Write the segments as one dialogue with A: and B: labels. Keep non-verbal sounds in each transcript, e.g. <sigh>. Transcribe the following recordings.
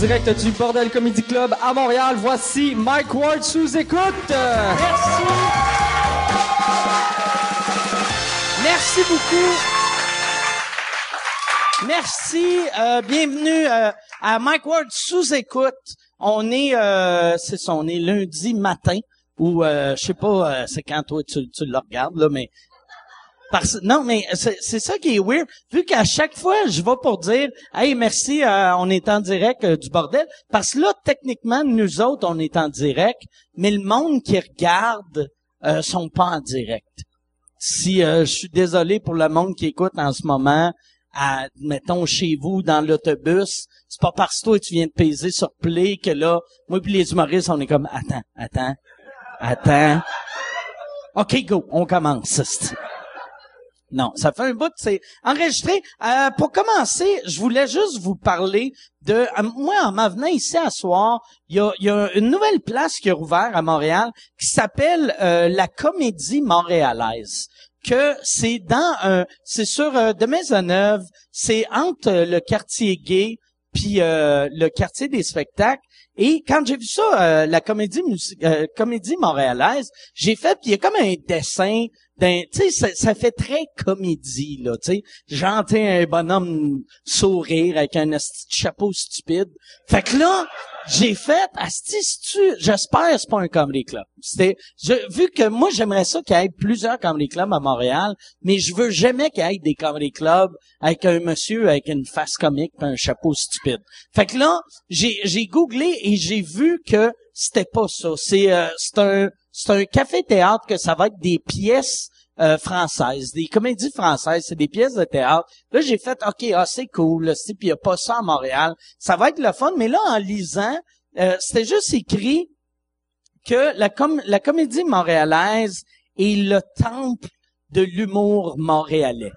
A: direct du Bordel Comedy Club à Montréal, voici Mike Ward sous écoute.
B: Merci. Merci beaucoup. Merci. euh, bienvenue euh, à Mike Ward sous écoute. On est, euh, c'est ça, on est lundi matin ou euh, je sais pas, euh, c'est quand toi tu, tu le regardes là, mais parce non, mais c'est c'est ça qui est weird. Vu qu'à chaque fois, je vais pour dire Hey, merci, euh, on est en direct euh, du bordel. Parce que là, techniquement, nous autres, on est en direct, mais le monde qui regarde euh, sont pas en direct. Si euh, je suis désolé pour le monde qui écoute en ce moment, à, mettons chez vous dans l'autobus, c'est pas parce que toi tu viens de peser sur play que là, moi puis les humoristes, on est comme attends, attends, attends. OK, go, on commence. esti. Non, ça fait un bout, c'est enregistré. Euh, pour commencer, je voulais juste vous parler de... euh, moi, en m'en venant ici à soir, il y a, il y a une nouvelle place qui est ouverte à Montréal qui s'appelle euh, la Comédie montréalaise que c'est dans un... C'est sur euh, de Maisonneuve, c'est entre euh, le quartier gay puis euh, le quartier des spectacles. Et quand j'ai vu ça, euh, la comédie musi- euh, comédie montréalaise, j'ai fait, puis il y a comme un dessin d'un, tu sais, ça, ça fait très comédie là, tu sais, genre tu sais, un bonhomme sourire avec un esti de chapeau stupide. Fait que là, j'ai fait, asti, si tu, j'espère que c'est pas un comedy club. C'était, je- vu que moi j'aimerais ça qu'il y ait plusieurs comedy clubs à Montréal, mais je veux jamais qu'il y ait des comedy clubs avec un monsieur avec une face comique pis un chapeau stupide. Fait que là, j'ai, j'ai googlé et j'ai vu que c'était pas ça. C'est, euh, c'est un, c'est un café-théâtre que ça va être des pièces euh, françaises, des comédies françaises, c'est des pièces de théâtre. Là, j'ai fait, OK, ah, c'est cool, là, c'est- puis il n'y a pas ça à Montréal. Ça va être le fun, mais là, en lisant, euh, c'était juste écrit que la, com- la comédie montréalaise est le temple de l'humour montréalais.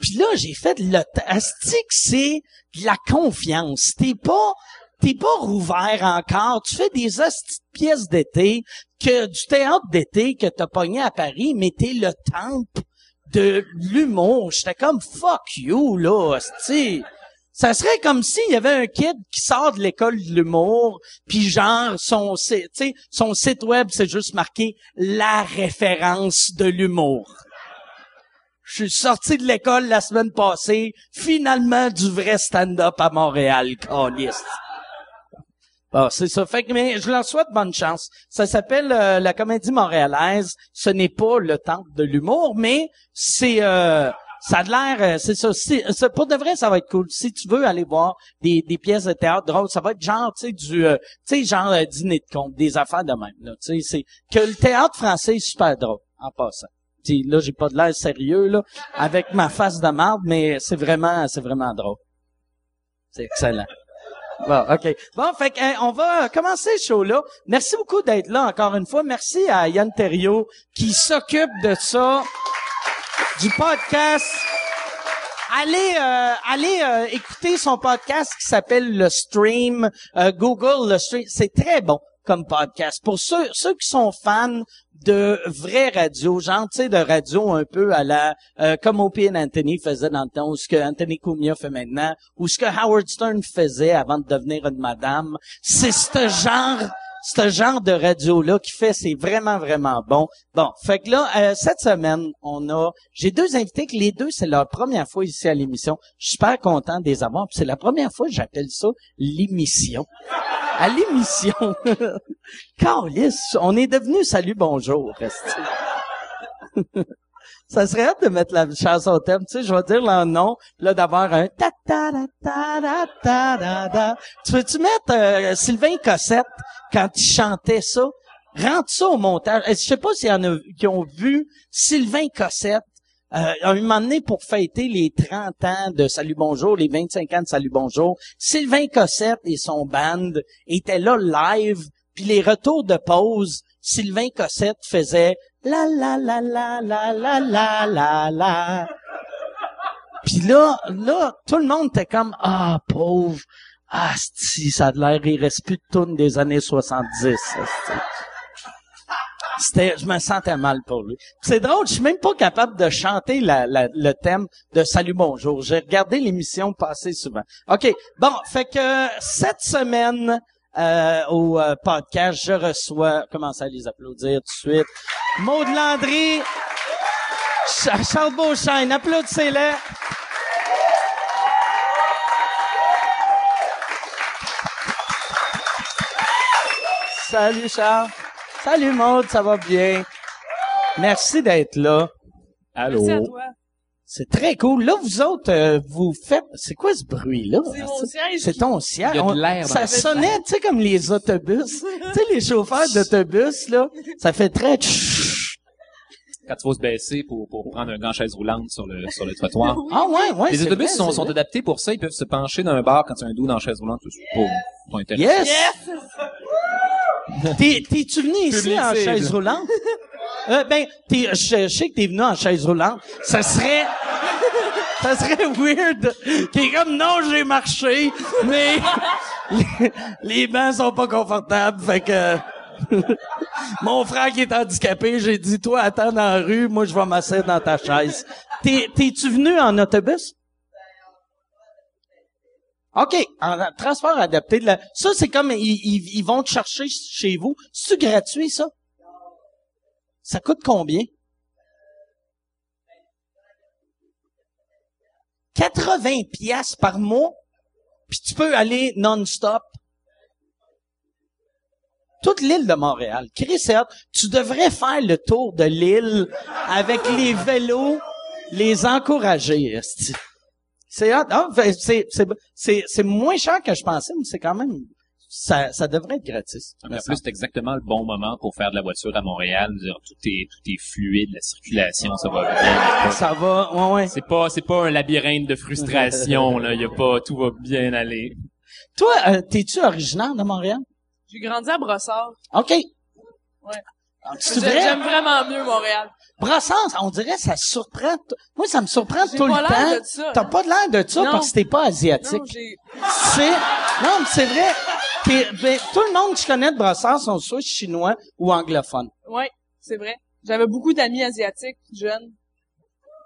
B: Puis là, j'ai fait le t- asti que c'est de la confiance. T'es pas, t'es pas rouvert encore. Tu fais des astis de pièces d'été, que du théâtre d'été que t'as pogné à Paris, mais t'es le temple de l'humour. J'étais comme fuck you, là, asti. Ça serait comme s'il y avait un kid qui sort de l'école de l'humour, puis genre son site, tu sais, son site web c'est juste marqué la référence de l'humour. Je suis sorti de l'école la semaine passée, finalement du vrai stand-up à Montréal, caliste. Bon, c'est ça. Fait que, mais je leur souhaite bonne chance. Ça s'appelle euh, la comédie montréalaise. Ce n'est pas le temple de l'humour, mais c'est euh, ça a de l'air. euh, c'est ça. Si- ça- Pour de vrai, ça va être cool. Si tu veux aller voir des, des pièces de théâtre drôles, ça va être genre, tu sais, du, euh, tu sais, genre euh, dîner de compte, des affaires de même. Là, tu sais, c'est que le théâtre français est super drôle en passant. Puis là, j'ai pas de l'air sérieux là, avec ma face de marde, mais c'est vraiment, c'est vraiment drôle. C'est excellent. Bon, OK. Bon, fait que, hein, on va commencer ce show-là. Merci beaucoup d'être là encore une fois. Merci à Yann Terriot qui s'occupe de ça, du podcast. Allez, euh, allez euh, écouter son podcast qui s'appelle Le Stream. Euh, Google Le Stream. C'est très bon comme podcast. Pour ceux, ceux qui sont fans de vraies radios, genre, tu sais, de radio un peu à la... euh, comme O.P. and Anthony faisait dans le temps, ou ce que Anthony Cumia fait maintenant, ou ce que Howard Stern faisait avant de devenir une madame. C'est ce genre... Ce genre de radio-là qui fait, c'est vraiment, vraiment bon. Bon, fait que là, euh, cette semaine, on a... J'ai deux invités que les deux, c'est leur première fois ici à l'émission. Je suis super content de les avoir. puis C'est la première fois que j'appelle ça l'émission à l'émission. <laughs> Carlis, on est devenu Salut Bonjour. esti. Ça serait hâte de mettre la chanson au thème, tu sais, je vais dire le nom, là, d'avoir un ta ta da ta da ta da da. Tu veux-tu mettre euh, Sylvain Cossette quand il chantait ça? Rentre ça au montage. Euh, Je sais pas s'il y en a qui ont vu Sylvain Cossette euh, à un moment donné, pour fêter les 30 ans de Salut Bonjour, les 25 ans de Salut Bonjour, Sylvain Cossette et son band étaient là live, puis les retours de pause, Sylvain Cossette faisait la la la la la la la la la. Puis là, là, tout le monde était comme ah pauvre, ah si ça a de l'air, il reste plus de tourne des années 70. asti. C'était, je me sentais mal pour lui. Puis C'est drôle, je suis même pas capable de chanter la- la- le thème de Salut Bonjour. J'ai regardé l'émission passer souvent. OK. Bon, fait que cette semaine, euh, au euh, podcast, je reçois, commence à les applaudir tout de suite. Maud Landry, Cha- Charles Beauchesne, applaudissez-les. Salut Charles. Salut Maud, ça va bien? Merci d'être là.
C: Merci
D: Oh.
C: à toi.
B: C'est très cool. Là, vous autres, euh, vous faites... C'est quoi ce bruit-là? Ah,
C: C'est mon siège.
B: <laughs> C'est ton ciel.
D: Il y a de l'air dans
B: Ça
D: le-
B: sonnait, tu sais, comme les autobus. tu sais, les chauffeurs d'autobus, là, ça fait très...
D: Quand il faut se baisser pour, pour prendre un gant chaise roulante sur
B: <laughs>
D: le, sur le trottoir.
B: Ah ouais, ouais.
D: Les
B: c'est
D: autobus
B: vrai,
D: sont,
B: c'est
D: sont
B: vrai.
D: adaptés pour ça. Ils peuvent se pencher d'un bar quand il y a un doux dans la chaise roulante. C'est pour ton intérêt.
B: Yes! <laughs> T'es- T'es-tu venu ici en
D: Publicité.
B: chaise roulante? Euh, ben, t'es- je je sais que t'es venu en chaise roulante. Ça serait... <laughs> Ça serait weird. T'es comme, non, j'ai marché, mais <laughs> les, les bancs sont pas confortables, fait que... <laughs> Mon frère qui est handicapé, j'ai dit, toi, attends dans la rue, moi, je vais m'asseoir dans ta chaise. T'es- T'es-tu venu en autobus? OK, en en transport adapté. De la... Ça, c'est comme, ils, ils, ils vont te chercher chez vous. C'est-tu gratuit, ça? Ça coûte combien? 80 piastres par mois, puis tu peux aller non-stop. Toute l'île de Montréal. Chris, c'est hot. tu devrais faire le tour de l'île avec les vélos, les encourager. esti. C'est hot. Ah, fait- c'est, c'est, c'est, c'est moins cher que je pensais, mais c'est quand même... Ça, ça devrait être gratis.
D: En
B: me
D: plus,
B: semble.
D: c'est exactement le bon moment pour faire de la voiture à Montréal. Je veux dire, Tout est, tout est fluide, la circulation, ça va bien.
B: Ça va, ouais, ouais.
D: C'est pas, c'est pas un labyrinthe de frustration, là. Y a pas, tout va bien aller.
B: Toi, euh, t'es-tu originaire de Montréal?
C: J'ai grandi à Brossard.
B: OK.
C: Ouais.
B: Ah, C'est
C: J'ai-
B: vrai?
C: J'aime vraiment mieux Montréal.
B: Brassens, on dirait ça surprend. t- Moi, ça me surprend
C: J'ai
B: tout
C: pas
B: le
C: l'air
B: temps.
C: de ça.
B: T'as pas de l'air de ça
C: Non.
B: parce que t'es pas
C: Non,
B: asiatique.
C: j'ai...
B: C'est... Non, mais c'est vrai. T'es- ben, tout le monde que je connais de Brassens sont soit chinois ou anglophones.
C: Ouais, c'est vrai. J'avais beaucoup d'amis asiatiques, jeunes.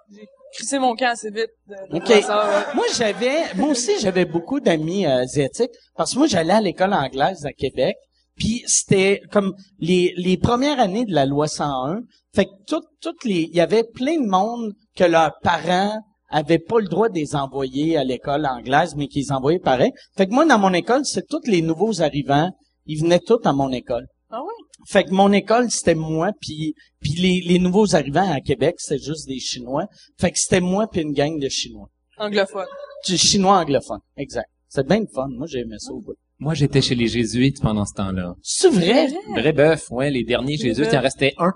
C: J'ai crissé mon camp assez vite de, de
B: OK.
C: Brossard, ouais.
B: Moi, j'avais, moi aussi, j'avais beaucoup d'amis euh, asiatiques parce que moi, j'allais à l'école anglaise à Québec. Puis c'était comme les, les premières années de la loi 101. Fait que tout, toutes les, il y avait plein de monde que leurs parents avaient pas le droit de les envoyer à l'école anglaise, mais qu'ils les envoyaient pareil. Fait que moi, dans mon école, c'est tous les nouveaux arrivants. Ils venaient tous à mon école.
C: Ah oui?
B: Fait que mon école, c'était moi, puis puis les, les nouveaux arrivants à Québec, c'était juste des Chinois. Fait que c'était moi puis une gang de Chinois
C: Anglophone.
B: du chinois anglophone. Exact. C'est bien le fun. Moi, j'ai aimé ça au bout.
D: Moi, j'étais chez les Jésuites pendant ce temps-là.
B: C'est vrai?
D: Brébeuf, ouais, les derniers
C: Brébeuf.
D: Jésuites, il en restait un.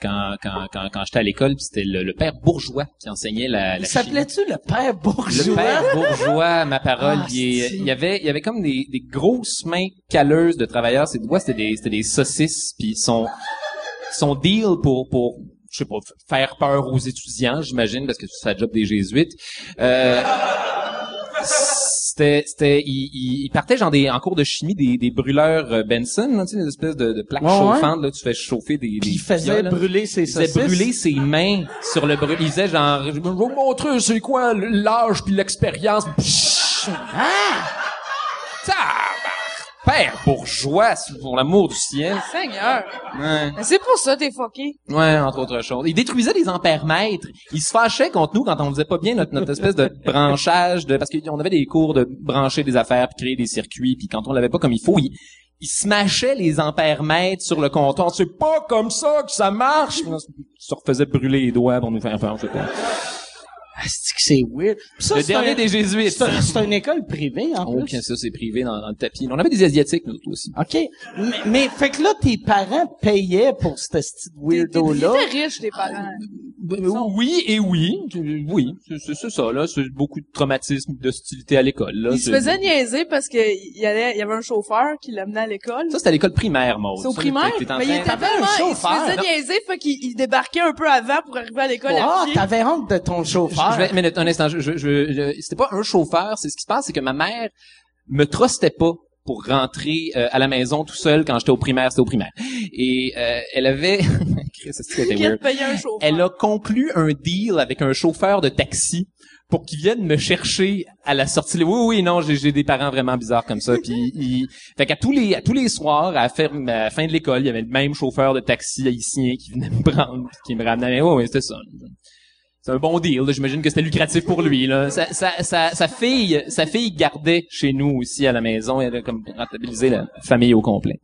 D: Quand, quand, quand, quand j'étais à l'école, puis c'était le, le père bourgeois qui enseignait la, la
B: Il
D: chimie.
B: s'appelait-tu le père bourgeois?
D: Le père bourgeois, ma parole,
B: Ah,
D: il, est-
B: c'est-
D: il y avait, il y avait comme des, des grosses mains calleuses de travailleurs. Ses doigts, c'était des, c'était des saucisses. Puis son, son deal pour, pour, je sais pas, f- faire peur aux étudiants, j'imagine, parce que c'est la job des jésuites. Euh, c'était, c'était, il, il- il partait genre des, en cours de chimie des, des brûleurs euh, Benson, là, tu sais, des espèces de, de plaques
B: Ouais, ouais.
D: chauffantes là, tu fais chauffer des.
B: Puis
D: des
B: il faisait
D: fioles, là.
B: brûler ses
D: Il faisait
B: saucisses.
D: brûler ses mains sur le brûle. Il disait genre, je vais vous montrer c'est quoi l'âge puis l'expérience. Pshhh!
B: Ah!
D: Tabar- Père bourgeois, pour l'amour du ciel.
C: Seigneur!
D: Ouais.
C: Mais c'est pour ça t'es fucké.
D: Ouais, entre autres choses. Il détruisait les ampères-mètres. Il se fâchait contre nous quand on faisait pas bien notre, notre espèce de branchage de, parce qu'on avait des cours de brancher des affaires puis créer des circuits puis quand on l'avait pas comme il faut, il, il smashait les ampères-mètres sur le comptoir. C'est pas comme ça que ça marche! Il se refaisait brûler les doigts pour nous faire peur, je sais pas.
B: Ah, c'est que c'est weird. Puis ça,
D: Le
B: c'est
D: dernier
B: un-
D: des jésuites.
B: C'est un- c'est une école privée, en
D: Oh,
B: plus.
D: bien sûr, c'est privé dans, dans le tapis. On avait des asiatiques, nous autres aussi.
B: OK. Mais, mais, fait que là, tes parents payaient pour cette petite
C: T'es- T'es
B: weirdo-là.
C: t'es riche, tes parents.
D: Ben, Oui et oui, oui, c'est- c'est c'est ça là, c'est beaucoup de traumatisme, d'hostilité à l'école là.
C: Il se
D: C'est-
C: faisait niaiser parce que il y allait, il y avait un chauffeur qui l'amenait à l'école.
D: Ça, c'était à l'école primaire,
B: Oh,
D: Maud.
C: C'est au
D: Ça,
C: primaire.
D: t'es- t'es en
C: Mais il
D: train-
C: était
B: T'avais un
C: tellement, il se
B: chauffeur,
C: faisait
D: non?
C: niaiser, fait qu'il il débarquait un peu avant pour arriver à l'école
B: Ah,
C: à pied.
B: t'avais honte de ton chauffeur.
D: Je vais, mais un instant, je, je, je- je- c'était pas un chauffeur. C'est ce qui se passe, c'est que ma mère me trustait pas pour rentrer euh, à la maison tout seul quand j'étais au primaire, c'était au primaire. Et euh, elle avait <laughs> Chris, est-ce que c'était
C: Qui a
D: weird?
C: payé un chauffeur?
D: Elle a conclu un deal avec un chauffeur de taxi pour qu'il vienne me chercher à la sortie. Oui, oui, non, j'ai j'ai des parents vraiment bizarres comme ça. <laughs> Puis, il... fait qu'à tous les à tous les soirs, à la, ferme- à la fin de l'école, il y avait le même chauffeur de taxi haïtien qui venait me prendre, puis qui me ramenait. Mais oui, oui, c'était ça. C'est un bon deal. là. J'imagine que c'était lucratif pour lui. Là. Sa, sa- sa- sa fille, sa fille gardait chez nous aussi à la maison. Elle a comme rentabilisé la famille au complet.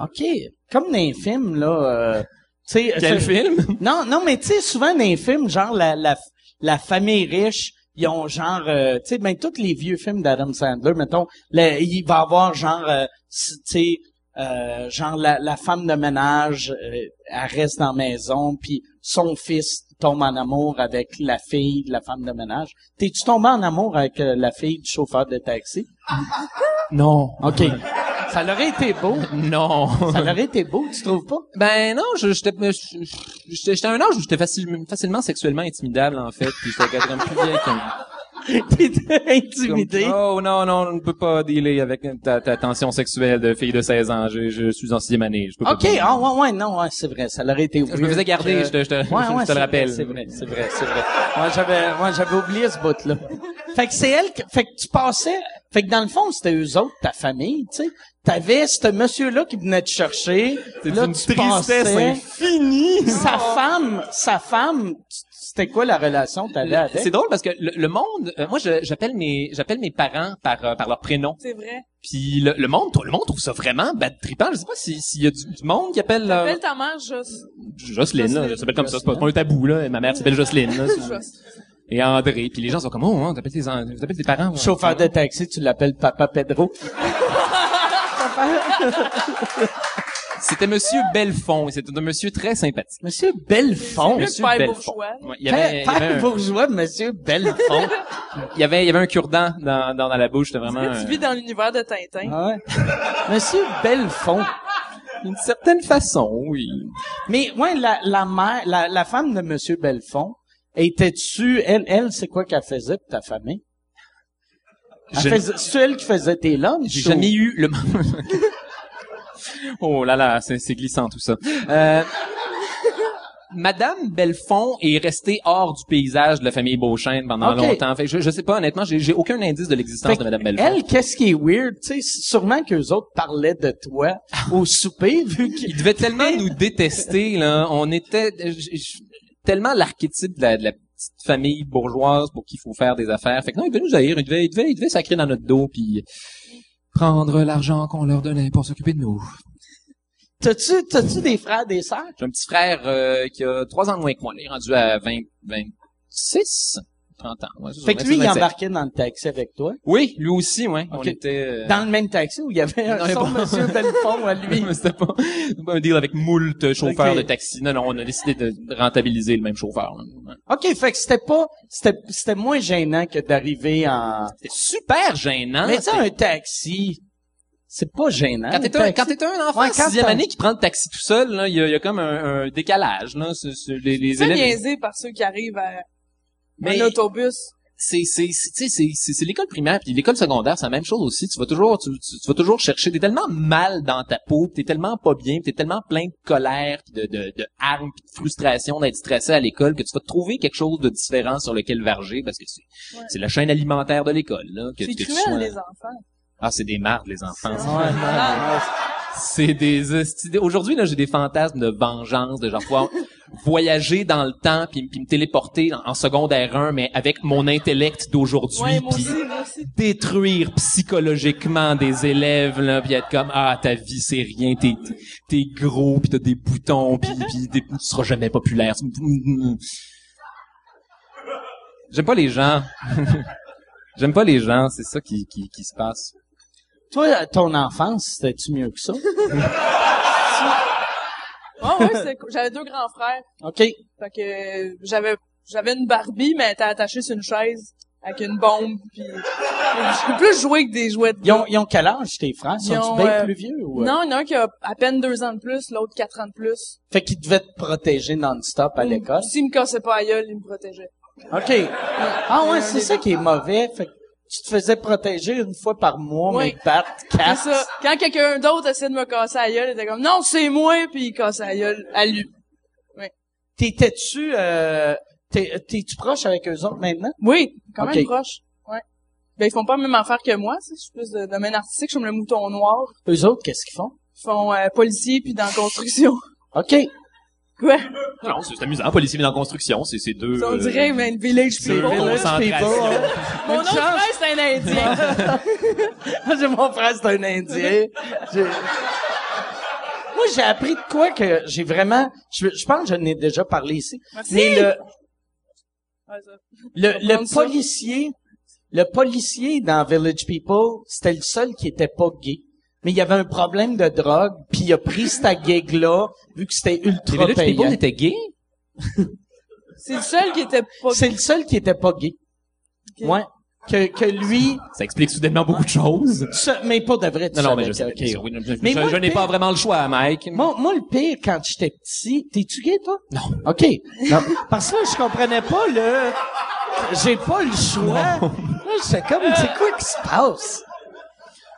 B: OK. Comme dans les films, là. euh, tu sais,
D: Quel
B: tu-
D: film
B: Non, non, mais tu sais, souvent dans les films, genre la, la, la famille riche, ils ont genre, euh, tu sais, ben tous les vieux films d'Adam Sandler, mettons, le- il va avoir genre, euh, s- tu sais, euh, genre la, la femme de ménage, euh, elle reste dans la maison, puis son fils tombe en amour avec la fille de la femme de ménage. T'es-tu tombé en amour avec euh, la fille du chauffeur de taxi?
D: Non.
B: OK. Ça l'aurait été beau.
D: <laughs> Non.
B: Ça l'aurait été beau, tu trouves pas? <laughs>
D: Ben non, je- j'étais je- j'étais j'étais à un âge où j'étais facile- facilement sexuellement intimidable en fait, puis j'étais comme plus vieille comme-
B: T'es
D: comme-
B: intimidé.
D: Oh non non, on ne peut pas dealer avec ta, ta tension sexuelle de fille de 16 ans. Je, je suis en sixième année. Je peux pas
B: OK,
D: dealer.
B: ah ouais, ouais, non, ouais, c'est vrai, ça l'aurait été euh,
D: Je me faisais garder, je te, je te- je te le rappelle.
B: C'est vrai, c'est vrai, c'est vrai. Moi, j'avais, moi, j'avais oublié ce bout-là. Fait que c'est elle que, fait que tu passais, fait que dans le fond, c'était eux autres, ta famille, tu sais. T'avais ce monsieur-là qui venait te chercher.
D: C'est
B: là,
D: une
B: tu
D: tristesse
B: passais.
D: infinie.
B: Sa femme, sa femme, c'était quoi la relation que t'avais avec?
D: C'est drôle parce que le, le monde, euh, moi je- j'appelle mes j'appelle mes parents par euh, par leur prénom.
C: C'est vrai.
D: Puis le, le monde le monde trouve ça vraiment bad trippant. Je sais pas si- s'il y a du, du monde qui appelle leur-
C: Appelle ta mère Joss.
D: Jocelyne, là, je s'appelle comme ça, c'est pas, pas un tabou, là. Ma mère s'appelle Jocelyne, <laughs> là. c'est-
C: Joss.
D: Et André. Puis les gens sont comme, oh, hein, t'appelles tes, en- t'appelles tes parents. ouais.
B: Chauffeur de taxi, tu l'appelles Papa Pedro.
D: C'était Monsieur Belfond. et C'était un monsieur très sympathique.
B: Monsieur Belfond.
C: mieux
D: Monsieur
C: que Père
D: Belfond.
C: Bourgeois.
D: Ouais, il y avait, il y avait
B: Père
D: un-
B: bourgeois, monsieur Belfond.
D: il y avait, il y avait un cure-dent dans, dans, dans la bouche. C'était vraiment
C: Tu vis
D: euh,
C: dans l'univers de Tintin.
B: Ah ouais. Monsieur Belfond.
D: une certaine façon, oui.
B: Mais ouais, la, la mère, la, la femme de Monsieur Belfond, était-tu, elle, elle, c'est quoi qu'elle faisait pour ta famille? Elle
D: Je-
B: faisait- c'est elle qui faisait tes lunchs?
D: J'ai
B: ou-
D: jamais eu le moment. <laughs> oh là là, c'est, c'est glissant tout ça. Euh, Madame Belfond est restée hors du paysage de la famille Beauchesne pendant
B: Ok.
D: longtemps. Fait que je, je sais pas, honnêtement, j'ai, j'ai aucun indice de l'existence
B: Fait
D: de
B: que
D: Madame Belfond.
B: elle, qu'est-ce qui est weird, tu sais, c'est sûrement qu'eux autres parlaient de toi au souper, <laughs> vu que...
D: Il devait tellement nous détester, là. On était j- j- tellement l'archétype de la, de la petite famille bourgeoise pour qui il faut faire des affaires. Fait que non, il devait nous haïr. Il devait, il devait, il devait sacrer dans notre dos puis prendre l'argent qu'on leur donnait pour s'occuper de nous.
B: T'as-tu, t'as-tu des frères, des sœurs?
D: J'ai un petit frère euh, qui a trois ans de moins que moi. Il est rendu à 20, 26, 30 ans. Ouais, c'est ça,
B: Fait que lui, il
D: 26.
B: embarquait dans le taxi avec toi.
D: Oui, lui aussi, ouais. On
B: Ok.
D: était... euh,
B: Dans le même taxi où il y avait
D: Non, il
B: un
D: y a
B: son
D: pas-
B: Monsieur Belfond à
D: Oui, <laughs>
B: lui.
D: mais c'était pas, c'était pas un deal avec moult chauffeurs
B: Ok.
D: de taxi. Non, non, on a décidé de rentabiliser le même chauffeur. là. Ouais.
B: OK, fait que c'était pas, c'était, c'était moins gênant que d'arriver en...
D: C'était super
C: Hein?
D: gênant.
B: Mais tu sais,
D: C'était-
B: un taxi, c'est pas gênant.
D: Quand t'es
B: un
D: un,
B: taxi.
D: quand t'es un enfant
B: Ouais,
D: de
B: quand
D: sixième
B: t'as-
D: année qui prend le taxi tout seul, là, il y, a- il y a comme un, un décalage. Là, sur- sur les, les
C: C'est
D: élèves.
C: niaisé par ceux qui arrivent à
D: Mais-
C: un autobus.
D: c'est c'est c'est tu sais, c'est- c'est- c'est l'école primaire puis l'école secondaire c'est la même chose aussi tu vas toujours tu, tu- tu vas toujours chercher t'es tellement mal dans ta peau puis t'es tellement pas bien puis t'es tellement plein de colère puis de de de harme puis de frustration d'être stressé à l'école que tu vas trouver quelque chose de différent sur lequel varger parce que c'est
C: Ouais.
D: c'est la chaîne alimentaire de l'école là que,
C: C'est
D: que tu
C: cruel,
D: sois-
C: les enfants. Ah,
D: ah c'est des mardes les enfants
C: C'est
B: Ouais, ouais, ouais.
D: c'est des hosties d- aujourd'hui là, j'ai des fantasmes de vengeance, de genre
C: <laughs>
D: pouvoir voyager dans le temps puis, puis me téléporter en, en secondaire 1 mais avec mon intellect d'aujourd'hui
C: Ouais, moi
D: puis
C: aussi, moi aussi.
D: détruire psychologiquement des élèves là puis être comme ah ta vie c'est rien t'es t'es gros puis t'as des boutons
C: <laughs>
D: puis puis des- tu seras jamais populaire j'aime pas les gens <laughs> j'aime pas les gens c'est ça qui qui qui se passe
B: Toi, ton enfance, c'était-tu mieux
C: <laughs>
B: que ça?
C: Ah ouais, c'est cool. j'avais deux grands frères.
B: OK.
C: Fait que euh, j'avais j'avais une Barbie, mais elle était attachée sur une chaise avec une bombe. Puis j'ai plus joué que des jouets de
B: Ils ont, ils ont quel âge, tes frères?
C: Ils
B: Sont-ils
C: ont,
B: bien
C: euh,
B: plus vieux? Ou... euh?
C: Non, il y en a un qui a à peine deux ans de plus, l'autre quatre ans de plus.
B: Fait qu'ils devaient te protéger non-stop à l'école?
C: S'il me cassait pas la gueule, il me protégeait.
B: OK. Ah ouais, c'est ça qui est mauvais. Fait que tu te faisais protéger une fois par mois,
C: Oui.
B: mais te battre
C: C'est
B: quatre.
C: ça. Quand quelqu'un d'autre essayait de me casser la gueule, il était comme, non, c'est moi, puis il cassait la gueule à lui.
B: T'étais-tu, euh, t'es- t'es-tu proche avec eux autres maintenant?
C: Oui, quand même
B: Ok.
C: proche. Ouais. Ben, ils font pas la même affaire que moi, tu sais. Je suis plus de domaine artistique, je suis comme le mouton noir.
B: Eux autres, qu'est-ce qu'ils font?
C: Ils font euh, policier puis dans
B: <laughs>
C: la construction.
B: OK.
C: Quoi?
D: Non, non, c'est c'est amusant. Policier mais dans la construction, c'est c'est deux.
C: on
D: euh,
C: dirait, mais une village
D: deux
C: people.
B: village
D: concentrations.
B: people, hein.
C: Mon
B: Une
C: autre
B: chance.
C: frère, c'est un
B: <laughs>
C: Indien.
B: J'ai mon frère, c'est un Indien. J'ai- Moi, j'ai appris de quoi que j'ai vraiment... Je, je pense que je n'ai déjà parlé ici.
C: Merci.
B: Mais le,
C: Ouais, ça.
B: le,
C: On va
B: le
C: prendre ça.
B: policier... Le policier dans Village People, c'était le seul qui était pas gay. Mais il y avait un problème de drogue, puis il a
C: <laughs>
B: pris cette gig-là, vu que c'était
D: Les
B: ultra
D: Village People
B: payant.
D: étaient gays?
C: C'est le seul qui était pas...
B: C'est le seul qui était pas gay.
C: Ok.
B: Ouais. Que, que lui...
D: Ça explique soudainement beaucoup de choses.
B: ce- mais pas de vrai, tu
D: Non, non,
B: savais
D: mais je
B: que-
D: sais.
B: ok,
D: bien sûr,
B: ouais.
D: oui, je- je-
B: Mais
D: je-
B: moi,
D: je
B: le
D: n'ai pas
B: pire-
D: vraiment le choix, Mike.
B: Moi, moi, le pire, quand j'étais petit, t'es-tu gay, toi?
D: Non.
B: OK. Non. Parce que là, je comprenais pas le... J'ai pas le choix. Là, j'étais comme, c'est quoi qui se passe?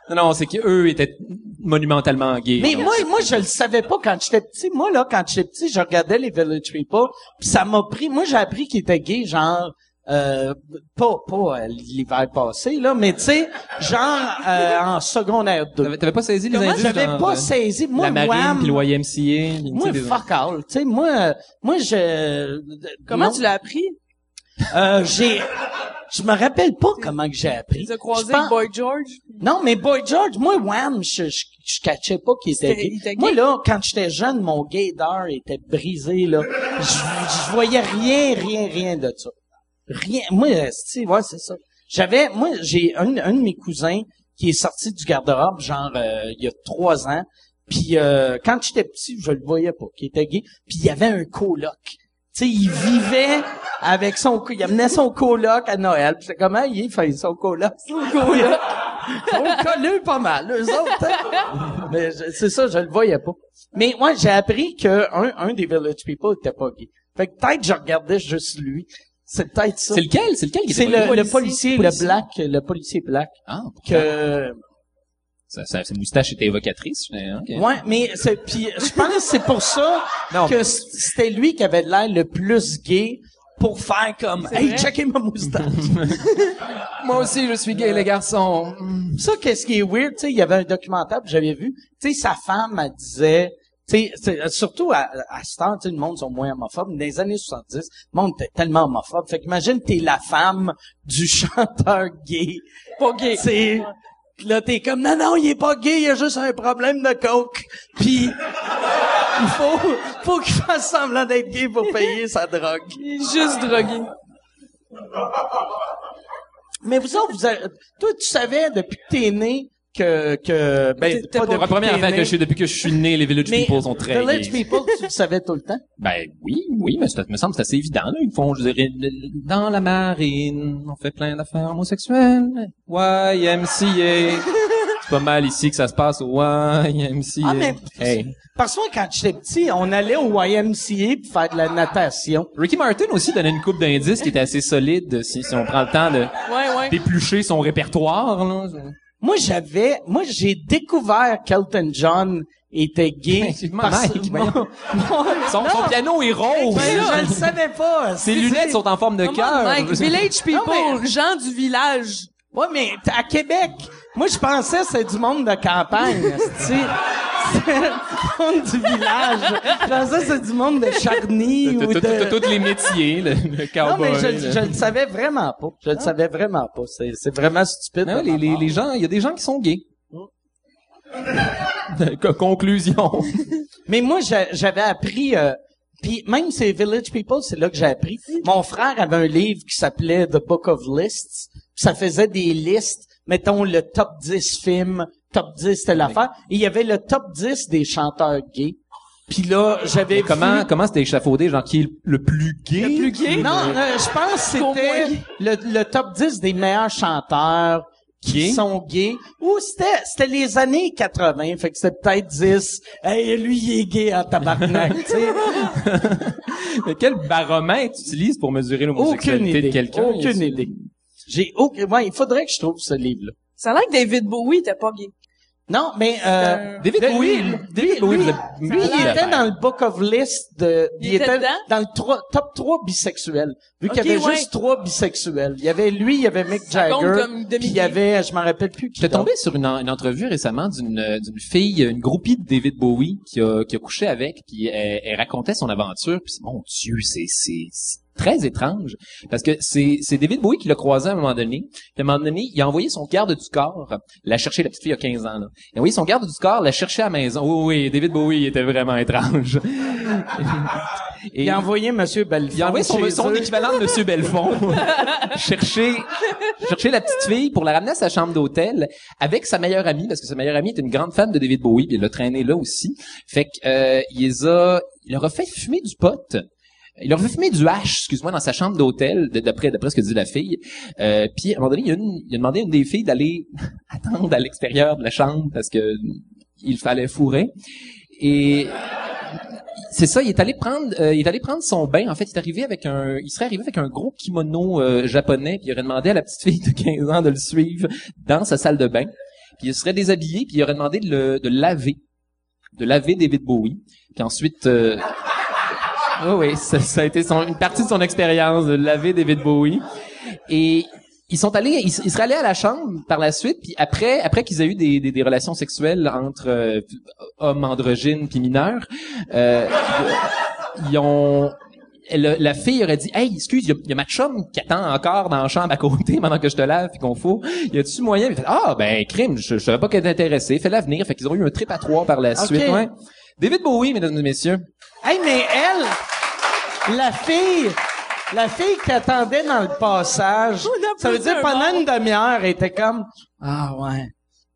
D: Non, non, c'est qu'eux étaient monumentalement gays.
B: Mais
D: Donc,
B: moi, moi, je le savais pas quand j'étais petit. Moi, là, quand j'étais petit, je regardais les Village People, puis ça m'a pris... Moi, j'ai appris qu'ils étaient gays, genre... euh, pas pas euh, l'hiver passé, là, mais tu sais, genre euh, en secondaire 2.
D: T'avais t'avais pas saisi les
B: Comment
D: indices?
B: j'avais
D: dans-
B: pas
D: dans-
B: saisi? Moi,
D: la
B: Wham!
D: marine, puis le YMCA. puis,
B: Moi,
D: tu sais, des-
B: fuck all. Tu sais, moi, euh, moi, je... euh,
C: Comment
B: non.
C: tu l'as appris?
B: Euh, j'ai, je me rappelle pas comment que j'ai appris.
C: Ils ont croisé
B: Je pense-
C: avec Boy George?
B: Non, mais Boy George, moi, Wham, je, je, je catchais pas qu'il était
C: C'était-
B: gay.
C: il était gay.
B: Moi, là, quand j'étais jeune, mon gaydar était brisé, là. Je, je voyais rien, rien, rien de ça. Rien. Moi, euh, si, ouais, c'est ça. J'avais, moi, j'ai un, un de mes cousins qui est sorti du garde-robe, genre, euh, il y a trois ans. Puis euh, quand j'étais petit, je le voyais pas, qui était gay. Puis il y avait un coloc. Tu sais, il vivait avec son... co- Il amenait son coloc à Noël. Puis j'étais comme, Ah, il fait son coloc? Son coloc! On collait pas mal, eux autres. hein. Mais je- c'est ça, je le voyais pas. Mais moi, j'ai appris que un, un des Village People était pas gay. Fait que peut-être je regardais juste lui. C'est peut-être ça.
D: C'est lequel? C'est lequel qui était
B: C'est
D: pas
B: le,
D: gay?
B: le policier, le black, le policier black.
D: Ah,
B: Que
D: ça, ça, sa moustache était évocatrice. hein. mais, ok.
B: ouais, mais c'est- puis je pense que c'est pour ça
D: Non.
B: que c- c'était lui qui avait l'air le plus gay pour faire comme hey
C: vrai.
B: checker ma moustache.
D: Moi aussi, je suis gay, les garçons. Mm.
B: Ça, qu'est-ce qui est weird, tu sais, il y avait un documentaire que j'avais vu, tu sais, sa femme, elle disait, tu sais, c'est- euh, surtout à, à ce temps, tu sais, le monde sont moins homophobes. Dans les années 70, le monde était tellement homophobe. Fait qu'imagine, t'es la femme du <laughs> chanteur gay.
C: Pas gay.
B: C'est, là, t'es comme, non, non, il est pas gay, il a juste un problème de coke. Puis, <laughs> il faut, faut qu'il fasse semblant d'être gay pour payer sa drogue.
C: Il est juste drogué.
B: Mais vous autres, vous avez- toi, tu savais depuis que t'es né que, que, ben,
C: T'étais pas-
B: depuis
D: La première
B: t'es
D: affaire
B: né.
D: que je suis depuis que je suis né, les Village
B: Mais
D: People sont très
B: Village
D: gays.
B: People, tu le savais tout le temps.
D: Ben oui, oui, mais ça me semble que c'est assez évident. Là. Ils font, je dirais, dans la marine, on fait plein d'affaires homosexuelles. YMCA. c'est pas mal ici que ça se passe au YMCA.
B: <laughs> Ah, mais-
D: Hey.
B: Parce que moi, quand j'étais petit, on allait au YMCA pour faire de la natation.
D: Ricky Martin aussi donnait une coupe d'indices qui était assez solide si, si on prend le temps de
C: Ouais, ouais.
D: d'éplucher son répertoire. Là.
B: Moi, j'avais, moi, j'ai découvert qu'Elton John était gay.
D: Effectivement,
B: parce-
D: Mike,
B: mon-
D: voyons.
B: <laughs> mon-
D: Son, son
B: Non, Ben,
D: piano est rose.
B: mais je le savais pas. <laughs>
D: Ses lunettes sont en forme de
C: Come on,
D: cœur.
C: Mike,
D: <laughs>
C: village people,
B: Non,
C: gens du village.
B: Ouais, mais t- à Québec, moi, je pensais que c'est du monde de <laughs> campagne, tu du monde du village. Je pensais que c'est du monde de Charny ou
D: T'as- t'as-
B: de...
D: t'as tous les métiers, le, le
B: Non,
D: cowboy.
B: mais je,
D: le-
B: je le savais vraiment pas. Je le savais vraiment pas. C'est, c'est vraiment stupide.
D: Non,
B: de
D: Ah les,
B: ma
D: les,
B: part.
D: les gens, il y a des gens qui sont gays. <laughs> Co- Conclusion.
B: Mais moi, j'a- j'avais appris... euh, puis même ces Village People, c'est là que j'ai appris. Mon frère avait un livre qui s'appelait The Book of Lists. Puis Ça faisait des listes, mettons le top 10 films, top 10 c'était l'affaire. Et il y avait le top 10 des chanteurs gays. Puis là, j'avais
D: Mais comment
B: vu-
D: comment c'était échafaudé, genre qui est le plus gay
B: Le plus
D: qui-
B: gay? Non, euh, je pense que
C: Pour
B: c'était
C: moi.
B: le, le top 10 des meilleurs chanteurs qui
D: Gay?
B: sont gays. Ou c'était, c'était les années 80, fait que c'était peut-être 10. Hey, lui, il est gay en tabarnak, tu
D: <laughs>
B: sais.
D: Mais Quel baromètre tu utilises pour mesurer
B: Aucune
D: l'homosexualité
B: idée.
D: de quelqu'un
B: Aucune idée. J'ai aucun... ouais, il faudrait que je trouve ce livre-là.
C: Ça a l'air que David Bowie était pas gay.
B: Non, mais euh,
C: Euh,
D: David
B: le-
D: Bowie,
B: lui-
D: David Bowie,
B: lui-
D: vous êtes
B: lui, il était dans le book of list de,
C: Il était dedans?
B: dans le trois- top 3 bisexuels. Vu
C: Ok,
B: qu'il y avait
C: ouais.
B: juste trois bisexuels. Il y avait lui, il y avait Mick
C: Ça compte
B: Jagger,
C: comme
B: puis
C: demi-gay.
B: il y avait, je m'en rappelle plus qui.
D: J'étais
B: d'autre.
D: tombé sur une, en- une entrevue récemment d'une euh, d'une fille, une groupie de David Bowie qui a, qui a couché avec, puis elle, elle racontait son aventure, puis mon Dieu, c'est c'est c'est très étrange parce que c'est c'est David Bowie qui l'a croisé à un moment donné. Puis à un moment donné, il a envoyé son garde du corps la chercher, la petite fille a 15 ans. Là. Il a envoyé son garde du corps la chercher à la maison. Oui, oui, oui, David Bowie il était vraiment étrange. Et
B: Il a envoyé Monsieur Belfort.
D: il a envoyé son,
B: chez
D: Ah son
B: eux.
D: équivalent de Monsieur <laughs> Belfond chercher, chercher la petite fille pour la ramener à sa chambre d'hôtel avec sa meilleure amie, parce que sa meilleure amie est une grande fan de David Bowie, puis il l'a traîné là aussi. Fait que, euh, il les a, il leur a fait fumer du pot. Il leur a fait fumer du hash, excuse-moi, dans sa chambre d'hôtel, de- d'après d'après ce que dit la fille. Euh, puis, à un moment donné, il a, une- il a demandé à une des filles d'aller <laughs> attendre à l'extérieur de la chambre parce que il fallait fourrer. Et c'est ça, il est allé prendre, euh, il est allé prendre son bain. En fait, il est arrivé avec un, il serait arrivé avec un gros kimono euh, japonais, puis il aurait demandé à la petite fille de 15 ans de le suivre dans sa salle de bain. Puis il serait déshabillé, puis il aurait demandé de le, de laver, de laver David Bowie. Puis ensuite, euh, oui, oui, ça, ça a été son- une partie de son expérience de laver David Bowie. Et ils sont allés, ils, s- ils seraient allés à la chambre par la suite, puis après, après qu'ils aient eu des, des, des relations sexuelles entre euh, hommes androgynes puis mineurs, euh, ils ont le- la fille aurait dit hey excuse il y, a- il y a ma chum qui attend encore dans la chambre à côté pendant que je te lave puis qu'on faut y a-tu moyen il fait, ah ben crime je, je savais pas qu'elle était intéressée fais l'avenir fait qu'ils ont eu un trip à trois par la
B: Ok.
D: suite ouais. David Bowie mesdames et messieurs
B: Hey, mais elle, la fille, la fille qui attendait dans le passage,
C: On
B: ça veut dire
C: applaudit un
B: pendant
C: mort.
B: une demi-heure, elle était comme, ah ouais,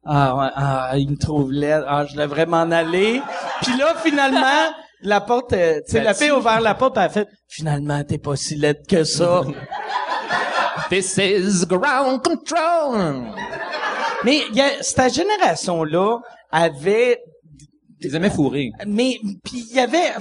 B: ah ouais, ah, il me trouve laide, ah, je devrais m'en aller. Puis là, finalement, la porte, euh, tu sais, la fille a ouvert la porte, elle a fait, finalement, t'es pas si laide que ça.
D: this is ground control
B: mais il y a, cette génération-là avait
D: ils aimaient fourrer
B: mais puis il y avait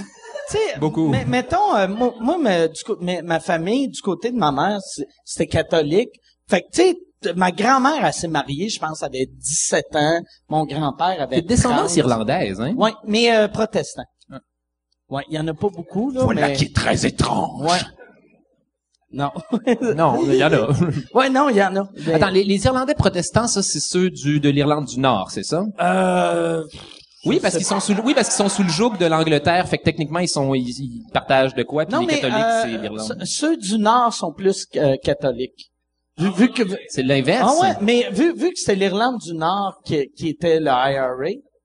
B: tu sais
D: Beaucoup.
B: mais- mettons euh, moi, moi, ma, du cô- ma- ma famille du côté de ma mère c'est- c'était catholique fait que tu sais t- ma grand-mère elle s'est mariée je pense avait 17 ans mon grand-père avait
D: des descendance
B: 30.
D: irlandaise hein
B: ouais mais euh, protestant ouais il y en a pas beaucoup là mais
D: est très étrange
B: ouais non
D: non il y en a
B: <laughs> ouais non il y en a Mais-
D: attends <laughs> les, les irlandais protestants ça c'est ceux du de l'Irlande du Nord c'est ça
B: euh,
D: Oui,
B: Je
D: parce
B: sais
D: qu'ils
B: pas.
D: sont sous le- oui parce qu'ils sont sous le joug de l'Angleterre, fait que techniquement ils sont ils, ils partagent de quoi puis
B: non
D: les
B: mais
D: catholiques
B: euh,
D: c'est l'Irlande.
B: ce- ceux du nord sont plus euh, catholiques vu, vu que
D: C'est l'inverse.
B: Ah ouais, mais vu, vu que c'était l'Irlande du Nord qui, qui était le IRA,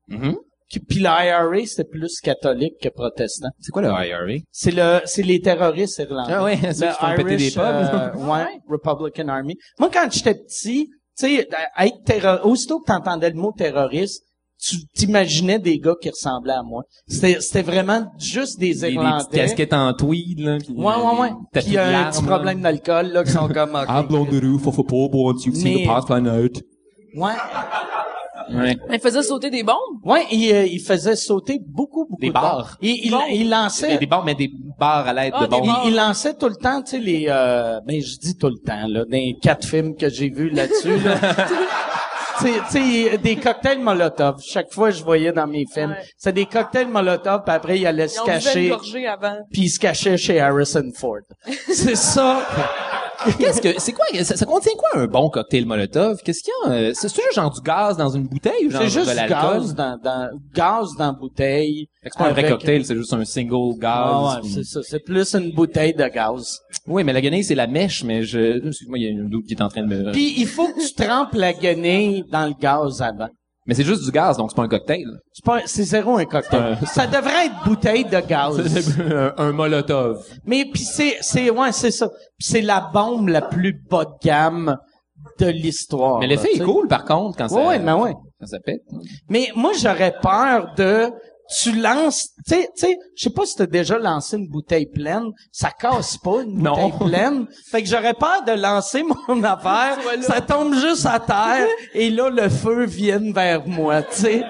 D: Mhm.
B: qui- puis le IRA, c'était plus catholique que protestant.
D: C'est quoi le IRA
B: C'est le, c'est les terroristes irlandais.
D: Ah ouais, <laughs> ceux
B: Le
D: qui font péter des
B: Irish, euh,
D: <laughs>
B: ouais, Republican Army. Moi, quand j'étais petit, tu sais, à- à être terror, aussitôt que t'entendais le mot terroriste, tu t'imaginais des gars qui ressemblaient à moi. C'était, c'était vraiment juste des
D: Des, des
B: Irlandais.
D: petites casquettes en tweed là. Puis,
B: Ouais, ouais, ouais.
D: T'as
B: Puis un petit problème d'alcool, là, qui sont comme...
D: Ah.
B: ok.
D: roof faut pas pour you
B: see the Mais- past Ouais.
D: Ouais.
C: Mais il faisait sauter des bombes.
B: Ouais, il, euh, il faisait sauter beaucoup, beaucoup
D: Des
B: de barres.
D: barres.
B: Il, il,
C: Bon.
B: il lançait,
D: Des, des bars mais des bars à l'aide
C: Ah,
D: de
C: des
D: bombes.
C: bars.
B: il, il lançait tout le temps, tu sais, les, euh, ben, je dis tout le temps, là, dans les quatre films que j'ai vus là-dessus,
D: <laughs>
B: là. Tu sais- tu sais, des cocktails Molotov. Chaque fois, je voyais dans mes films.
C: Ouais.
B: C'est des cocktails Molotov, puis après, il allait
C: Ils
B: se
C: ont fait une
B: cacher,
C: gorgée avant.
B: puis il se cachait chez Harrison Ford. C'est ça.
D: Qu'est-ce que c'est quoi ça, ça contient quoi un bon cocktail Molotov Qu'est-ce qu'il y a euh, C'est c'est juste genre du gaz dans une bouteille ou genre
B: C'est juste
D: de
B: du
D: l'alcool
B: gaz dans, dans, gaz dans bouteille.
D: Fait que C'est pas un vrai
B: Avec-
D: cocktail, c'est juste un single gaz.
B: Ah ouais,
D: puis-
B: c'est ça. C'est plus une bouteille de gaz.
D: Oui, mais la guenille, c'est la mèche, mais je... Excuse-moi, il y a une double qui est en train de me...
B: Puis il faut que tu trempes la guenille dans le gaz avant.
D: Mais c'est juste du gaz, donc c'est pas un cocktail.
B: C'est pas- c'est zéro un cocktail.
D: Ouais.
B: Ça devrait être bouteille de gaz.
D: <laughs> un, un molotov.
B: Mais puis c'est c'est ouais, c'est ça. Puis c'est la bombe la plus bas de gamme de l'histoire.
D: Mais
B: là,
D: l'effet
B: tu
D: est
B: sais.
D: cool, par contre, quand
B: Ouais,
D: ça...
B: ouais, mais ouais.
D: Quand ça pète. hein.
B: Mais moi j'aurais peur de tu lances, tu sais, tu sais, je sais pas si t'as déjà lancé une bouteille pleine, ça casse pas une
D: <laughs> Non.
B: bouteille pleine. Fait que j'aurais peur de lancer mon
D: <laughs>
B: affaire,
C: Voilà.
B: ça tombe juste à terre et là le feu vient vers moi, tu sais.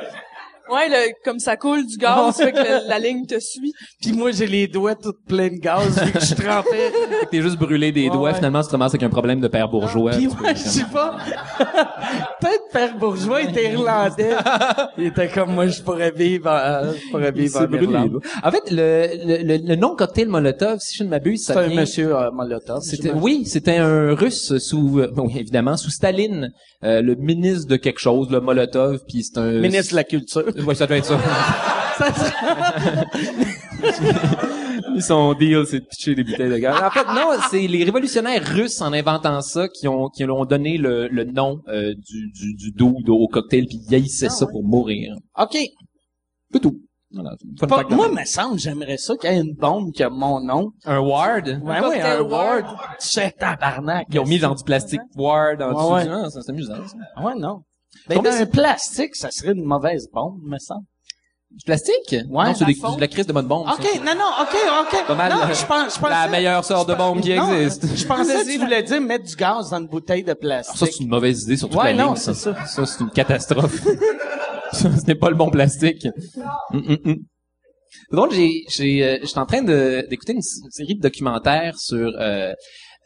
C: Ouais, le, comme ça coule du
B: <laughs>
C: gaz, fait que le- la ligne te suit.
B: Puis moi, j'ai les doigts tout pleins de gaz, vu que je suis
D: <laughs>
B: trempé.
D: Fait que <laughs> T'es juste brûlé des doigts.
B: ouais.
D: Finalement, tu te ramasses avec un problème de père bourgeois.
B: Puis
D: Ben, Tu peux-
B: ouais, je sais pas. Peut-être Père Bourgeois était irlandais. Il était comme moi, je pourrais vivre, en- je pourrais
D: Il
B: vivre
D: s'est
B: en
D: brûlé les
B: Irlande.
D: doigts. En fait, le, le, le, le nom cocktail Molotov, si je ne m'abuse,
B: C'est
D: ça
B: un
D: vient...
B: monsieur euh, Molotov.
D: C'était,
B: j'imagine.
D: oui, c'était un Russe sous, euh, oui, évidemment, sous Staline, euh, le ministre de quelque chose, le Molotov, puis c'est un...
B: Ministre de la Culture.
D: Ouais, ça doit être ça.
B: <laughs> Ça, ça-
D: <laughs> Puis Son deal, c'est de pitcher des bouteilles de gaz. En fait, non, c'est les révolutionnaires russes en inventant ça qui ont qui l'ont donné le, le nom euh, du du du dude au cocktail puis ils haïssaient ça pour mourir.
B: OK.
D: C'est tout. Voilà. Fun
B: Pas-
D: fact de
B: moi,
D: même.
B: me semble, j'aimerais ça qu'il y ait une bombe qui a mon nom.
D: un ward.
B: Ouais, ouais,
C: cocktail
B: un
C: Ward.
B: ward. C'est tabarnak.
D: Ils ont mis genre du plastique ward en dessous.
B: Ouais,
D: du- Ah, ça, c'est amusant. ça.
B: Ouais, non. Ben,
D: Combien
B: dans un plastique, ça serait une mauvaise bombe, me semble.
D: Du plastique
B: Ouais,
D: Non, c'est
B: la
D: des-
C: fonte.
D: de la crise de bonne bombe. ça.
B: OK, non, non, OK, OK.
D: Pas mal,
B: Non,
D: euh,
B: je pense, je pense
D: La meilleure sorte de bombe qui
B: Non, euh,
D: existe.
B: Je pensais que tu voulais dire mettre du gaz dans une bouteille de plastique.
D: Ah, Ça, c'est une mauvaise idée sur toute
B: Ouais,
D: la
B: non,
D: ligne,
B: c'est ça.
D: Ça, c'est une catastrophe. <laughs> ça, ce n'est pas le bon plastique. Mm, mm, mm. C'est drôle, j'ai, j'ai, euh, j'étais en train de- d'écouter une, s- une série de documentaires sur euh,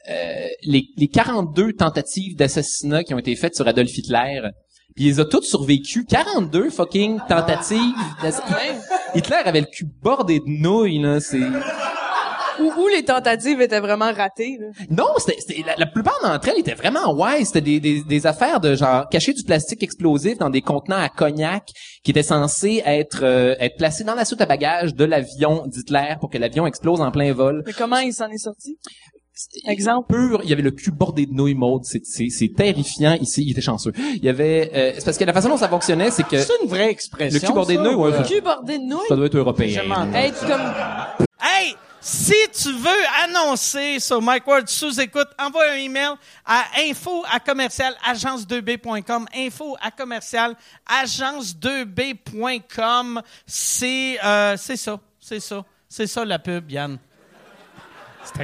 D: euh, les, les 42 tentatives d'assassinat qui ont été faites sur Adolf Hitler. Puis ils ont toutes survécu. 42 fucking tentatives. d'assassinat. Hitler avait le cul bordé de nouilles, là. C'est...
C: Où, où les tentatives étaient vraiment ratées, là.
D: Non, c'était, c'était- la, la plupart d'entre elles étaient vraiment ouais, c'était des, des, des affaires de genre cacher du plastique explosif dans des contenants à cognac qui étaient censés être euh, être placés dans la soute à bagages de l'avion d'Hitler pour que l'avion explose en plein vol.
C: Mais comment il s'en est sorti? Exemple.
D: Pur, il y avait le cul bordé de nouilles maudes, c'est, c'est, c'est terrifiant ici, il était chanceux. Il y avait euh, c'est parce que la façon dont ça fonctionnait, c'est que
B: C'est une vraie expression.
D: le cul bordé de
B: ça,
D: nouilles,
B: ou,
D: ouais,
B: euh,
D: ça,
C: Cul bordé de
D: ça
C: nouilles.
D: doit être européen.
B: Jamais entendu.
C: Être comme
E: Hey, si tu veux annoncer sur Mike Ward sous écoute, envoie un email à info à commercial agence 2b.com. Info à commercial agence 2b.com. C'est euh, c'est ça, c'est ça, c'est ça la pub, Yann. <laughs>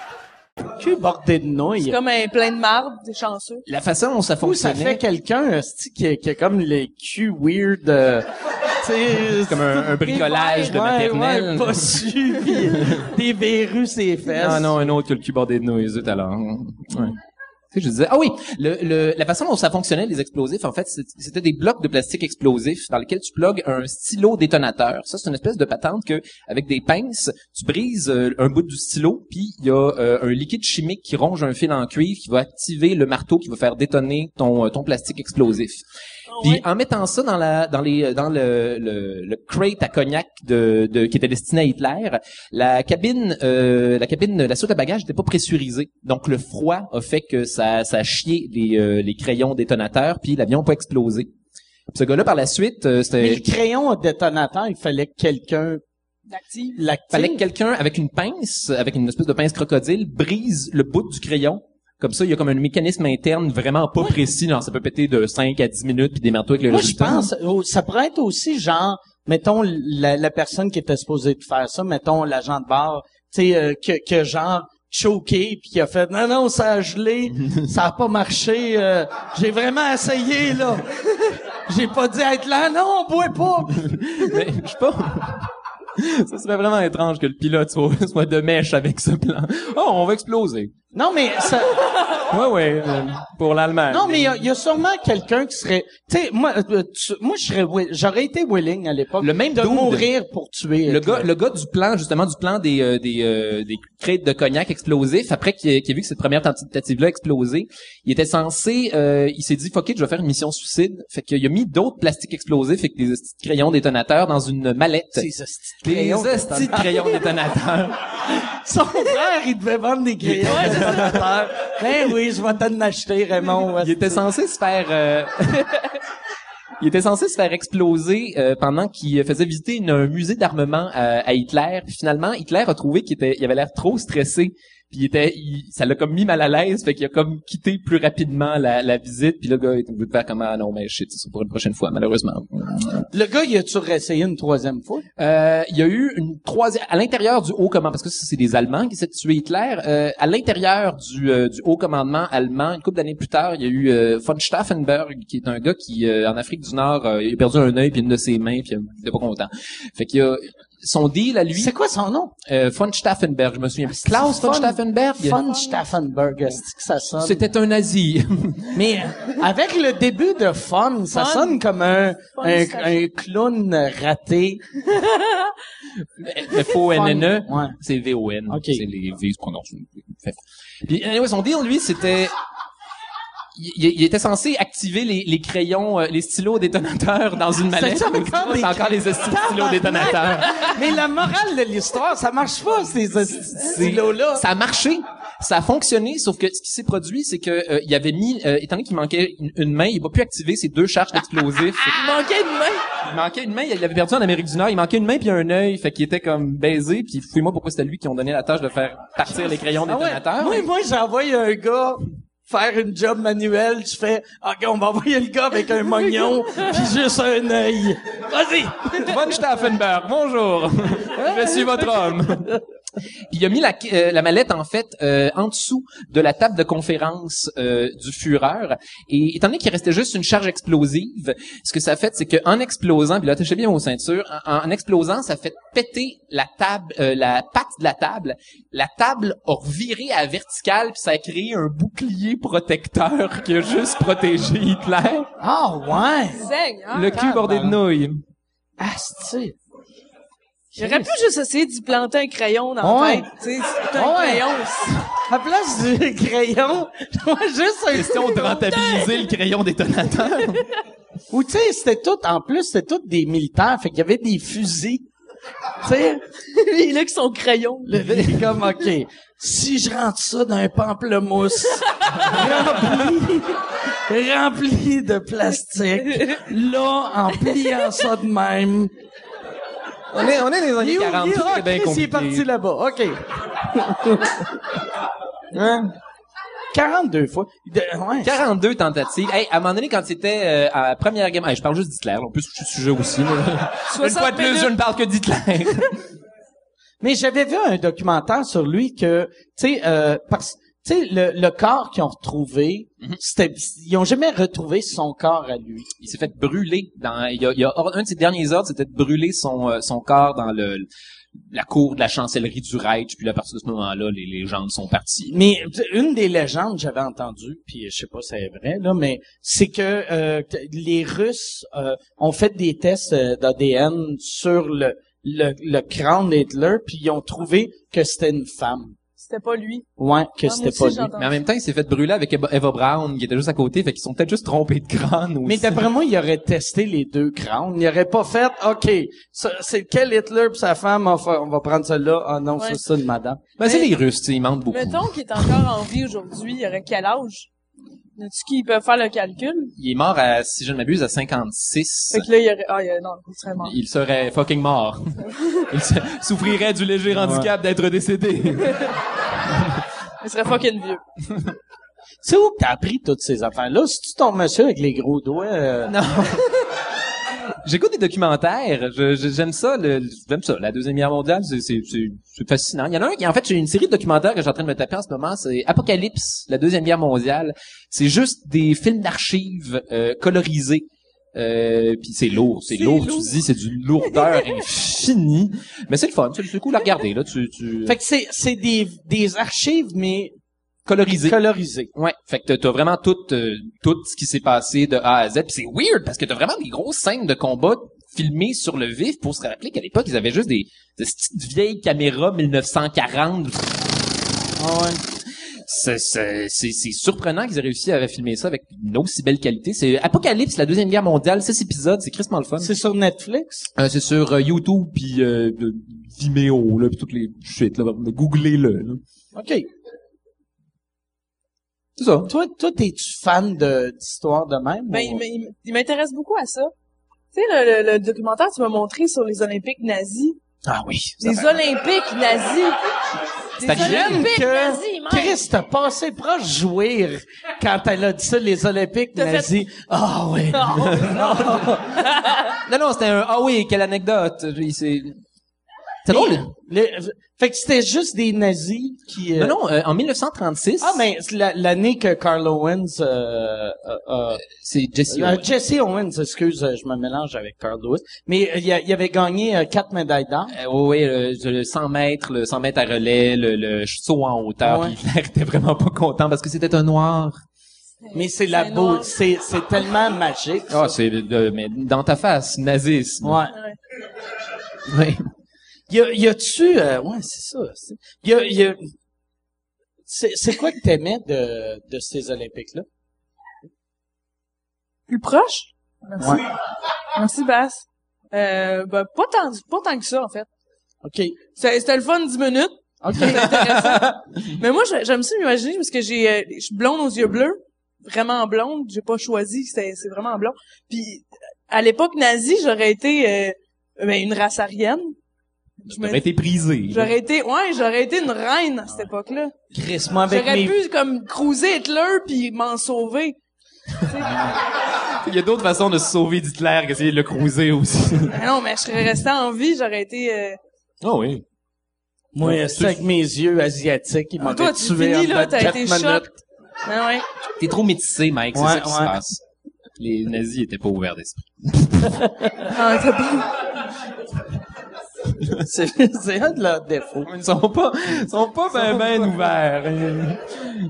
B: cul bordé de nouilles.
C: comme un plein de marde, des chanceux.
D: La façon dont ça
B: Ou ça
D: fonctionnait
B: fait quelqu'un hostie, qui, a- qui a comme les culs weird. euh, tu sais,
D: comme un, un bricolage de
B: ouais,
D: maternelle.
B: Ouais, pas su, pis des
D: <laughs>
B: verrues ses fesses.
D: Ah non, un autre que le cul bordé de nouilles, zut alors. hein. Ouais. Tu sais, je disais, ah oui, le, le- la façon dont ça fonctionnait, les explosifs, en fait, c'est- c'était des blocs de plastique explosif dans lesquels tu plugues un stylo détonateur. Ça, c'est une espèce de patente que, avec des pinces, tu brises euh, un bout du stylo, puis il y a euh, un liquide chimique qui ronge un fil en cuivre qui va activer le marteau qui va faire détonner ton, euh, ton plastique explosif. Puis en mettant ça dans la dans les euh, dans le le, le crate à cognac de, de qui était destiné à Hitler, la cabine euh, la cabine la soute à bagages n'était pas pressurisée. Donc le froid a fait que ça ça a chié les euh, les crayons détonateurs puis l'avion n'a pas explosé. Puis ce gars-là par la suite euh,
B: Mais le
D: c'était
B: crayon au détonateur, il fallait que quelqu'un
C: d'actifs.
B: l'active.
D: fallait que quelqu'un avec une pince avec une espèce de pince crocodile brise le bout du crayon. Comme ça, il y a comme un mécanisme interne vraiment pas précis. Non, ça peut péter de 5 à 10 minutes puis démarre-toi avec le
B: Moi, je
D: résultat.
B: pense, oh, ça pourrait être aussi genre, mettons, la, la personne qui était supposée de faire ça, mettons, l'agent de bar, tu sais, euh, que, que genre, choqué, puis qui a fait, non, non, ça a
D: <laughs>
B: gelé, ça a pas marché, euh, j'ai vraiment essayé, là. j'ai pas dit être là, non, on boit pas.
D: <laughs> Mais je sais pas. Ça serait vraiment étrange que le pilote soit, <laughs> soit de mèche avec ce plan. <laughs> Oh, on va exploser.
B: Non, mais ça...
D: Ouais, ouais, euh, pour l'Allemagne.
B: Non, mais il y a- il y, a sûrement quelqu'un qui serait, tu sais, moi, euh, tu- moi, je serais, wi- j'aurais été willing à l'époque.
D: Le même
B: de
D: dude.
B: mourir pour tuer.
D: le gars, le gars du plan, justement, du plan des, euh, des, euh, des crêtes de cognac explosifs, après qu'il ait, qu'il ait vu que cette première tentative-là a explosé, il était censé, euh, il s'est dit, fuck it, je vais faire une mission suicide. Fait qu'il a mis d'autres plastiques explosifs avec des petits crayons détonateurs dans une mallette.
B: C'est ce petit
D: Des
B: crayon.
D: hosties de crayons détonateurs.
B: Son frère, il devait vendre des crayons de détonateur. Ben oui, je vais t'en acheter, Raymond.
D: Il était censé se faire.
F: <laughs>
D: euh, Il était censé se faire exploser euh, pendant qu'il faisait visiter
F: euh,
D: une- un musée d'armement à, à Hitler. Puis finalement, Hitler a trouvé qu'il était, il avait l'air trop stressé.
F: Puis il était, il- ça l'a comme mis mal à l'aise, fait qu'il a comme quitté plus rapidement la, la visite. Puis le gars est obligé de faire comme ah non mais shit, c'est ça pour une prochaine fois malheureusement.
B: Le gars, il a-tu réessayé une troisième fois?
F: Euh, il y a eu une troisième à l'intérieur du haut commandement parce que ça, c'est des Allemands qui essaient de tuer Hitler. euh, à l'intérieur du, euh, du haut commandement allemand, une couple d'années plus tard, il y a eu euh, von Stauffenberg qui est un gars qui euh, en Afrique du Nord euh, il a perdu un œil puis une de ses mains puis euh, il était pas content. Fait qu'il y a son deal à lui,
B: C'est quoi son nom?
F: euh, von Stauffenberg, je me souviens. plus. Klaus von,
B: Von-
F: Stauffenberg.
B: Von Stauffenberg, est-ce que ça sonne?
F: C'était un nazi. <laughs>
B: Mais euh, avec le début de fun, ça
C: Fun.
B: sonne comme un,
C: Fun
B: un,
C: Stauffen-
B: un clown raté.
F: Le faux NNE,
B: Ouais.
F: E, c'est VON.
B: Ok.
F: C'est les V se prononcent. Fait. Puis, anyway, son deal, lui, c'était... Il, il- il était censé activer les, les crayons, euh, les stylos détonateurs dans une mallette.
B: ça, encore
F: <laughs> C'est
B: des-
F: encore les esti de stylos détonateurs.
B: Mais la morale de l'histoire, ça marche pas, ces esti- stylos-là.
F: Ça a marché. Ça a fonctionné, sauf que ce qui s'est produit, c'est que euh, il avait mis, euh, étant donné qu'il manquait une, une main, il n'a pas pu activer ses deux charges d'explosifs.
C: Il manquait une main.
F: Il manquait une main, il l'avait perdu en Amérique du Nord, il manquait une main puis un œil, fait qu'il était comme baisé, puis fouille-moi pourquoi c'était lui qui ont donné la tâche de faire partir les crayons
B: Ah ouais.
F: détonateurs.
B: Moi, moi j'envoie un gars faire une job manuelle, je fais OK, on va envoyer le gars avec un mognon puis juste un œil. Vas-y.
F: Von Stauffenberg, bonjour. Je suis votre homme. Puis il a mis la, euh, la mallette en fait euh, en dessous de la table de conférence euh, du Führer et étant donné qu'il restait juste une charge explosive, ce que ça a fait c'est qu'en explosant, puis là attachez bien vos ceintures, en, en explosant ça a fait péter la table, euh, la patte de la table, la table a reviré à la verticale puis ça a créé un bouclier protecteur qui a juste protégé Hitler.
B: Ah ouais.
C: Seigneur.
F: Le cul bordé de nouilles.
B: Asti.
C: Il aurait pu juste essayer d'y planter un crayon dans
B: Ouais.
C: la tête. tu sais, C'est un
B: Ouais.
C: crayon.
B: À place du crayon, <laughs> j'envoie juste un
F: Question de
B: stylo.
F: rentabiliser le crayon détonateur.
B: Ou tu sais, c'était tout en plus, c'était tout des militaires, fait qu'il y avait des fusils. Tu sais,
C: Il a que son crayon.
B: le- le- comme OK. Si je rentre ça dans un pamplemousse <laughs> rempli rempli de plastique, là en pliant ça de même,
F: On est, on est dans les années
B: Il est où?
F: 40.
B: Il est- ah,
F: c'est bien
B: Chris, il est parti
F: compliqué.
B: là-bas. OK. <laughs> Hein? 42 fois. De- ouais.
F: 42 tentatives. Hey, à un moment donné, quand c'était euh, à la première game... Hey, je parle juste d'Hitler. là. En plus, je suis sujet aussi. là. <laughs> Une
C: 60
F: fois de plus,
C: minutes.
F: je ne parle que d'Hitler.
B: Mais j'avais vu un documentaire sur lui que, tu sais, euh, parce, tu sais, le, le corps qu'ils ont retrouvé, c'était, ils ont jamais retrouvé son corps à lui.
F: <laughs> Il s'est fait brûler. Dans, il y a, il y a- un de ses derniers ordres, c'était de brûler son, euh, son corps dans le la cour de la chancellerie du Reich. Puis là, à partir de ce moment-là, les légendes sont parties.
B: Mais tu sais, une des légendes que j'avais entendues, puis je sais pas si c'est vrai là, mais c'est que euh, que les Russes euh, ont fait des tests euh, d'ADN sur le le, le crâne d'Hitler, puis ils ont trouvé que c'était une femme.
C: C'était pas lui.
B: Ouais, que
C: Ah, moi
B: c'était
C: aussi,
B: pas lui.
C: j'entends.
F: Mais en même temps, il s'est fait brûler avec Eva, Eva Brown, qui était juste à côté. Fait qu'ils sont peut-être juste trompés de crâne. Aussi.
B: Mais d'après moi, il aurait testé les deux crânes. Il aurait pas fait, OK, ça, c'est quel Hitler pis sa femme, on va, on va prendre celle-là. Ah non,
C: Ouais.
B: c'est ça, une madame.
F: Ben, c'est les Russes, tu sais, ils mentent beaucoup.
C: Mettons qu'il est encore en vie aujourd'hui, il aurait quel âge? N'as-tu qui peut faire le calcul?
F: Il est mort, à, si je ne m'abuse, à 56.
C: Fait que là, il aurait... Ah, il- non, il serait mort.
F: il serait fucking mort. il se- souffrirait du léger handicap d'être décédé.
C: Il serait fucking vieux.
B: C'est où que t'as appris toutes ces affaires-là? C'est-tu ton monsieur avec les gros doigts? euh,
F: non. J'écoute des documentaires. Je- je- j'aime ça. le- j'aime ça. La deuxième guerre mondiale, c'est- c'est c'est- c'est fascinant. Il y en a un qui, en fait, j'ai une série de documentaires que je suis en train de me taper en ce moment. C'est Apocalypse, la deuxième guerre mondiale. C'est juste des films d'archives euh, colorisés. Euh, puis c'est lourd, c'est
C: C'est
F: lourd, tu
C: lourd.
F: dis, c'est du
C: <laughs>
F: lourdeur infinie. Mais c'est le fun, c'est c'est cool à regarder, là, tu, tu...
B: Fait que c'est, c'est des, des archives, mais
F: colorisé.
B: colorisées.
F: Ouais, fait que t'as- t'as vraiment tout, euh, tout ce qui s'est passé de A à Z. Puis c'est weird parce que t'as vraiment des grosses scènes de combat filmées sur le vif pour se rappeler qu'à l'époque ils avaient juste des, des petites vieilles caméras 1940.
D: Ah
F: C'est- C'est c'est- c'est surprenant qu'ils aient réussi à filmer ça avec une aussi belle qualité. C'est Apocalypse, la deuxième guerre mondiale, six épisodes, c'est crissement le fun.
B: C'est sur Netflix?
F: Euh, c'est sur euh, YouTube puis euh, de- Vimeo là, puis toutes les shit là, googlez-le. là.
B: OK.
F: C'est ça.
B: Toi, toi, t'es-tu fan de, d'histoire de même?
C: Ben,
B: ou-
C: il m- il m- il m'intéresse beaucoup à ça. Tu sais, le, le- le documentaire que tu m'as montré sur les Olympiques nazis.
B: Ah oui.
C: Les Olympiques nazis!
D: Fait que
B: J'aime
D: j'aime.
G: Olympiques,
B: que
G: nazis, Mike.
B: Chris t'a passé proche jouir quand elle a dit ça, les Olympiques
C: T'as fait-
B: nazis. Ah oui.
C: <laughs>
D: Non, non, c'était un, ah oui, quelle anecdote. Il s'est- C'est drôle.
B: Les- fait que c'était juste des nazis qui... euh,
D: Non, non, euh, en 1936.
B: Ah, mais c'est la- l'année que Carl Owens... euh, euh, euh,
D: C'est Jesse
B: euh,
D: Owens.
B: Jesse Owens, excuse, euh, je me mélange avec Carl Owens. Mais euh, il a- il avait gagné euh, quatre médailles d'or.
D: Euh, oui, oui, le, le 100 mètres, le 100 mètres à relais, le, le saut en hauteur,
B: Ouais.
D: puis <laughs> il était vraiment pas content parce que c'était un noir.
B: Mais c'est la
C: C'est
B: beau,
C: noir.
B: c'est c'est tellement magique.
D: Ah, c'est de- mais dans ta face, nazisme.
B: Ouais.
D: Oui.
B: Y a, y a-tu, euh, ouais, c'est ça. c'est- Y a, y a, c'est, c'est quoi que t'aimais de, de ces Olympiques-là?
C: Plus proche? Merci.
B: Ouais.
C: Merci, Bass. Euh, ben, pas tant, pas tant que ça, en fait.
B: OK.
C: C'était c'était le fun 10 minutes.
B: OK. <laughs>
C: C'était intéressant. Mais moi, je- j'aime ça m'imaginer parce que j'ai, euh, je suis blonde aux yeux bleus. Vraiment blonde. J'ai pas choisi. C'est c'est vraiment blond. Puis, à l'époque nazie, j'aurais été, euh, ben, une race aryenne. Je me-
D: J'aurais été prisé.
C: J'aurais été, ouais, j'aurais été une reine à cette époque-là.
B: Chris, moi, Ah. avec
C: J'aurais
B: mes...
C: pu, comme, cruiser Hitler puis m'en sauver.
D: Il y a d'autres façons de se sauver d'Hitler qu'essayer de le cruiser aussi.
C: Mais non, mais je serais restée en vie. J'aurais été, euh,
D: <laughs> Ah oui.
B: Moi, euh, c'est avec mes yeux asiatiques, ils m'ont
C: toi,
B: tué
C: tu finis,
B: en
C: là, t'as
B: quatre
C: été
B: minutes.
C: shot. Ah ouais.
D: T'es trop métissé, Mike, c'est
B: Ouais,
D: ça qui se
B: ouais.
D: passe. Les nazis étaient pas ouverts d'esprit.
C: Ah, t'as pas-
B: C'est, <laughs> c'est un de leurs défauts.
D: Ils ne sont pas, ils sont pas ben, ben ouverts.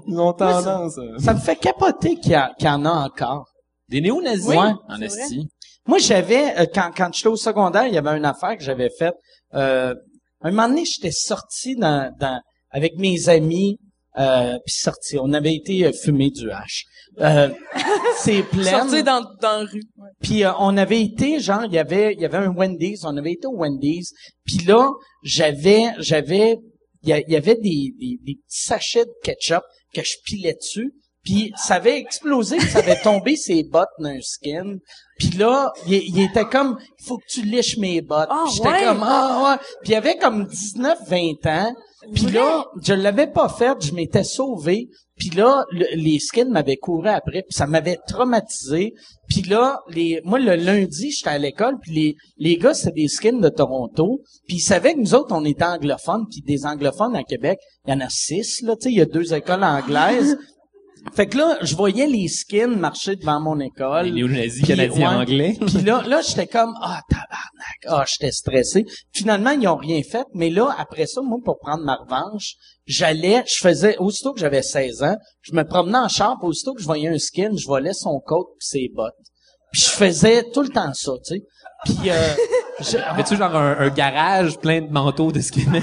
D: Ils ont tendance. euh.
B: Ça me fait capoter qu'il y, a- qu'il y en a encore.
D: Des néo-nazis.
B: Oui,
D: en
C: c'est
D: esti.
B: Moi, j'avais, euh, quand, quand j'étais au secondaire, il y avait une affaire que j'avais faite. Euh, un moment donné, j'étais sorti dans, dans- avec mes amis, euh, puis sorti. On avait été euh, fumer du hash. Euh, <laughs> c'est plein.
C: sortir dans, dans la rue. Ouais.
B: Puis euh, on avait été, genre, il y avait, il y avait un Wendy's, on avait été au Wendy's. Puis là, j'avais, j'avais, il y, a- il y avait des, des, des petits sachets de ketchup que je pilais dessus. Puis ça avait explosé, puis ça
C: <laughs>
B: avait tombé ses bottes d'un skin. Puis là, il, il était comme, il faut que tu liches mes bottes.
C: Ah,
B: Puis j'étais
C: ouais?
B: comme, ah ouais. Puis il avait comme 19, 20 ans. Puis là, je l'avais pas fait, je m'étais sauvé. Puis là, le- les skins m'avaient couru après, puis ça m'avait traumatisé. Puis là, les, moi, le lundi, j'étais à l'école, puis les, les gars, c'était des skins de Toronto. Puis ils savaient que nous autres, on était anglophones, puis des anglophones à Québec, il y en a six, là, tu sais, il y a deux écoles anglaises. fait que là, je voyais les skins marcher devant mon école.
D: Les néo-nazis
B: Puis,
D: canadiens
B: ouais.
D: anglais.
B: Puis là, là j'étais comme ah tabarnak, ah j'étais stressé. Finalement, ils ont rien fait, mais là après ça, moi pour prendre ma revanche, j'allais, je faisais aussitôt que j'avais 16 ans, je me promenais en char, puis aussitôt que je voyais un skin, je volais son coat puis ses bottes. Puis je faisais tout le temps ça, tu sais. Puis euh, je-
D: Avais-tu genre un, un garage plein de manteaux de skinhead?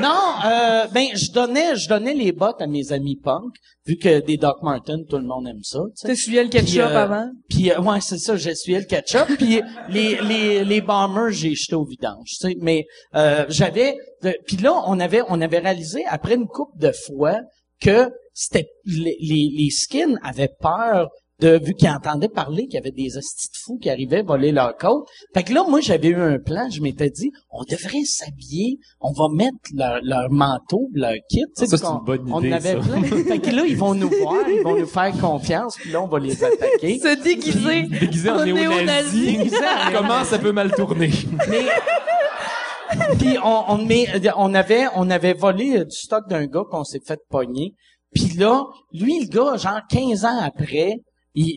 B: non, euh, ben je donnais je donnais les bottes à mes amis punk, vu que des Doc Martens, tout le monde aime ça, tu sais.
C: T'as suivi le ketchup
B: Puis, euh,
C: avant?
B: Puis euh, ouais, c'est ça, j'essuyais le ketchup. Puis les les les bombers, j'ai jeté au vidange. Tu sais, mais euh, j'avais. de- Puis là, on avait on avait réalisé après une coupe de fois que c'était les les, les skins avaient peur de vu qu'ils entendaient parler qu'il y avait des hosties de fous qui arrivaient voler leur côte. Fait que là, moi, j'avais eu un plan. Je m'étais dit, on devrait s'habiller. On va mettre leur, leur manteau, leur kit. tu sais,
D: Ça, c'est
B: qu'on-
D: une bonne
B: on
D: idée,
B: avait
D: ça.
B: plein. Fait que là, ils vont nous voir, ils vont nous faire confiance, puis là, on va les
C: <laughs>
B: attaquer.
C: Se déguiser.
B: euh,
D: Déguisé en
C: En
D: néo-nazi.
C: néo-nazi.
D: <laughs> Comment ça peut mal tourner?
B: Mais puis on on, mais, on avait on avait volé euh, du stock d'un gars qu'on s'est fait pogner. Puis là, lui le gars genre 15 ans après, il, il-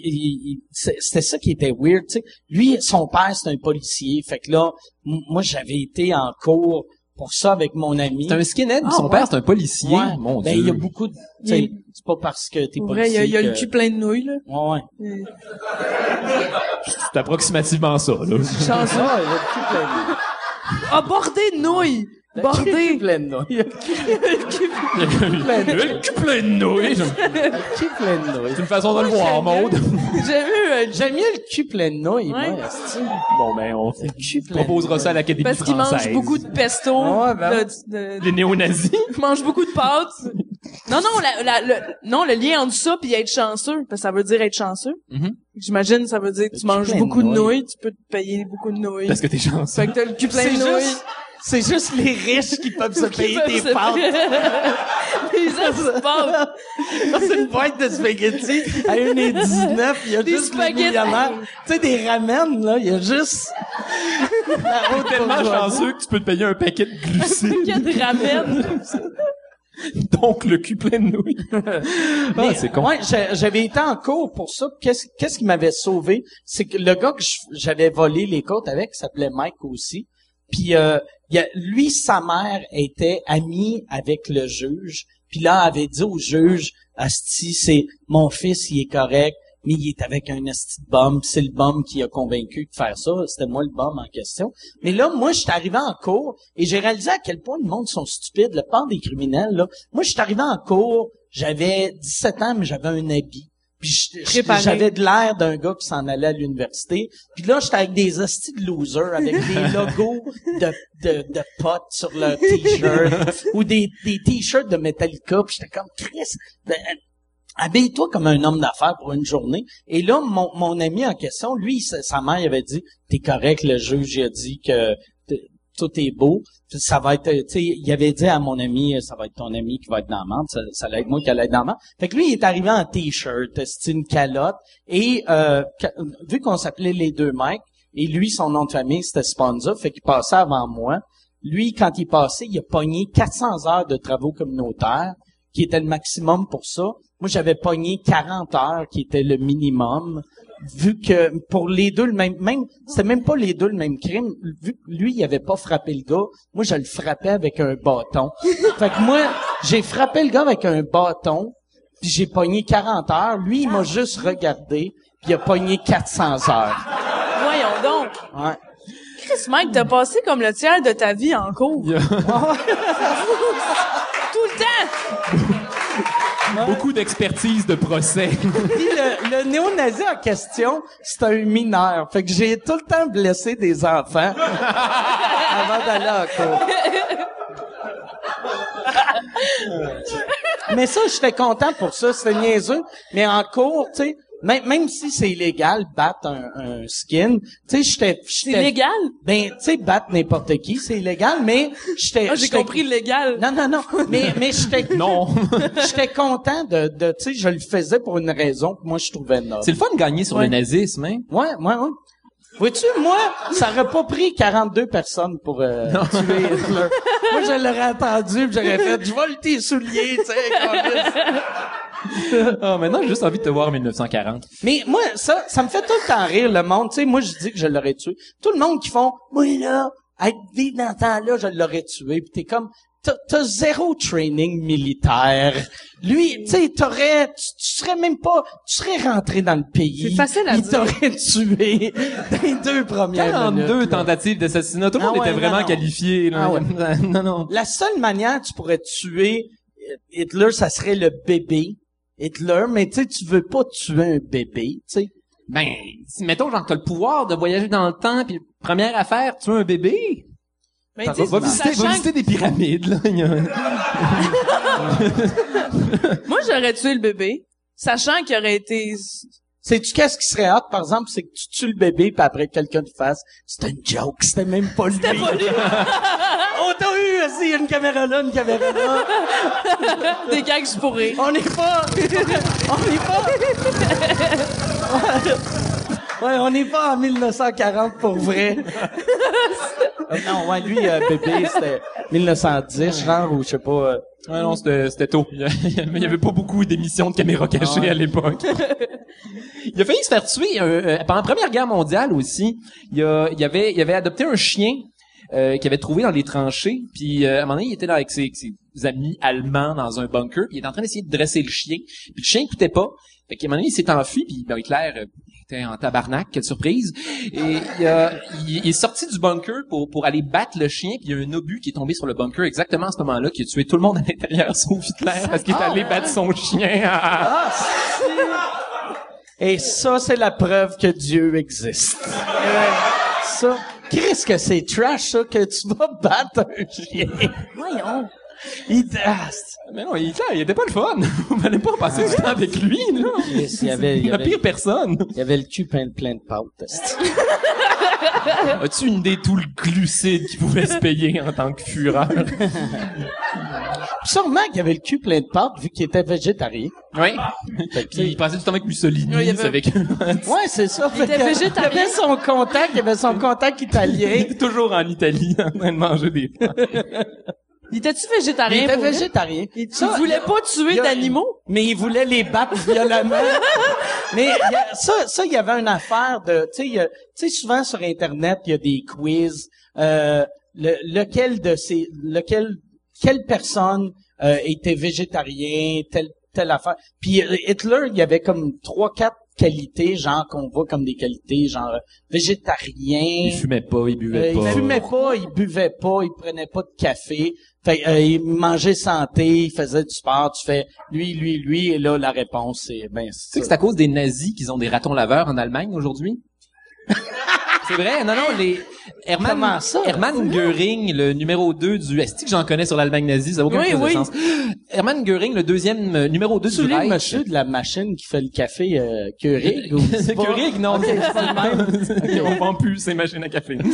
B: il- c'est- c'était ça qui était weird, tu sais. Lui son père c'est un policier, fait que là m- moi j'avais été en cours pour ça avec mon ami.
D: C'est un skinhead, puis son
B: ouais.
D: père c'est un policier.
B: Ouais.
D: Mon
B: ben
D: dieu.
B: il y a beaucoup de tu sais,
C: Il-
B: c'est pas parce que t'es
C: Pour
B: policier
C: vrai, il y a, il y a le
B: que-
C: cul plein de nouilles, là.
B: Ouais, ouais.
C: Euh,
D: C'est approximativement ça, <laughs> là.
C: Chanceux.
B: Ah, il y a le cul plein de-
C: Ah, bordé de nouilles! <laughs> Bordé!
B: plein de nouilles. <laughs>
D: Le cul plein de nouilles. C'est
B: Le cul plein de nouilles.
D: une façon de le voir, Maude.
C: J'ai vu, euh,
B: J'aime mieux le cul plein de nouilles,
C: Ouais.
B: moi, esti.
D: <laughs> Bon, ben, on
B: cul plein de
D: proposera ça à l'Académie
C: parce qu'il
D: française.
C: mange beaucoup de pesto.
B: Ouais, ben.
C: de- de-
D: Les néo-nazis.
C: il mange beaucoup de pâtes. Non, non, la, la- le, non, le lien entre ça puis être chanceux, parce que ça veut dire être chanceux.
D: Mhm.
C: J'imagine, ça veut dire que tu
B: Mm-hmm. cul
C: manges
B: plein de
C: beaucoup de
B: nouilles.
C: nouilles, tu peux te payer beaucoup de nouilles.
D: Parce que t'es chanceux.
C: Fait que t'as le cul plein
B: C'est
C: de nouilles.
B: juste- C'est juste les riches qui
D: <laughs>
C: <laughs>
B: peuvent se payer
C: peuvent
B: des
C: se-
B: pâtes.
C: <laughs> Les gens
B: <laughs>
C: se parlent.
B: C'est une boîte de spaghettis à 1,19. Il y a
C: Des
B: juste les
C: spaghettis.
B: millionnaires. Tu sais, des ramen, là, il y a
C: <laughs>
B: juste... la haute
D: tellement
B: bourgeoisie.
D: chanceux que tu peux te payer un paquet de
C: Il y a
D: glucides, <laughs>
C: des ramen.
D: donc le cul plein de nouilles. ah,
B: Mais,
D: c'est con.
B: ouais, j'a- j'avais été en cours pour ça. puis Qu'est-ce qu'est-ce qui m'avait sauvé? C'est que le gars que je- j'avais volé les côtes avec, qui s'appelait Mike aussi. Puis euh, il y a, lui, sa mère était amie avec le juge. Puis là, elle avait dit au juge, Asti, c'est mon fils, il est correct, mais il est avec un Asti de bum. C'est le bum qui a convaincu de faire ça. C'était moi le bum en question. Mais là, moi, je suis arrivé en cours et j'ai réalisé à quel point le monde sont stupides, le pan des criminels. Là. Moi, je suis arrivé en cours, j'avais 17 ans, mais j'avais un habit. Puis je- je-
C: Préparé.
B: j'avais de l'air d'un gars qui s'en allait à l'université. Puis là, j'étais avec des hosties de losers, avec des logos de, de, de potes sur leur t-shirt ou des, des t-shirts de Metallica. Puis j'étais comme, Chris, ben, habille-toi comme un homme d'affaires pour une journée. Et là, mon, mon ami en question, lui, sa, sa mère, il avait dit, t'es correct, le juge, il a dit que t- tout est beau. Puis Ça va être, euh, tu sais, il avait dit à mon ami, euh, ça va être ton ami qui va être dans la menthe, ça, ça va être moi qui allait être dans la menthe. Fait que lui, il est arrivé en t-shirt, c'est une calotte. Et euh, ca- vu qu'on s'appelait les deux Mike, et lui, son nom de famille, c'était Sponza, fait qu'il passait avant moi. Lui, quand il passait, il a pogné 400 heures de travaux communautaires, qui était le maximum pour ça. Moi, j'avais pogné 40 heures, qui était le minimum. Vu que pour les deux, le même, même, c'était même pas les deux le même crime. Vu que lui, il avait pas frappé le gars, moi, je le frappais avec un bâton. fait que moi, j'ai frappé le gars avec un bâton, puis j'ai pogné 40 heures. Lui, il m'a juste regardé, puis il a pogné 400 heures.
C: Voyons donc.
B: Ouais.
C: Chris, Mike, t'as passé comme le tiers de ta vie en cours. <laughs> Tout le temps.
D: Beaucoup d'expertise de procès.
B: Puis le, le néo-nazi en question, c'est un mineur. Fait que j'ai tout le temps blessé des enfants avant d'aller en cours. Mais ça, j'étais content pour ça. C'était niaiseux. Mais en cours, tu sais, même, même si c'est illégal, battre un, un skin, tu sais, j'étais...
C: C'est
B: j'étais-
C: légal?
B: Ben, tu sais, battre n'importe qui, c'est illégal, mais j'étais...
C: Ah, j'ai
B: j'étais-
C: compris légal.
B: Non, non, non. Mais, mais j'étais...
D: <laughs> Non.
B: J'étais content de, de tu sais, je le faisais pour une raison que moi je trouvais noble.
D: C'est le fun de gagner sur le nazisme, hein?
B: Ouais, ouais, ouais. Vois-tu, moi, ça aurait pas pris 42 personnes pour euh, tuer Hitler. moi, je l'aurais attendu, puis j'aurais fait, je vole tes souliers, tu sais. câlisse.
D: Ah, maintenant, j'ai juste envie de te voir en 1940.
B: Mais moi, ça, ça me fait tout le temps rire, le monde. Tu sais, moi, je dis que je l'aurais tué. Tout le monde qui font, moi, là, à vivre dans ce temps-là, je l'aurais tué. Puis t'es comme, t'as- t'as zéro training militaire. Lui, tu sais, t'aurais, tu, tu serais même pas, tu serais rentré dans le pays.
C: C'est facile à
B: Il
C: dire.
B: t'aurait tué <laughs> dans les deux premières minutes.
D: 42 tentatives d'assassinat. Tout le
B: Ah
D: monde
B: ouais,
D: était vraiment
B: non, non.
D: qualifié. là.
B: Ah
D: <laughs> non, non.
B: La seule manière que tu pourrais tuer Hitler, ça serait le bébé Hitler, mais tu sais, tu veux pas tuer un bébé, tu sais.
D: Ben, si- mettons, genre, t'as le pouvoir de voyager dans le temps, puis première affaire, tu as un bébé?
C: Mais
D: Va,
C: dis,
D: va visiter, va
C: sachant
D: visiter des pyramides, là. Il y a-
C: que- moi, j'aurais tué le bébé, sachant qu'il aurait été...
B: Sais-tu qu'est-ce qui serait hot, par exemple, c'est que tu tues le bébé, puis après, quelqu'un te fasse « C'était une joke, c'était même pas lui. » C'était pas lui. <laughs> On t'a eu, aussi, une caméra là, une caméra là.
C: Des gags je pourrais.
B: On n'est pas... <laughs> On n'est pas... <laughs> Ouais, on n'est pas en 1940 pour vrai. Euh, non, ouais, lui, euh, bébé, c'était 1910, genre, ou je sais pas... euh,
D: Ouais, non, c'était c'était tôt. Il y a- il y avait pas beaucoup d'émissions de caméras cachées à l'époque. Ah <laughs> il a failli se faire tuer euh, euh, pendant la Première Guerre mondiale aussi. Il, a- il avait, il avait adopté un chien euh, qu'il avait trouvé dans les tranchées. Puis euh, à un moment donné, il était là avec ses, avec ses amis allemands dans un bunker. Puis il était en train d'essayer de dresser le chien. Puis le chien écoutait pas. Fait qu'à un moment donné, il s'est enfui. Puis ben, Hitler euh, était en tabarnak. Quelle surprise. Et il, a- il- il est sorti du bunker pour, pour aller battre le chien. Puis il y a un obus qui est tombé sur le bunker exactement à ce moment-là qui a tué tout le monde à l'intérieur <laughs> sauf Hitler parce qu'il est allé battre son chien.
B: Et ça, c'est la preuve que Dieu existe. Euh, ça, qu'est-ce que c'est trash, ça, que tu vas battre un chien?
C: Voyons.
B: Il, ah, c'est-
D: Mais non, il, il était pas le fun. <laughs> Vous n'allez pas passer du temps avec lui, là.
B: il y avait, il y
D: La
B: avait,
D: pire personne.
B: il y avait le cul plein, de- plein de pâtes. esti.
D: As-tu une idée tout le glucide qu'il pouvait se payer en tant que <laughs> fureur?
B: Sûrement qu'il y avait le cul plein de pâtes vu qu'il était végétarien.
D: Oui.
B: Fait que,
D: il passait du temps avec Mussolini,
C: Ouais, il y avait-
D: avec
B: Ouais, c'est ça. Il
C: était végétarien.
B: Il avait son contact, il avait son contact italien.
D: <laughs> toujours en Italie, en train de manger des plantes.
C: Il était-tu
B: Il
C: végétarien?
B: était
C: pour vrai?
B: végétarien.
C: Il, il
B: Ça,
C: voulait pas tuer
B: il y a-
C: d'animaux?
B: mais il voulait les battre violemment. mais il y a- ça, ça, il y avait une affaire de, tu sais, il y a- tu sais, souvent sur Internet, il y a des quiz. euh, le- lequel de ces, lequel, quelle personne euh, était végétarien, telle telle affaire. Puis euh, Hitler, il y avait comme trois, quatre qualités, genre qu'on voit comme des qualités, genre euh, végétarien.
D: Il fumait pas, il
B: Euh,
D: buvait
B: il
D: pas.
B: fumait pas, il buvait pas, il prenait pas de café. Fait, euh, il mangeait santé, il faisait du sport. Tu fais lui, lui, lui, et là la réponse c'est ben
D: Tu sais
B: c'est
D: que
B: ça.
D: c'est à cause des nazis qu'ils ont des ratons laveurs en Allemagne <laughs> aujourd'hui? c'est vrai, non, non, les... Hermann,
B: Comment ça?
D: Hermann Göring, le numéro 2 du... Est-ce que j'en connais sur l'Allemagne nazie? Ça n'a aucun
C: Oui,
D: crise de
C: oui.
D: sens. Hermann Göring, le deuxième euh, numéro 2
B: Tu
D: du
B: lis
D: Reich.
B: monsieur de la machine qui fait le café euh, Keurig
D: <laughs>
B: ou
D: C'est Göring, non. On vend plus ces machines à café. <laughs>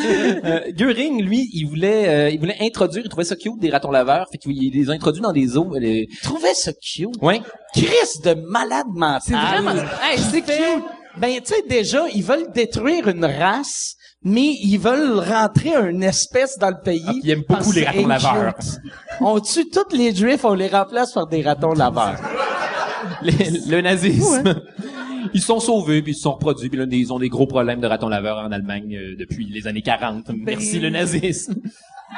D: Euh, Göring, lui, il voulait, euh, il voulait introduire, il trouvait ça cute des ratons laveurs, fait qu'il les a introduits dans des eaux. Les...
B: Je trouvais ça cute.
D: Ouais.
B: Chris de malade mental.
C: C'est vraiment... Hey, c'est cute!
B: Ben tu sais déjà ils veulent détruire une race. Mais ils veulent rentrer une espèce dans le pays.
D: Ah, puis ils aiment beaucoup
B: parce
D: les
B: que
D: ratons
B: c'est
D: laveurs.
B: cute. On tue tous les juifs, on les remplace par des ratons laveurs.
D: Les- le nazisme. <laughs> Ils sont sauvés, puis ils se sont reproduits, puis là, ils ont des gros problèmes de ratons laveurs en Allemagne euh, depuis les années 40. Merci le nazisme.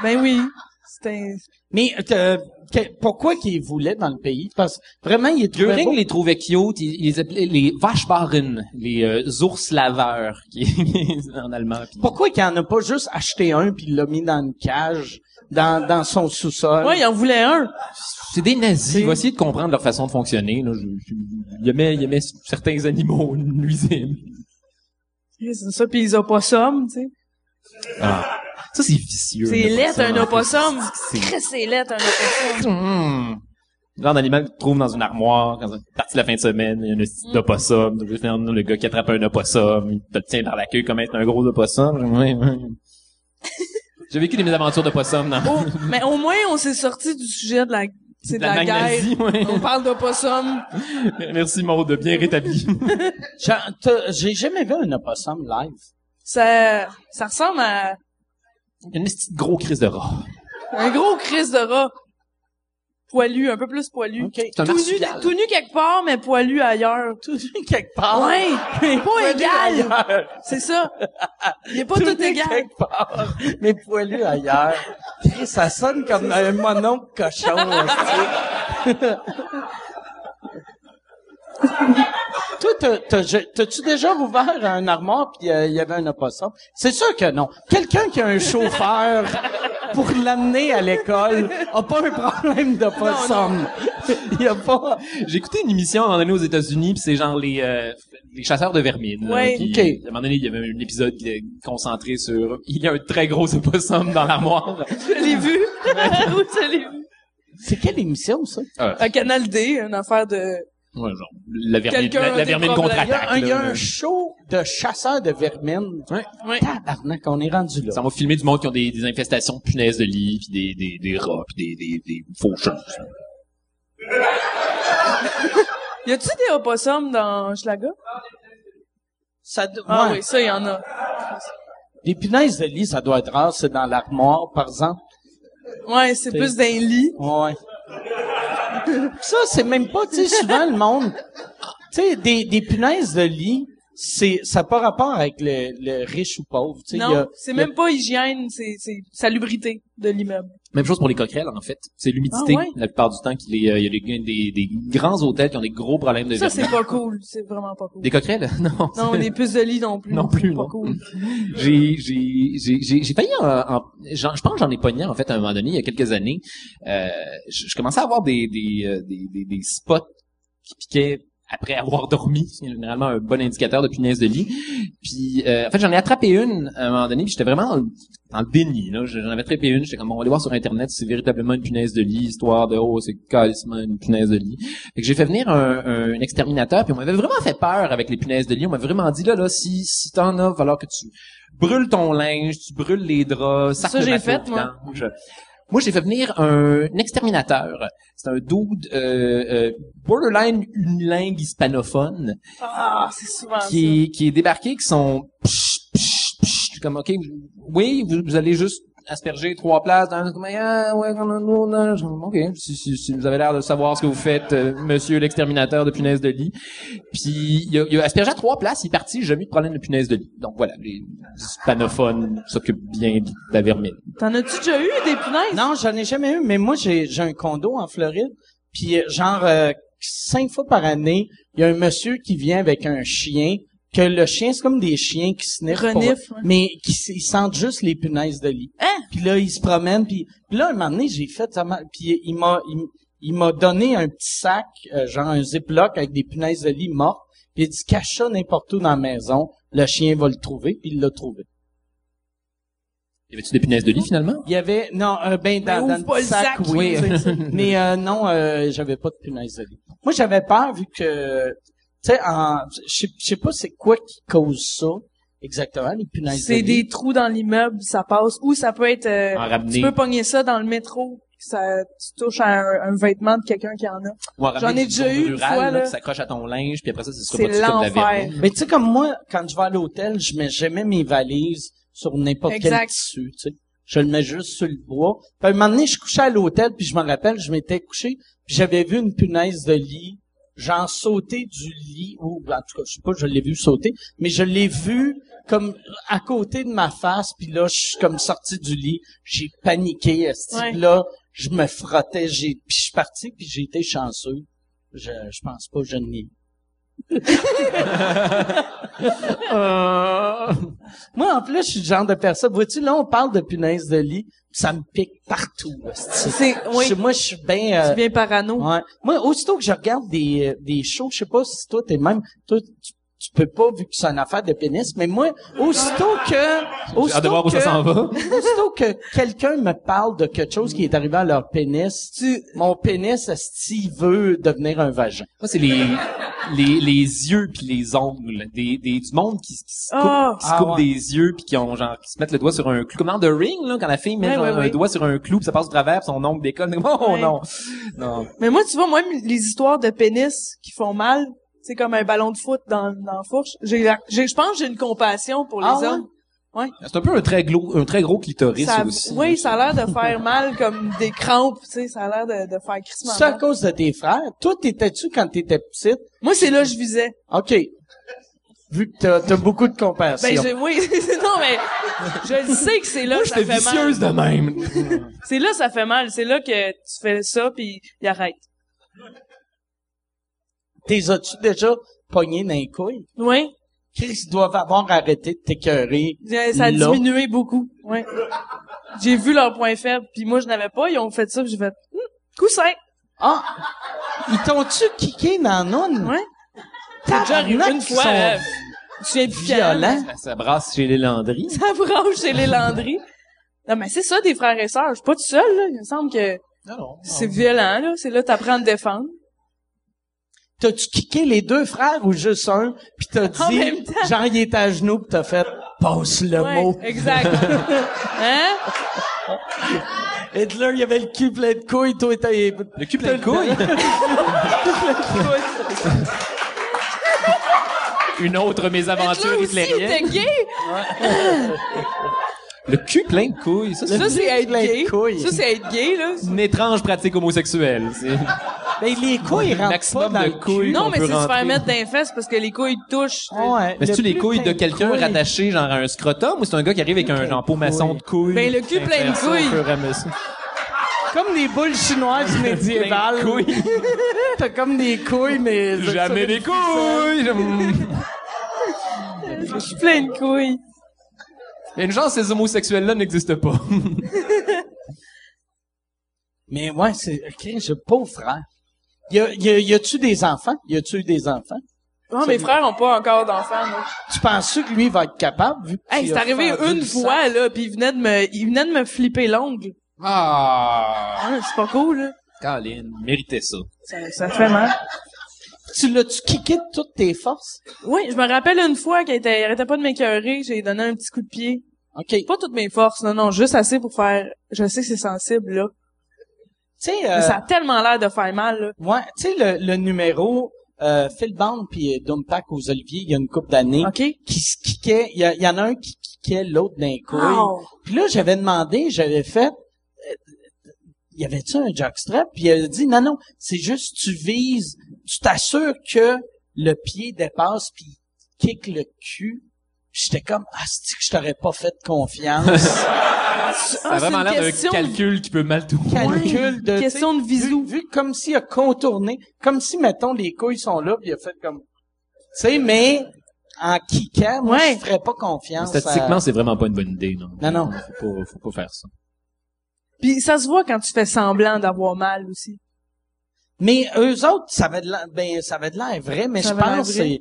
C: Ben oui. C'est un...
B: Mais euh, que- pourquoi qu'il voulait dans le pays? Parce que vraiment, il est
D: Göring les trouvait cute, <laughs> il, il les appelait les Waschbaren, les euh, ours laveurs, qui est <laughs> en allemand. puis-
B: Pourquoi qu'il en a pas juste acheté un puis il l'a mis dans une cage, dans, dans son sous-sol?
C: Ouais, il en voulait un.
D: C'est des nazis. Il va essayer de comprendre leur façon de fonctionner. Là. Je, je- il, aimait, il aimait certains animaux nuisibles.
C: C'est ça, puis ils opossums, tu sais.
D: Ah. Ça, c'est vicieux.
C: C'est
D: un
C: laid,
D: opossum.
C: un opossum.
D: C'est-
C: Chris, C'est laid, un opossum.
D: <laughs> Mmh. Le genre d'animal que tu trouves dans une armoire, quand c'est parti la fin de semaine, il y a un petit opossum. Donc, je vais faire, Le gars qui attrape un opossum, il te le tient par la queue comme être un gros opossum. Ouais, ouais. <laughs> J'ai vécu des mésaventures d'opossum dans
C: Oh, mais au moins, on s'est sorti du sujet de la, c'est de la,
D: Allemagne
C: guerre.
D: nazie, <laughs> ouais.
C: On parle d'opossum.
D: Merci Maud de bien rétabli.
B: J'en- t'as- J'ai jamais vu un opossum live.
C: Ça, ça ressemble à
D: Une petite gros crise de rat.
C: un gros Chris de rat. Poilu, un peu plus poilu.
B: OK.
D: C'est un
C: Tout nu,
D: marsupial.
C: tout nu quelque part, mais poilu ailleurs. Ah
B: Tout nu quelque part.
C: Ouais!
B: <laughs> Mais
C: Pas
B: poilu
C: égal!
B: ailleurs.
C: C'est ça. Il est pas
B: Tout
C: tout,
B: nu
C: égal.
B: quelque part, mais poilu ailleurs. Chris, ça sonne comme un monon cochon. hostie. <laughs> Toi, t'as- t'as- je- t'as-tu déjà ouvert un armoire puis euh, il y avait un opossum? C'est sûr que non. Quelqu'un qui a un chauffeur pour l'amener à l'école a pas un problème d'opossum. Il y a pas...
D: J'ai écouté une émission à un moment donné aux États-Unis, puis c'est genre les euh, les chasseurs de vermine. là,
C: Ouais.
D: puis,
B: Ok.
D: euh, À un moment donné, il y avait un épisode euh, concentré sur il y a un très gros opossum dans l'armoire.
C: Je l'ai vu.
B: <laughs>
C: Où je l'ai vu?
B: C'est quelle émission, ça?
C: Un canal D, une affaire de...
D: Ouais, genre la vermine,
C: Quelqu'un
D: la,
C: a
D: la
C: des
D: vermine
C: problèmes.
B: Il y a un,
D: contre-attaque.
B: il y a
D: là.
B: un show de chasseurs de vermine.
D: Ouais.
B: Tabarnak, on est rendu là.
D: Ça va filmer du monde qui ont des, des infestations de punaises de lit, puis des, des, des rats, puis des, des, des faux choses.
C: Y a-tu des opossums dans Schlaga?
B: Ça do-
C: Ah
B: ouais.
C: oui, ça, y en a.
B: Les punaises de lit, ça doit être rare, c'est dans l'armoire, par exemple.
C: Ouais, c'est plus d'un lit.
B: Ouais. <laughs> ça, c'est même pas, tu sais, souvent le monde, tu sais, des, des punaises de lit, c'est, ça n'a pas rapport avec le, le riche ou pauvre, tu sais. il y a-
C: Non, c'est
B: il y a-
C: même pas hygiène, c'est c'est salubrité de l'immeuble.
D: Même chose pour les coquerelles, en fait. C'est l'humidité,
C: Ah ouais?
D: la plupart du temps, qu'il est, euh, il y a des, des, des grands hôtels qui ont des gros problèmes de
C: Ça,
D: vermine.
C: c'est pas cool. C'est vraiment pas cool.
D: Des coquerelles? <laughs> Non.
C: Non, des puces de lit non plus.
D: Non plus,
C: C'est pas
D: non.
C: cool.
D: j'ai j'ai j'ai j'ai j'ai failli en, en- j'en- je pense que j'en ai pogné en fait à un moment donné il y a quelques années euh, je, je commençais à avoir des des, euh, des, des, des spots qui piquaient après avoir dormi, c'est généralement un bon indicateur de punaise de lit. Puis, euh, en fait, j'en ai attrapé une à un moment donné, puis j'étais vraiment dans le, dans le déni. Là. J'en avais attrapé une, j'étais comme, bon, on va aller voir sur Internet si c'est véritablement une punaise de lit, histoire de, oh, c'est calissement une punaise de lit. Fait que j'ai fait venir un, un exterminateur, puis on m'avait vraiment fait peur avec les punaises de lit. On m'a vraiment dit, là, là, si, si t'en as, va falloir que tu brûles ton linge, tu brûles les draps, sac
C: Ça,
D: le
C: j'ai
D: matelas
C: fait,
D: au
C: moi.
D: vidange. Moi, j'ai fait venir un exterminateur. C'est un dude euh, euh, borderline unilingue hispanophone
C: Ah, c'est souvent ça.
D: qui est, qui est débarqué, qui sont psh, psh, psh, Je suis comme ok, vous- oui, vous, vous allez juste asperger trois places dans comme, ah, ouais, non, non, non, non. Je suis comme, ok, si, si- si vous avez l'air de savoir ce que vous faites, euh, monsieur l'exterminateur de punaises de lit. Puis il a, il a aspergé à trois places, il est parti, j'ai jamais eu de problème de punaises de lit. Donc voilà, les hispanophones s'occupent bien de la vermine.
C: T'en as-tu déjà eu des punaises?
B: Non, j'en ai jamais eu, mais moi, j'ai, j'ai un condo en Floride. Puis, euh, genre, euh, cinq fois par année, il y a un monsieur qui vient avec un chien, que le chien, c'est comme des chiens qui sniffent. pour-
C: Renifle, ouais.
B: Mais qui s- ils sentent juste les punaises de lit.
C: Hein?
B: Puis là, il se promène. Puis, puis là, un moment donné, j'ai fait... ça m'a- Puis il m'a, il, m- il m'a donné un petit sac, euh, genre un ziploc avec des punaises de lit mortes. Puis il a dit, cache ça n'importe où dans la maison. Le chien va le trouver. Puis il l'a trouvé.
D: Y avait-tu des punaises de lit finalement?
B: Il y avait non euh, ben
C: Mais
B: dans,
C: ouvre
B: dans le
C: pas le
B: sac,
C: sac,
B: oui,
C: oui.
B: tu <laughs> sais. mais euh, non euh, j'avais pas de punaise de lit. Moi j'avais peur vu que tu sais en je sais- je sais pas c'est quoi qui cause ça exactement les punaises de
C: C'est
B: lit.
C: des trous dans l'immeuble, ça passe. Ou ça peut être... euh,
D: En ramener.
C: tu peux pogner ça dans le métro. Ça, tu touches à un, un vêtement de quelqu'un qui en a.
D: Ou en ramener
C: J'en
D: du
C: ai déjà
D: monde
C: eu une
D: rural,
C: fois, là.
D: qui s'accroche à ton linge, puis après ça, c'est ce
C: C'est l'enfer.
B: Mais tu sais comme moi quand je vais à l'hôtel, je mets jamais mes valises sur n'importe quel
C: Exact.
B: tissu, tu sais. Je le mets juste sur le bois. Puis à un moment donné, je couchais à l'hôtel, puis je me rappelle, je m'étais couché, puis j'avais vu une punaise de lit, genre sauter du lit, ou en tout cas, je sais pas, je l'ai vu sauter, mais je l'ai vu comme à côté de ma face, puis là, je suis comme sorti du lit, j'ai paniqué, esti,
C: Ouais.
B: puis là, je me frottais, j'ai, puis je suis parti, puis j'ai été chanceux. Je, je pense pas, je n'ai. Euh, Moi, en plus, je suis le genre de personne. Vois-tu, là, on parle de punaise de lit, pis ça me pique partout. hostie.
C: C'est, oui,
B: Je- moi, je suis bien. euh,
C: tu viens parano.
B: ouais. Moi, aussitôt que je regarde des, euh, des shows, je sais pas si toi, t'es même. Toi, tu, tu peux pas, vu que c'est une affaire de pénis, mais moi, aussitôt que.
D: J'ai hâte de
B: Aussitôt
D: voir où
B: que,
D: ça s'en va.
B: aussitôt que quelqu'un me parle de quelque chose qui est arrivé à leur pénis,
C: Tu-
B: mon pénis, s'il veut devenir un vagin.
D: Moi, c'est les, les, les yeux puis les ongles. Des, des, du monde qui, qui se coupe,
C: Ah!
D: qui se
B: Ah,
D: coupe
B: ouais.
D: des yeux puis qui ont, genre, qui se mettent le doigt sur un clou. Comme dans The Ring, là, quand la fille met
C: Ouais,
D: genre,
C: ouais,
D: un
C: ouais.
D: doigt sur un clou puis ça passe au travers puis son ongle décolle. <laughs> Oh
C: Ouais.
D: non! Non.
C: Mais moi, tu vois, moi, les histoires de pénis qui font mal, c'est comme un ballon de foot dans, dans la fourche. J'ai, la- j'ai- je pense que j'ai une compassion pour les
B: Ah ouais?
C: hommes.
D: C'est un peu un très gros, un très gros clitoris
C: Ça-
D: aussi.
C: oui, ça a <laughs> l'air de faire mal comme des crampes, tu sais, ça a l'air de, de faire crissement
B: C'est à
C: mal.
B: cause de tes frères. Toi, t'étais-tu quand t'étais petite?
C: Moi, c'est là que je visais.
B: OK. Vu que t'as, t'as beaucoup de compassion.
C: Ben, je, oui, <laughs> non, mais je le sais que c'est là
D: Moi,
C: que ça
D: j'étais
C: fait mal.
D: vicieuse de même.
C: C'est là que ça fait mal. C'est là que tu fais ça, puis il arrête.
B: T'es as-tu déjà pogné dans les couilles?
C: Oui,
B: Chris, ils doivent avoir arrêté de t'écœurer.
C: ça a
B: Là.
C: diminué beaucoup. Oui. J'ai vu leur point faible, puis moi, je n'avais pas. Ils ont fait ça, puis j'ai fait Hum, coussin.
B: Ah! Ils t'ont-tu kické dans noun?
C: Oui.
B: T'as
C: déjà arrivé une fois, euh,
B: Tu es violent.
D: Ça- ça brasse chez les Landry.
C: <laughs> Ça branche chez les Landry. Non, mais c'est ça, des frères et sœurs. Je suis pas tout seul, là. Il me semble que
D: Non, non.
C: c'est violent, là. C'est là que t'apprends à te défendre.
B: T'as-tu kické les deux frères ou juste un? Puis t'as
C: En
B: dit,
C: même temps.
B: genre, il est à genoux pis t'as fait, passe le
C: Ouais,
B: mot.
C: exact. hein?
B: Hitler, il avait le cul plein de couilles, toi, t'as... Ben,
D: Le cul plein de couilles. <laughs> Une autre mésaventure
C: Hitler aussi était
D: hitlérienne.
C: gay.
D: Le cul plein de couilles. Ça, c'est
C: Ça, c'est être
B: plein de
C: gay.
B: couilles.
C: Ça, c'est être gay, là.
D: une étrange pratique homosexuelle. C'est
B: Ben, les couilles rentrent pas
D: maximum
B: dans
D: de
B: le
D: couilles.
B: cul.
C: Non,
D: qu'on
C: mais
D: peut
C: c'est se
D: rentrer.
C: faire mettre d'un fesses parce que les couilles touchent.
B: Ouais,
D: Mais
B: le
D: c'est-tu les
B: plus
D: couilles de
B: plein
D: quelqu'un
B: couilles.
D: rattaché genre à un scrotum ou c'est un gars qui arrive avec un
B: Plein de
D: genre peau maçon de couilles?
C: Ben, le cul
D: qui
C: plein de
D: insère ça au
C: couilles.
D: fur et à mesure?
B: Comme des boules
D: <laughs>
B: chinoises médiévales.
D: Plein de couilles.
B: <laughs> T'as comme des couilles, mais...
D: Jamais des couilles! Hum.
C: Je suis plein de couilles.
D: Une chance, ces homosexuels-là n'existent pas.
B: Mais ouais, c'est... OK, j'ai pauvre frère. Y, a, y, a- y a-tu des enfants? Y a-tu eu des enfants?
C: Non, mes frères ont pas encore d'enfants. moi.
B: Tu penses que lui va être capable? Vu que
C: Hey,
B: tu
C: c'est
B: as
C: arrivé
B: fendu
C: une
B: le sang?
C: fois là, puis il venait de me, il venait de me flipper l'ongle.
D: Ah,
C: Hein, c'est pas cool. Là.
D: Colin, méritait ça.
C: Ça, ça fait mal.
B: Tu l'as-tu kické de toutes tes forces?
C: Oui, je me rappelle une fois qu'il était, il arrêtait pas de m'écœurer, j'ai donné un petit coup de pied.
B: OK. Tu
C: Pas toutes mes forces, non, non, juste assez pour faire, je sais que c'est sensible, là.
B: sais, euh,
C: Mais ça a tellement l'air de faire mal, là.
B: ouais, tu sais, le, le numéro, euh, Phil Bond puis Dumpack aux Oliviers, il y a une couple d'années,
C: OK?
B: qui se kickaient. Il y, a- il y en a un qui kickait l'autre d'un coup. Puis là, j'avais demandé, j'avais fait, euh, y avait-tu un jockstrap? Puis elle a dit, non, non, c'est juste, tu vises, tu t'assures que le pied dépasse puis il kick le cul. Puis J'étais comme, ah, c'est que je t'aurais pas fait confiance.
D: Ça
C: Ah,
D: a vraiment l'air d'un
C: calcul.
D: calcul qui peut mal tout.
B: Calcul de,
C: Question de
B: tu sais,
C: visou.
B: Vu, vu comme s'il a contourné, comme si, mettons, les couilles sont là puis il a fait comme, tu sais, mais en kickant, moi,
C: Ouais.
B: je ferais pas confiance. à-
D: Statistiquement, c'est vraiment pas une bonne idée, non.
B: Non, non.
D: Faut pas, faut pas faire ça.
C: Puis ça se voit quand tu fais semblant d'avoir mal aussi.
B: Mais eux autres, ça avait de l'air, ben, ça avait de l'air vrai, mais
C: Ça
B: je
C: avait l'air
B: pense, que
C: vrai.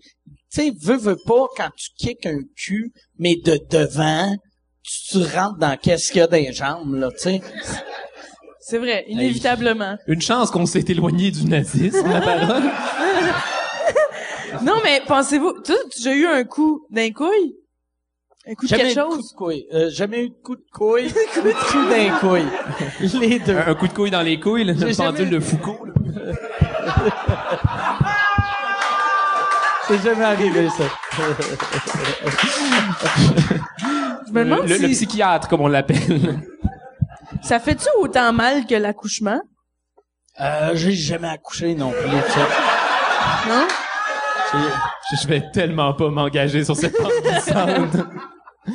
B: c'est- tu sais, veux, veux pas, quand tu kicks un cul, mais de devant, tu, tu rentres dans qu'est-ce qu'il y a des jambes, là, tu sais.
C: C'est vrai, inévitablement.
D: Une chance qu'on s'est éloigné du <laughs> nazisme, la parole. Ah.
C: Non, mais pensez-vous, tu sais, j'ai eu un coup d'un couille? Un coup de
B: Jamais eu
C: quelque
B: de coup
C: chose?
B: de couille. Euh, jamais eu de coup de
C: <laughs>
B: couille, coup de cul d'un couille. Les deux.
D: Un, un coup de couille dans les couilles, là, le
B: jamais-
D: pendule de Foucault. là.
B: C'est jamais arrivé, ça.
C: Je me demande
D: le, le
C: si
D: psychiatre, comme on l'appelle. <laughs>
C: ça fait-tu autant mal que l'accouchement?
B: Euh, j'ai jamais accouché non plus, ça.
C: Non?
D: Je, je vais tellement pas m'engager sur cette partie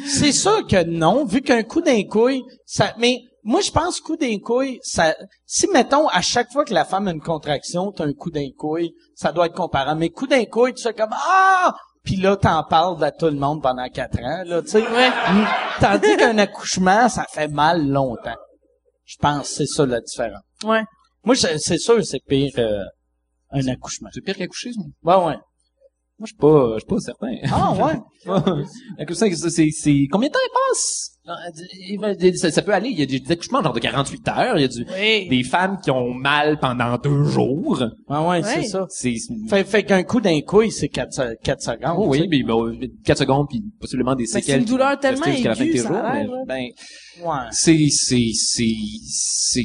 B: C'est sûr que non, vu qu'un coup d'un couille, ça. Mais moi, je pense coup d'un couille, ça. Si mettons à chaque fois que la femme a une contraction, t'as un coup d'un couille, ça doit être comparable. Mais coup d'un couille, tu fais comme ah, puis là t'en parles à tout le monde pendant quatre ans, là, tu sais.
C: Ouais.
B: Mm. Tandis qu'un accouchement, ça fait mal longtemps. Je pense que c'est ça la différence.
C: Ouais.
B: Moi, je- c'est sûr, c'est pire euh, un accouchement.
D: C'est pire qu'accoucher, moi.
B: Ouais, ouais.
D: Moi, je suis pas, je suis pas certain.
B: Ah ouais.
D: <laughs> L'accouchement, ça, c'est, c'est, combien de temps euh, il passe? Ça, ça peut aller. Il y a des accouchements genre de 48 heures. Il y a du,
C: Oui.
D: des femmes qui ont mal pendant deux jours.
B: Ah ouais,
C: Ouais.
B: c'est ça.
D: C'est, c'est-
B: Fait, fait qu'un coup d'un couille, c'est 4, secondes.
D: Oh
B: tu
D: oui,
B: sais.
D: mais bon, 4 secondes, puis possiblement des
C: c'est
D: séquelles.
C: une
D: qui vont
C: douleur
D: rester
C: tellement
D: jusqu'à la fin de tes
C: aiguë, ça a
D: jours,
C: l'air,
D: mais, ben,
B: Ouais.
D: c'est, c'est, c'est, c'est,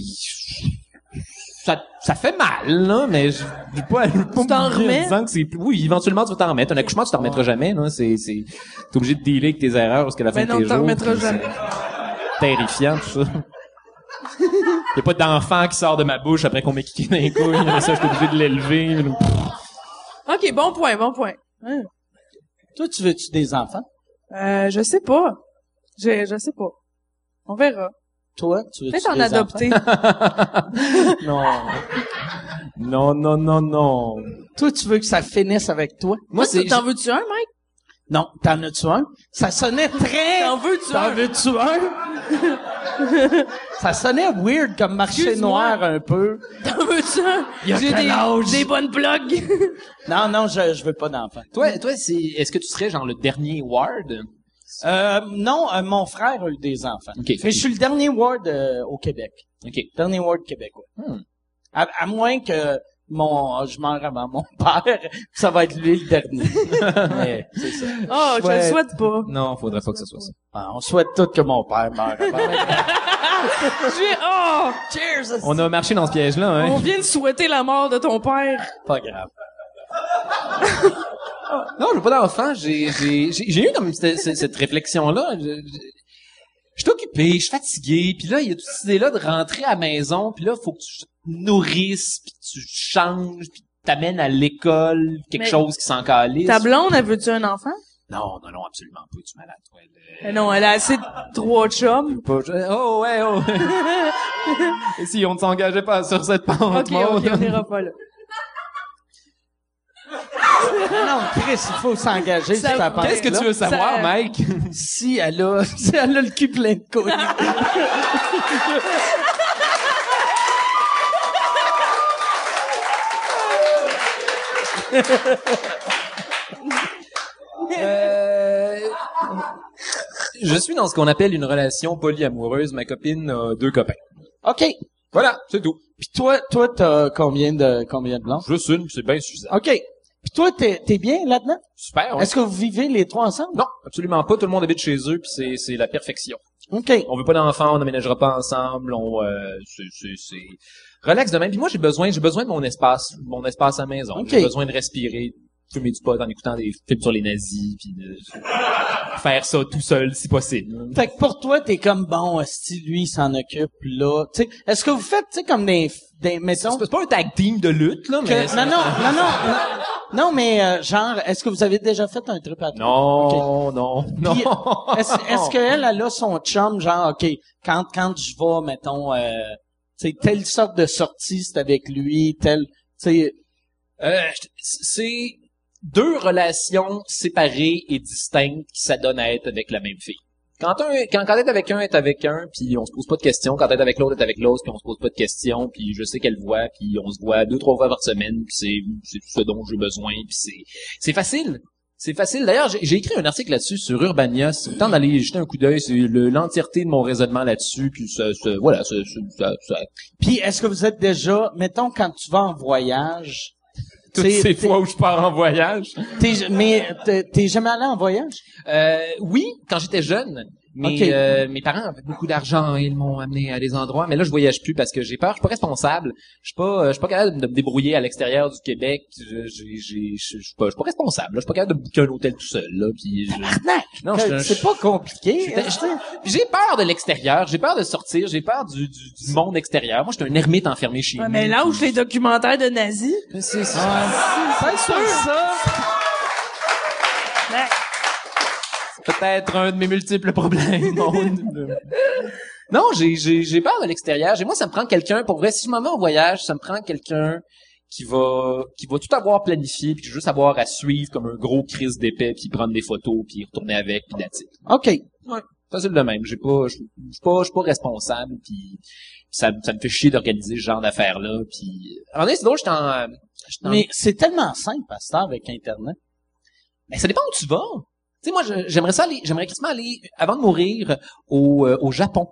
D: ça, ça fait mal, là, mais je, je peux pas, je peux pas
C: Tu t'en
D: me dire en
C: remets?
D: disant que c'est, oui, éventuellement, tu vas t'en remettre. Un accouchement, tu t'en remettras jamais, là. C'est, c'est, t'es obligé de dealer avec tes erreurs jusqu'à la fin
C: Ben
D: de
C: non,
D: tes
C: tu t'en
D: jours,
C: remettras
D: puis
C: jamais.
D: c'est Terrifiant, tout ça.
C: <laughs>
D: y a pas d'enfant qui sort de ma bouche après qu'on m'ait kické dans les couilles. mais ça, je suis obligé de l'élever.
C: OK, bon point, bon point. Hein.
B: Toi, tu veux-tu des enfants?
C: Euh, je sais pas. Je, je sais pas. On verra.
B: Toi, tu veux-tu des
C: Peut-être
B: <laughs>
C: en adopter.
D: Non. Non, non, non, non.
B: enfants? Toi, tu veux que ça finisse avec toi?
D: Moi, c'est,
C: T'en veux-tu un, Mike?
B: Non, t'en as-tu un? Ça sonnait très...
C: T'en veux-tu hein?
B: T'en
C: un?
B: veux-tu un? ça sonnait weird comme marché
C: Excuse-moi.
B: noir un peu.
C: T'en veux-tu hein? un?
B: Il y a
C: J'ai
B: quel âge?
C: des, des bonnes plugs.
B: Non, non, je, je veux pas d'enfants.
D: Toi, toi, c'est, est-ce que tu serais genre le dernier ward?
B: Euh, non, euh, mon frère a eu des enfants.
D: Ok.
B: Mais je suis le dernier ward euh, au Québec.
D: Ok.
B: Dernier ward québécois.
D: Hmm.
B: À, à moins que mon, je meurs avant mon <laughs> père, ça va être lui le dernier.
D: <laughs>
B: Mais c'est ça.
C: Oh, je le
D: Ouais.
C: souhaite pas.
D: Non, faudrait pas que ce soit ça.
B: Ah, on souhaite tous que mon père meure
D: <laughs>
B: avant.
C: J'ai- oh! Cheers!
D: On a marché dans ce piège-là,
C: On
D: hein.
C: vient de souhaiter la mort de ton père.
B: pas grave.
D: <laughs> Non, j'ai pas d'enfant. J'ai, j'ai, j'ai j'ai eu comme cette, cette- cette réflexion-là. Je, je- je suis occupé, je suis fatigué. Puis là, il y a toute cette idée-là de rentrer à la maison. Puis là, faut que tu te nourrisses, puis tu changes, puis t'amènes à l'école quelque
C: Mais-
D: chose qui s'en calisse.
C: Ta blonde, elle veut-tu un enfant?
D: Non, non, non, absolument pas. Tu es malade, toi.
C: Mais Eh non, elle a assez de trois chums.
D: Pas- je- Oh ouais, oh. Et si on ne s'engageait pas sur cette pente,
C: Ok, ok, on ira pas là.
B: Ah Non, Chris, il faut s'engager
C: Ça-
B: sur ta pente.
D: Qu'est-ce que tu veux savoir,
C: Ça-
D: Mike?
B: Si elle a, <laughs> si elle a le cul plein de couilles.
D: Euh, Je suis dans ce qu'on appelle une relation polyamoureuse. Ma copine a deux copains.
B: OK.
D: Voilà, c'est tout.
B: Puis toi, toi, t'as combien de, combien de blanches?
D: Juste une, puis c'est bien suffisant.
B: OK. Puis toi, t'es, t'es bien là-dedans?
D: Super. ouais.
B: Est-ce que vous vivez les trois ensemble?
D: Non, absolument pas. Tout le monde habite chez eux, puis c'est c'est la perfection.
B: OK.
D: On veut pas d'enfants, on n'aménagera pas ensemble, on euh, c'est- c'est c'est relax de même. Puis moi j'ai besoin j'ai besoin de mon espace, mon espace à la maison.
B: Ok.
D: J'ai besoin de respirer, de fumer du pot en écoutant des films sur les nazis, puis de <laughs> faire ça tout seul si possible.
B: Fait que pour toi, t'es comme, bon, si lui, il s'en occupe, là. Tu sais, est-ce que vous faites, tu sais, comme des, des, mettons...
D: C'est pas un tag team de lutte là, mais
B: que- non, non, non, non, non. Non, mais euh, genre, est-ce que vous avez déjà fait un trip à trois?
D: non, non, non.
B: Puis, Est-ce est-ce qu'elle, elle a son chum, genre, OK, quand, quand je vais, mettons, euh, tu sais, telle sorte de sortie, c'est avec lui, telle, tu sais,
D: Euh, je- c'est deux relations séparées et distinctes qui s'adonnent à être avec la même fille. Quand un, quand, quand être avec un, est avec un, puis on se pose pas de questions. Quand être avec l'autre, est avec l'autre, puis on se pose pas de questions. Puis je sais qu'elle voit, puis on se voit deux, trois fois par semaine. Puis c'est, c'est tout ce dont j'ai besoin. Puis c'est, c'est facile. C'est facile. D'ailleurs, j'ai, j'ai écrit un article là-dessus sur Urbania. C'est le temps d'aller jeter un coup d'œil. C'est le- l'entièreté de mon raisonnement là-dessus. Puis ça, ça- voilà, ça- ça- ça- ça-
B: Puis est-ce que vous êtes déjà, mettons, quand tu vas en voyage,
D: toutes
B: t'sais,
D: ces
B: t'es-
D: fois où je pars en voyage.
B: t'es- mais t'es- t'es jamais allé en voyage?
D: Euh, oui, quand j'étais jeune. Mais
B: Ok.
D: euh, mes parents avaient beaucoup d'argent et ils m'ont amené à des endroits. Mais là, je voyage plus parce que j'ai peur. Je suis pas responsable. Je suis pas, euh, je suis pas capable de me débrouiller à l'extérieur du Québec. Je, j'ai- j'ai- je, je suis pas, je suis pas responsable. là. Je suis pas capable de bouquer un hôtel tout seul. Là, puis je- non, je- je-
B: c'est pas compliqué. hein,
D: je-
B: est-ce que-
D: j'ai peur de l'extérieur. J'ai peur de sortir. J'ai peur du, du, du monde extérieur. Moi, je suis un ermite enfermé chez
C: Ouais,
D: moi.
C: mais là où les documentaires de nazis.
D: c'est ça.
A: C'est sûr, ça.
D: peut-être un de mes multiples problèmes. mon
C: <laughs>
D: Dieu. non, j'ai, j'ai, j'ai peur de l'extérieur. J'ai- Moi, ça me prend quelqu'un, pour vrai, si je m'en vais en voyage, ça me prend quelqu'un qui va, qui va tout avoir planifié, puis juste avoir à suivre comme un gros crise d'épais, puis prendre des photos, puis retourner avec, puis that's it.
B: OK.
D: Ça, c'est le même. J'ai pas, je je suis pas, je suis pas responsable, puis ça, me- ça me fait chier d'organiser ce genre d'affaires-là, puis... euh, À un moment donné, c'est drôle, j'étais en... euh, j'étais en-
B: Mais c'est tellement simple, Pasteur, avec Internet.
D: Mais ça dépend où tu vas. Tu sais, moi, je- j'aimerais ça aller, j'aimerais quasiment aller, avant de mourir, au, euh, au Japon,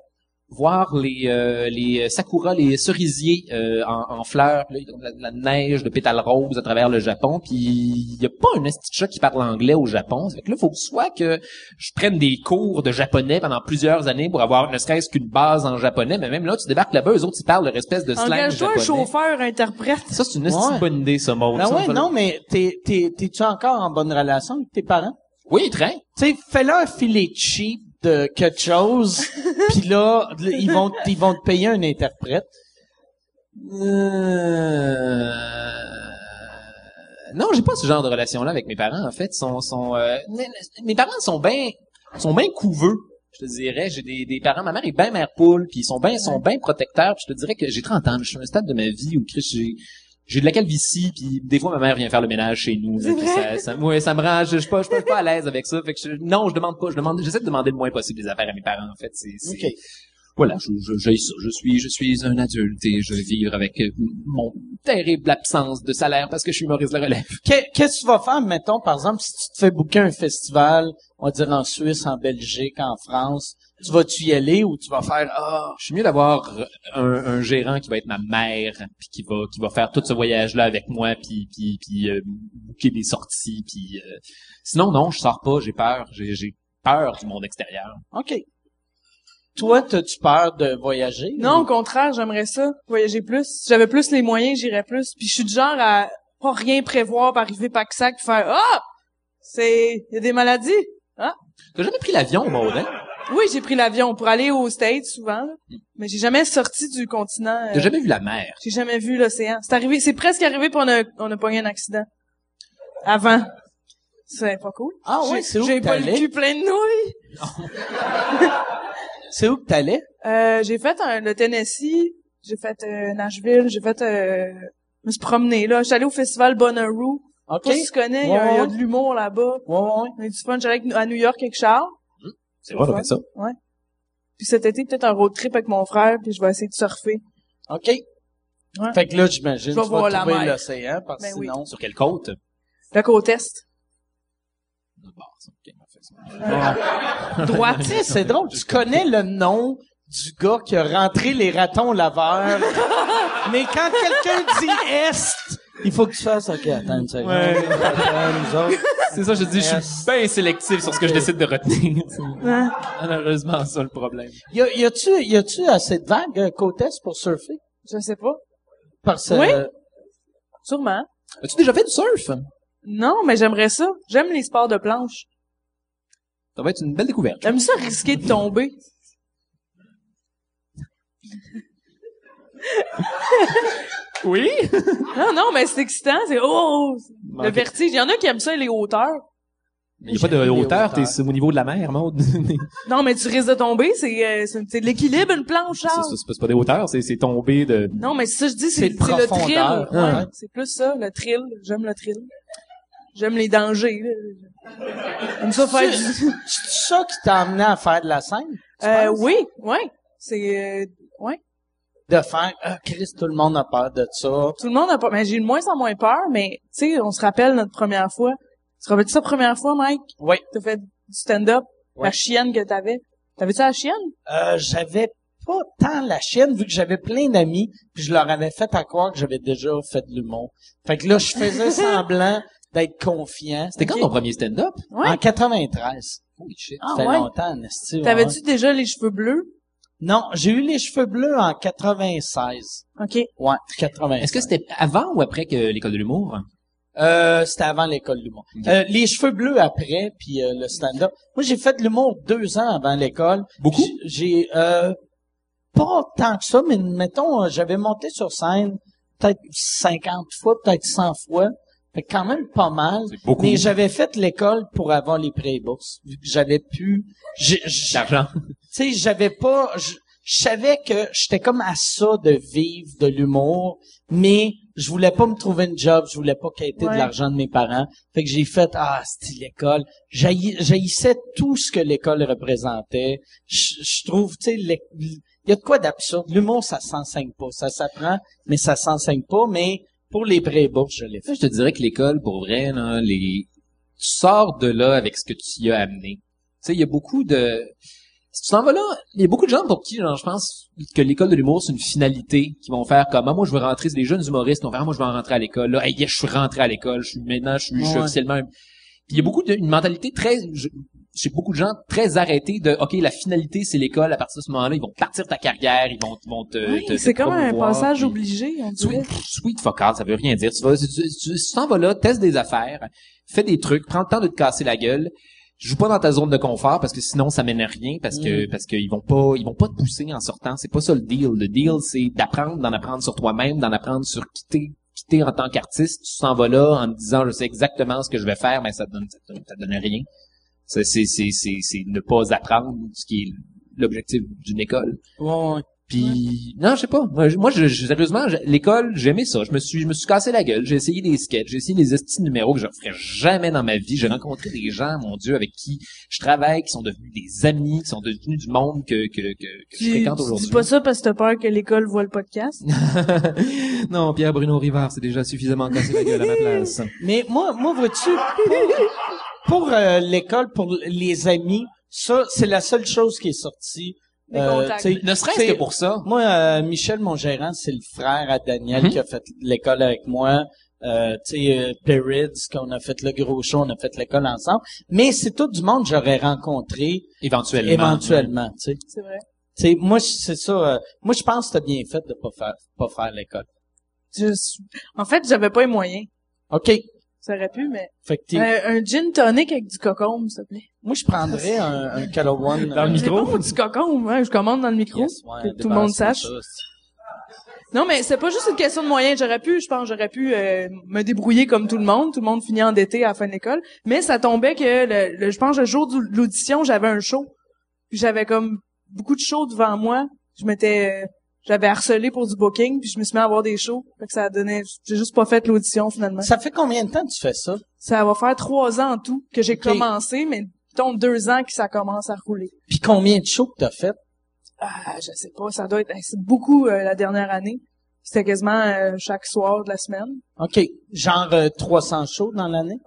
D: voir les, euh, les sakura, les cerisiers euh, en, en fleurs, puis là, ils ont de la, de la neige de pétales roses à travers le Japon, puis il y a pas un esti de chat qui parle anglais au Japon. Ça fait que là, faut que soit que je prenne des cours de japonais pendant plusieurs années pour avoir ne serait-ce qu'une base en japonais, mais même là, tu débarques là-bas, eux autres, ils parlent leur espèce de slang
C: Engage-toi un
D: japonais.
C: chauffeur interprète.
D: Ça, c'est une esti de
B: Ouais.
D: bonne idée, ça, Maud.
B: Ah
D: Ça, on
B: ouais,
D: va-
B: non, mais t'es, t'es, t'es-tu encore en bonne relation avec tes parents?
D: Oui, très.
B: Tu sais, fais-leur un filet cheap de quelque chose,
C: <laughs>
B: puis là, ils vont, ils vont te payer un interprète.
D: Euh, Non, j'ai pas ce genre de relation-là avec mes parents. En fait, Ils sont, sont euh, mes- mes parents sont bien, sont bien couveux. Je te dirais, j'ai des, des parents, ma mère est bien mère poule, puis ils sont bien, sont bien protecteurs. Puis je te dirais que j'ai 30 ans, je suis à un stade de ma vie où Chris, j'ai j'ai de la calvitie, puis des fois ma mère vient faire le ménage chez nous. là, puis ça, ça, ouais, ça me rend, je je suis pas, je suis pas à l'aise avec ça. Fait que je- non, je demande pas, je demande, j'essaie de demander le moins possible des affaires à mes parents. En fait, c'est c'est-
B: OK.
D: voilà, je, je, j'ai ça. je suis je suis un adulte et je vais vivre avec euh, mon terrible absence de salaire parce que je suis Maurice la <laughs> relève.
B: Qu'est- Qu'est-ce que tu vas faire, mettons, par exemple, si tu te fais booker un festival, on va dire en Suisse, en Belgique, en France, tu vas-tu y aller ou tu vas faire Ah,
D: Je suis mieux d'avoir un, un gérant qui va être ma mère puis qui va qui va faire tout ce voyage là avec moi puis puis puis euh, booker des sorties puis euh, sinon non, je sors pas, j'ai peur, j'ai j'ai peur du monde extérieur.
B: OK. Toi, t'as-tu peur de voyager?
C: Non, au
B: Ou-
C: contraire, j'aimerais ça. Voyager plus. Si j'avais plus les moyens, j'irais plus. Puis je suis du genre à pas rien prévoir, par arriver pack sac, puis faire ah, c'est il y a des maladies.
D: T'as jamais pris l'avion, Maud, hein?
C: Oui, j'ai pris l'avion pour aller aux States souvent, là. mais j'ai jamais sorti du continent. euh,
D: T'as jamais vu la mer?
C: J'ai jamais vu l'océan. C'est arrivé, c'est presque arrivé puis on a on a pas eu un accident. Avant. C'est pas cool.
B: Ah
C: J'ai-
B: oui, c'est où
C: J'ai
B: que
C: pas le
B: t'allais?
C: cul plein de nouilles.
B: C'est où que t'allais?
C: Euh, j'ai fait un- le Tennessee, j'ai fait euh, Nashville, j'ai fait euh, je me suis promené là, j'étais allé au festival Bonnaroo.
B: OK.
C: Je sais pas si tu connais, il y a- il y, a
B: Ouais,
C: de l'humour là-bas.
B: Ouais, ouais, ouais.
C: On a eu du fun, j'allais avec- à New York avec Charles.
D: C'est vrai, on fait ça.
C: Puis cet été peut-être un road trip avec mon frère, puis je vais essayer de surfer.
B: OK. Fait que là, j'imagine,
C: Je
B: tu
C: vais
B: vas
C: voir la
B: trouver
C: mer.
B: l'océan, parce que
C: Ben oui.
B: sinon...
D: Sur quelle côte?
C: La côte est.
B: Tu sais, c'est drôle. Tu connais le nom du gars qui a rentré les ratons
C: <laughs>
B: laveurs. mais quand quelqu'un dit Est, il faut que tu fasses, OK, attends une seconde. Attends, nous autres.
D: C'est ça, je dis, je suis bien sélectif sur ce que je décide de retenir. C'est Malheureusement, ça le problème.
B: Y a- Y a-tu, y a-tu assez de vagues euh, côte est pour surfer?
C: Je sais pas.
B: Parce que,
C: Oui.
B: euh,
C: Sûrement.
D: As-tu déjà fait du surf?
C: Non, mais j'aimerais ça. J'aime les sports de planche.
D: Ça va être une belle découverte.
C: J'aime ça risquer de tomber.
D: Oui?
C: Non, non, mais c'est excitant. C'est oh, le vertige. Il y en a qui aiment ça les hauteurs.
D: Il n'y a pas de
B: les
D: hauteur, t'es
B: hauteurs.
D: au niveau de la mer, Maud.
C: Non, mais tu risques de tomber. C'est euh, c'est c'est de l'équilibre une planche.
D: C'est-
C: Charles.
D: c'est c'est pas des hauteurs, c'est c'est tombé de...
C: Non, mais ça je dis
B: C'est
C: c'est
B: de
C: c'est le thrill.
B: profondeur,
C: Ouais,
B: hein.
C: C'est plus ça le thrill. J'aime le thrill. J'aime les dangers. là. J'aime ça faire du
B: c'est c'est ça qui t'a amené à faire de la scène? tu
C: <laughs> Euh,
B: penses?
C: oui, oui. C'est euh, ouais.
B: De faire, ah, Christ, tout le monde a peur de ça.
C: Tout le monde a pas. Mais j'ai de moins en moins peur, mais tu sais, on se rappelle notre première fois. Tu te rappelles de ça première fois, Mike?
B: Oui.
C: T'as fait du stand-up.
B: Oui.
C: La chienne que t'avais. T'avais-tu la chienne?
B: Euh, j'avais pas tant la chienne, vu que j'avais plein d'amis, puis je leur avais fait à croire que j'avais déjà fait de l'humour. Fait que là, je
C: <laughs>
B: faisais semblant d'être confiant.
D: C'était quand ton premier stand-up?
C: Ouais.
B: En 93.
D: Holy shit.
B: Ça
C: Ah
B: fait
C: ouais.
B: longtemps, Nasty, ouais.
C: T'avais-tu déjà les cheveux bleus?
B: Non, j'ai eu les cheveux bleus en 96.
C: OK.
B: Ouais, 96.
D: Est-ce que c'était avant ou après que l'école de l'humour?
B: Euh, c'était avant l'école de l'humour.
D: Ok.
B: Euh, les cheveux bleus après, puis euh, le stand-up. Moi, j'ai fait de l'humour deux ans avant l'école.
D: Beaucoup?
B: Puis J'ai euh, pas tant que ça, mais mettons, euh, j'avais monté sur scène peut-être 50 fois, peut-être 100 fois. Fait que quand même pas mal.
D: C'est beaucoup.
B: Mais j'avais fait l'école pour avoir les prêts et bourses. Vu que J'avais pu... j'ai- j'ai-
D: D'argent.
B: <laughs> tu sais, j'avais pas, je, je savais que j'étais comme à ça de vivre de l'humour, mais je voulais pas me trouver une job, je voulais pas quitter
C: Ouais.
B: de l'argent de mes parents. Fait que j'ai fait, ah, c'était l'école. J'haï- J'haïssais tout ce que l'école représentait. Je je trouve, tu sais, l'é- il y a de quoi d'absurde. L'humour, ça s'enseigne pas. Ça s'apprend, mais ça s'enseigne pas. Mais pour les prêts et bourses, je l'ai fait.
D: Ça, je te dirais que l'école, pour vrai, là, les... tu sors de là avec ce que tu y as amené. Tu sais, il y a beaucoup de... Si tu t'en vas là, il y a beaucoup de gens pour qui, genre, je pense que l'école de l'humour, c'est une finalité, qui vont faire comme, ah, moi, je veux rentrer, c'est des jeunes humoristes, qui vont faire, ah, moi, je veux en rentrer à l'école, là, hey, yes, je suis rentré à l'école, je suis maintenant, je suis, je suis
B: Ouais.
D: officiellement... un- Puis il y a beaucoup d'une mentalité très... je- Chez beaucoup de gens très arrêtés de, OK, la finalité, c'est l'école, à partir de ce moment-là, ils vont partir ta carrière, ils vont, ils vont te...
C: Oui,
D: te- te
C: c'est comme un
D: promouvoir,
C: passage
D: puis-
C: obligé, on dirait.
D: Sweet, sweet fuck all, ça veut rien dire. Tu vas, tu, tu- tu- tu t'en vas là, teste des affaires, fais des trucs, prends le temps de te casser la gueule. Joue pas dans ta zone de confort parce que sinon ça mène à rien parce que parce qu'ils vont pas ils vont pas te pousser en sortant c'est pas ça le deal le deal c'est d'apprendre d'en apprendre sur toi-même d'en apprendre sur quitter quitter en tant qu'artiste tu s'en vas là en te disant je sais exactement ce que je vais faire mais ça te donne ça te donne, ça te donne rien c'est c'est c'est c'est c'est ne pas apprendre ce qui est l'objectif d'une école puis non, je sais pas. Moi, je- moi, je, je- sérieusement, je- l'école, j'aimais ça. Je me suis, je me suis cassé la gueule. J'ai essayé des sketchs, j'ai essayé des estis numéros que je referais jamais dans ma vie. J'ai rencontré des gens, mon Dieu, avec qui je travaille, qui sont
F: <laughs>
D: devenus des amis, qui sont devenus du monde que que que, que je
C: Tu,
D: fréquente
C: tu dis
D: aujourd'hui.
C: pas ça parce que t'as peur que l'école voit le podcast.
D: non, Pierre Bruno Rivard, c'est déjà suffisamment cassé la gueule à ma <laughs> place.
B: Mais moi, moi, vois-tu, pour, pour, euh, l'école, pour les amis, ça, c'est la seule chose qui est sortie. euh,
C: Des contacts.
B: tu sais,
D: Ne serait-ce
B: tu sais,
D: que pour ça.
B: Moi, euh, Michel, mon gérant, c'est le frère à Daniel
D: Mhm.
B: qui a fait l'école avec moi. Euh, tu sais, euh, Perrids, qu'on a fait le gros show, on a fait l'école ensemble. Mais c'est tout du monde que j'aurais rencontré
D: Éventuellement.
B: éventuellement, tu sais.
C: C'est vrai.
B: Tu sais, moi, c'est ça. euh, moi, je pense que t'as bien fait de pas faire, pas faire l'école.
C: Je suis- En fait, j'avais pas les moyens.
B: OK.
C: Ça aurait pu, mais...
B: Fait que t'es-
C: Euh, un gin tonic avec du cocombe, s'il te plaît.
B: moi, je prendrais un, un Calawan,
D: Dans le
B: euh,
C: C'est
D: Micro?
C: bon, du cocombe, hein, je commande dans le micro.
B: Yes, ouais,
C: que tout le
B: dépendant
C: monde
B: de ça,
C: sache.
B: ça,
C: Non, mais c'est pas juste une question de moyens. J'aurais pu, je pense, j'aurais pu euh, me débrouiller comme tout le monde. Tout le monde finit endetté à la fin de l'école. Mais ça tombait que, le, le- je pense, le jour de l'audition, j'avais un show. Puis j'avais comme beaucoup de shows devant moi. Je m'étais... euh, j'avais harcelé pour du booking, puis je me suis mis à avoir des shows. Fait que ça donnait... J'ai juste pas fait l'audition, finalement.
B: Ça fait combien de temps que tu fais ça?
C: Ça va faire trois ans en tout que j'ai
B: Ok.
C: commencé, mais tombe deux ans que ça commence à rouler.
B: Puis combien de shows que t'as fait?
C: Ah, je sais pas, ça doit être... hey, C'est beaucoup euh, la dernière année. C'était quasiment euh, chaque soir de la semaine.
B: OK. Genre euh, 300 shows dans l'année?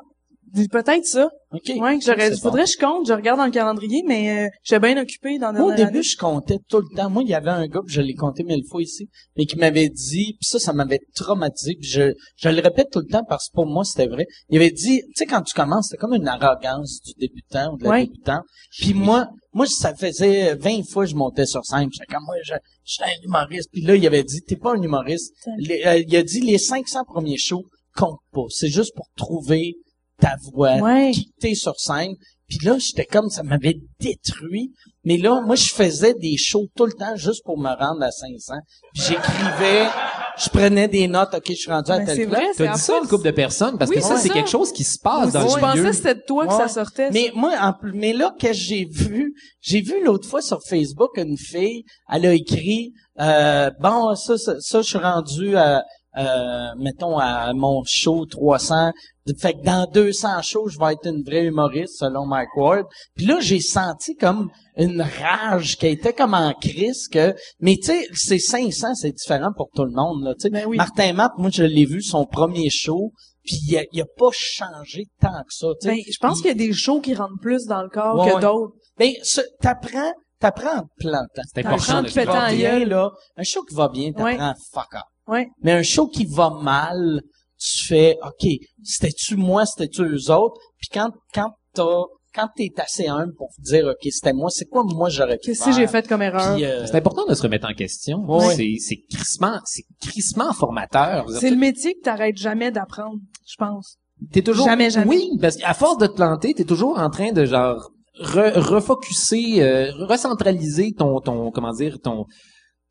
C: Dis Peut-être ça.
B: OK.
C: Ouais, j'aurais,
B: C'est
C: faudrait que je compte, je regarde dans le calendrier, mais euh, j'étais bien occupée dans
B: Moi, au
C: dernière
B: début,
C: année.
B: je comptais tout le temps. Moi, il y avait un gars, puis je l'ai compté mille fois ici, mais qui m'avait dit, puis ça, ça m'avait traumatisé, puis je, je le répète tout le temps parce que pour moi, c'était vrai. Il avait dit, tu sais, quand tu commences, c'est comme une arrogance du débutant ou de la
C: Ouais.
B: débutante. Puis moi, moi, ça faisait 20 fois que je montais sur scène. Puis J'étais comme, moi, je, je suis un humoriste. Puis là, il avait dit, t'es pas un humoriste. Les- euh, il a dit, les 500 premiers shows comptent pas. C'est juste pour trouver ta voix,
C: Ouais.
B: qui t'es sur scène. Puis là, j'étais comme, ça m'avait détruit. Mais là, moi, je faisais des shows tout le temps juste pour me rendre à 500. Puis j'écrivais, je prenais des notes. OK, je suis rendu à
C: Ben,
B: tel
C: c'est
B: plat.
C: vrai, c'est
F: T'as
C: à
F: dit ça à une
C: force.
F: couple de personnes parce
C: Oui,
F: que ça,
C: c'est
F: c'est
C: ça.
F: quelque chose qui se passe dans
C: je
F: le
C: pensais
F: milieu.
C: que c'était de toi que
B: Ouais.
C: ça sortait. ça.
B: Mais moi, en plus- mais là, qu'est-ce que j'ai vu? J'ai vu l'autre fois sur Facebook une fille, elle a écrit, euh, bon, ça, ça, ça, je suis rendu à, euh, mettons, à mon show 300. Fait que dans 200 shows, je vais être une vraie humoriste, selon Mike Ward. Puis là, j'ai senti comme une rage qui était comme en crise que, mais tu sais, c'est 500, c'est différent pour tout le monde, là, tu sais.
C: Ben oui.
B: Martin Matt, moi, je l'ai vu, son premier show, puis il a, il a pas changé tant que ça, tu sais.
C: Ben, je pense qu'il y a des shows qui rentrent plus dans le corps
B: Ouais,
C: que
B: ouais.
C: d'autres.
B: Ben, ce- t'apprends, t'apprends en te plantant.
F: C'est
C: T'as un
F: important
C: chant
F: de
C: qui fait
F: le faire.
C: tant
B: Bien,
C: gueule.
B: là, un show qui va bien, t'apprends
C: Ouais.
B: à fuck up.
C: Ouais.
B: Mais un show qui va mal, tu fais, OK, c'était-tu moi, c'était-tu eux autres? Puis quand, quand t'as, quand t'es assez humble pour dire, OK, c'était moi, c'est quoi moi j'aurais pu
C: Qu'est-ce que
B: faire?
C: j'ai fait comme erreur?
B: Puis, euh,
F: C'est important de se remettre en question.
B: Ouais.
F: C'est, c'est crissement, c'est crissement formateur.
C: C'est le métier que t'arrêtes jamais d'apprendre, je pense.
F: T'es toujours.
C: Jamais, jamais.
F: Oui, parce qu'à force de te planter, t'es toujours en train de genre re, refocuser, euh, recentraliser ton, ton, comment dire, ton,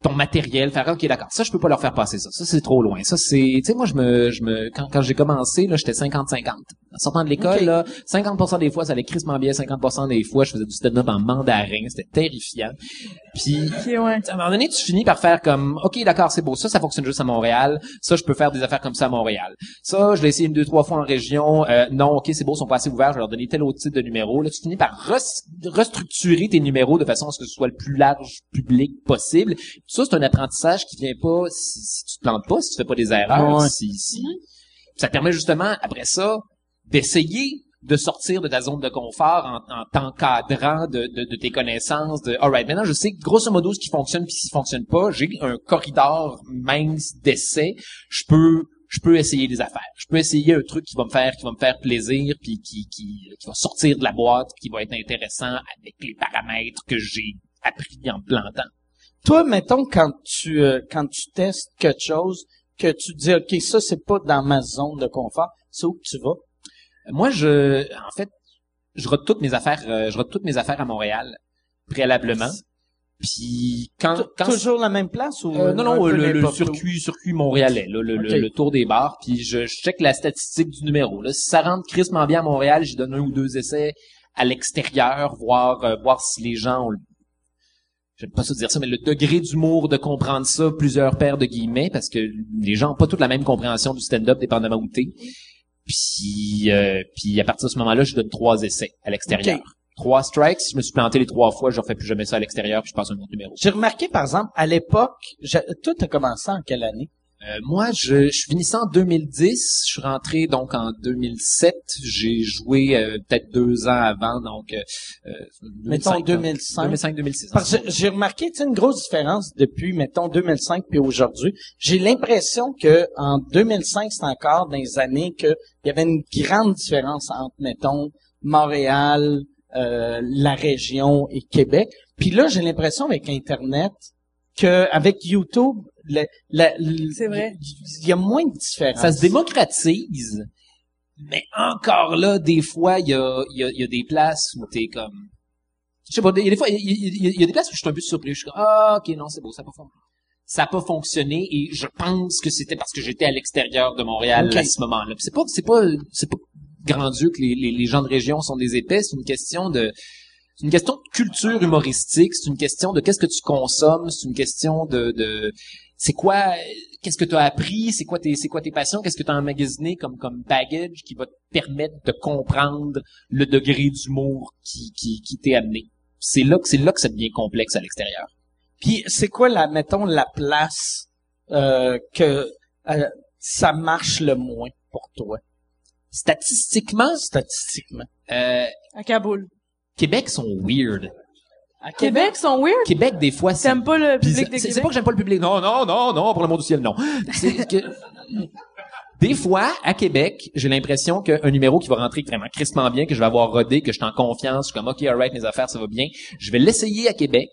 F: ton matériel, faire ok d'accord ça je peux pas leur faire passer ça ça c'est trop loin ça c'est tu sais moi je me je me quand, quand j'ai commencé là j'étais 50 50 en sortant de l'école
B: Ok.
F: là 50% des fois ça allait crissement bien 50% des fois je faisais du stand-up en mandarin c'était terrifiant puis
C: Ok, ouais.
F: à un moment donné, tu finis par faire comme, OK, d'accord, c'est beau. Ça, ça fonctionne juste à Montréal. Ça, je peux faire des affaires comme ça à Montréal. Ça, je l'ai essayé une, deux, trois fois en région. Euh, non, OK, c'est beau, ils sont pas assez ouverts. Je vais leur donner tel autre type de numéro. Là, tu finis par res- restructurer tes numéros de façon à ce que ce soit le plus large public possible. Ça, c'est un apprentissage qui vient pas si, si tu te plantes pas, si tu fais pas des erreurs.
B: Ouais.
F: Si, si. Ça te permet justement, après ça, d'essayer de sortir de ta zone de confort en, en t'encadrant de, de, de tes connaissances. De, all right, maintenant, je sais grosso modo ce qui fonctionne puis ce qui fonctionne pas. J'ai un corridor mince d'essais. Je peux je peux essayer des affaires. Je peux essayer un truc qui va me faire qui va me faire plaisir puis qui qui, qui va sortir de la boîte, qui va être intéressant avec les paramètres que j'ai appris en me plantant.
B: toi, mettons, quand tu, euh, quand tu testes quelque chose, que tu dis, OK, ça, c'est pas dans ma zone de confort, c'est où que tu vas?
F: Moi, je, en fait, je rate toutes mes affaires, euh, je rate toutes mes affaires à Montréal préalablement. Puis quand,
B: Tou-
F: quand
B: Hein? Toujours la même place ou?
F: Euh, non,
B: un
F: non,
B: peu
F: le, le
B: n'importe où?
F: circuit, circuit montréalais, là, le, le-
B: Ok.
F: le tour des bars, puis je, je check la statistique du numéro. Là. Si ça rentre crissement bien à Montréal, j'y donne un ou deux essais à l'extérieur, voir euh, voir si les gens ont le- J'aime pas ça dire ça, mais le degré d'humour de comprendre ça, plusieurs paires de guillemets, parce que les gens n'ont pas toute la même compréhension du stand-up, dépendamment où t'es. Puis, euh, puis à partir de ce moment-là, je donne trois essais à l'extérieur.
B: Ok.
F: Trois strikes, je me suis planté les trois fois, je refais plus jamais ça à l'extérieur, puis je passe un autre numéro.
B: J'ai remarqué, par exemple, à l'époque, j'a- toi, t'as commencé en quelle année?
F: Euh, moi, je, je finissais en 2010. Je suis rentré donc en 2007. J'ai joué euh, peut-être deux ans avant, donc euh, euh,
B: Mettons
F: 2005,
B: 2005.
F: 2005, 2006.
B: Parce que j'ai remarqué tu sais, une grosse différence depuis, mettons, 2005 puis aujourd'hui. J'ai l'impression que en 2005, c'est encore dans les années que il y avait une grande différence entre, mettons, Montréal, euh, la région et Québec. Puis là, j'ai l'impression avec Internet que avec YouTube, la- la- l-
C: C'est vrai.
B: il y a moins de différence.
F: Ça se démocratise. Mais encore là, des fois, il y a, il y, a, il y a des places où t'es comme... Je sais pas, il y a des fois, il y, a- il y a- il y a des places où je suis un peu surpris. Je suis comme, ah, ok, non, c'est beau, ça n'a pas fonctionné. Ça n'a pas fonctionné et je pense que c'était parce que j'étais à l'extérieur de Montréal
B: Ok.
F: à ce moment-là. Puis C'est pas, c'est pas, c'est pas grandieux que les, les, les gens de région sont des épais. C'est une question de, c'est une question de culture humoristique. C'est une question de qu'est-ce que tu consommes. C'est une question de, de c'est quoi, qu'est-ce que tu as appris, c'est quoi tes, c'est quoi tes passions, qu'est-ce que tu as emmagasiné comme, comme baggage qui va te permettre de comprendre le degré d'humour qui, qui, qui t'est amené. C'est là que, c'est là que ça devient complexe à l'extérieur.
B: Puis c'est quoi la, mettons, la place euh, que euh, ça marche le moins pour toi,
F: Statistiquement,
B: statistiquement?
F: euh,
C: À Kaboul.
F: Québec sont weird.
B: À Québec?
C: Québec, sont weird.
F: Québec, des fois, c'est
C: T'aimes pas le public
F: bizarre.
C: des
F: C'est
C: Québec?
F: c'est pas que j'aime pas le public. Non, non, non, non, pour le monde du ciel, non. C'est que... <laughs> Des fois, à Québec, j'ai l'impression qu'un numéro qui va rentrer vraiment crispement bien, que je vais avoir rodé, que je suis en confiance, je suis comme, OK, alright, mes affaires, ça va bien. Je vais l'essayer à Québec,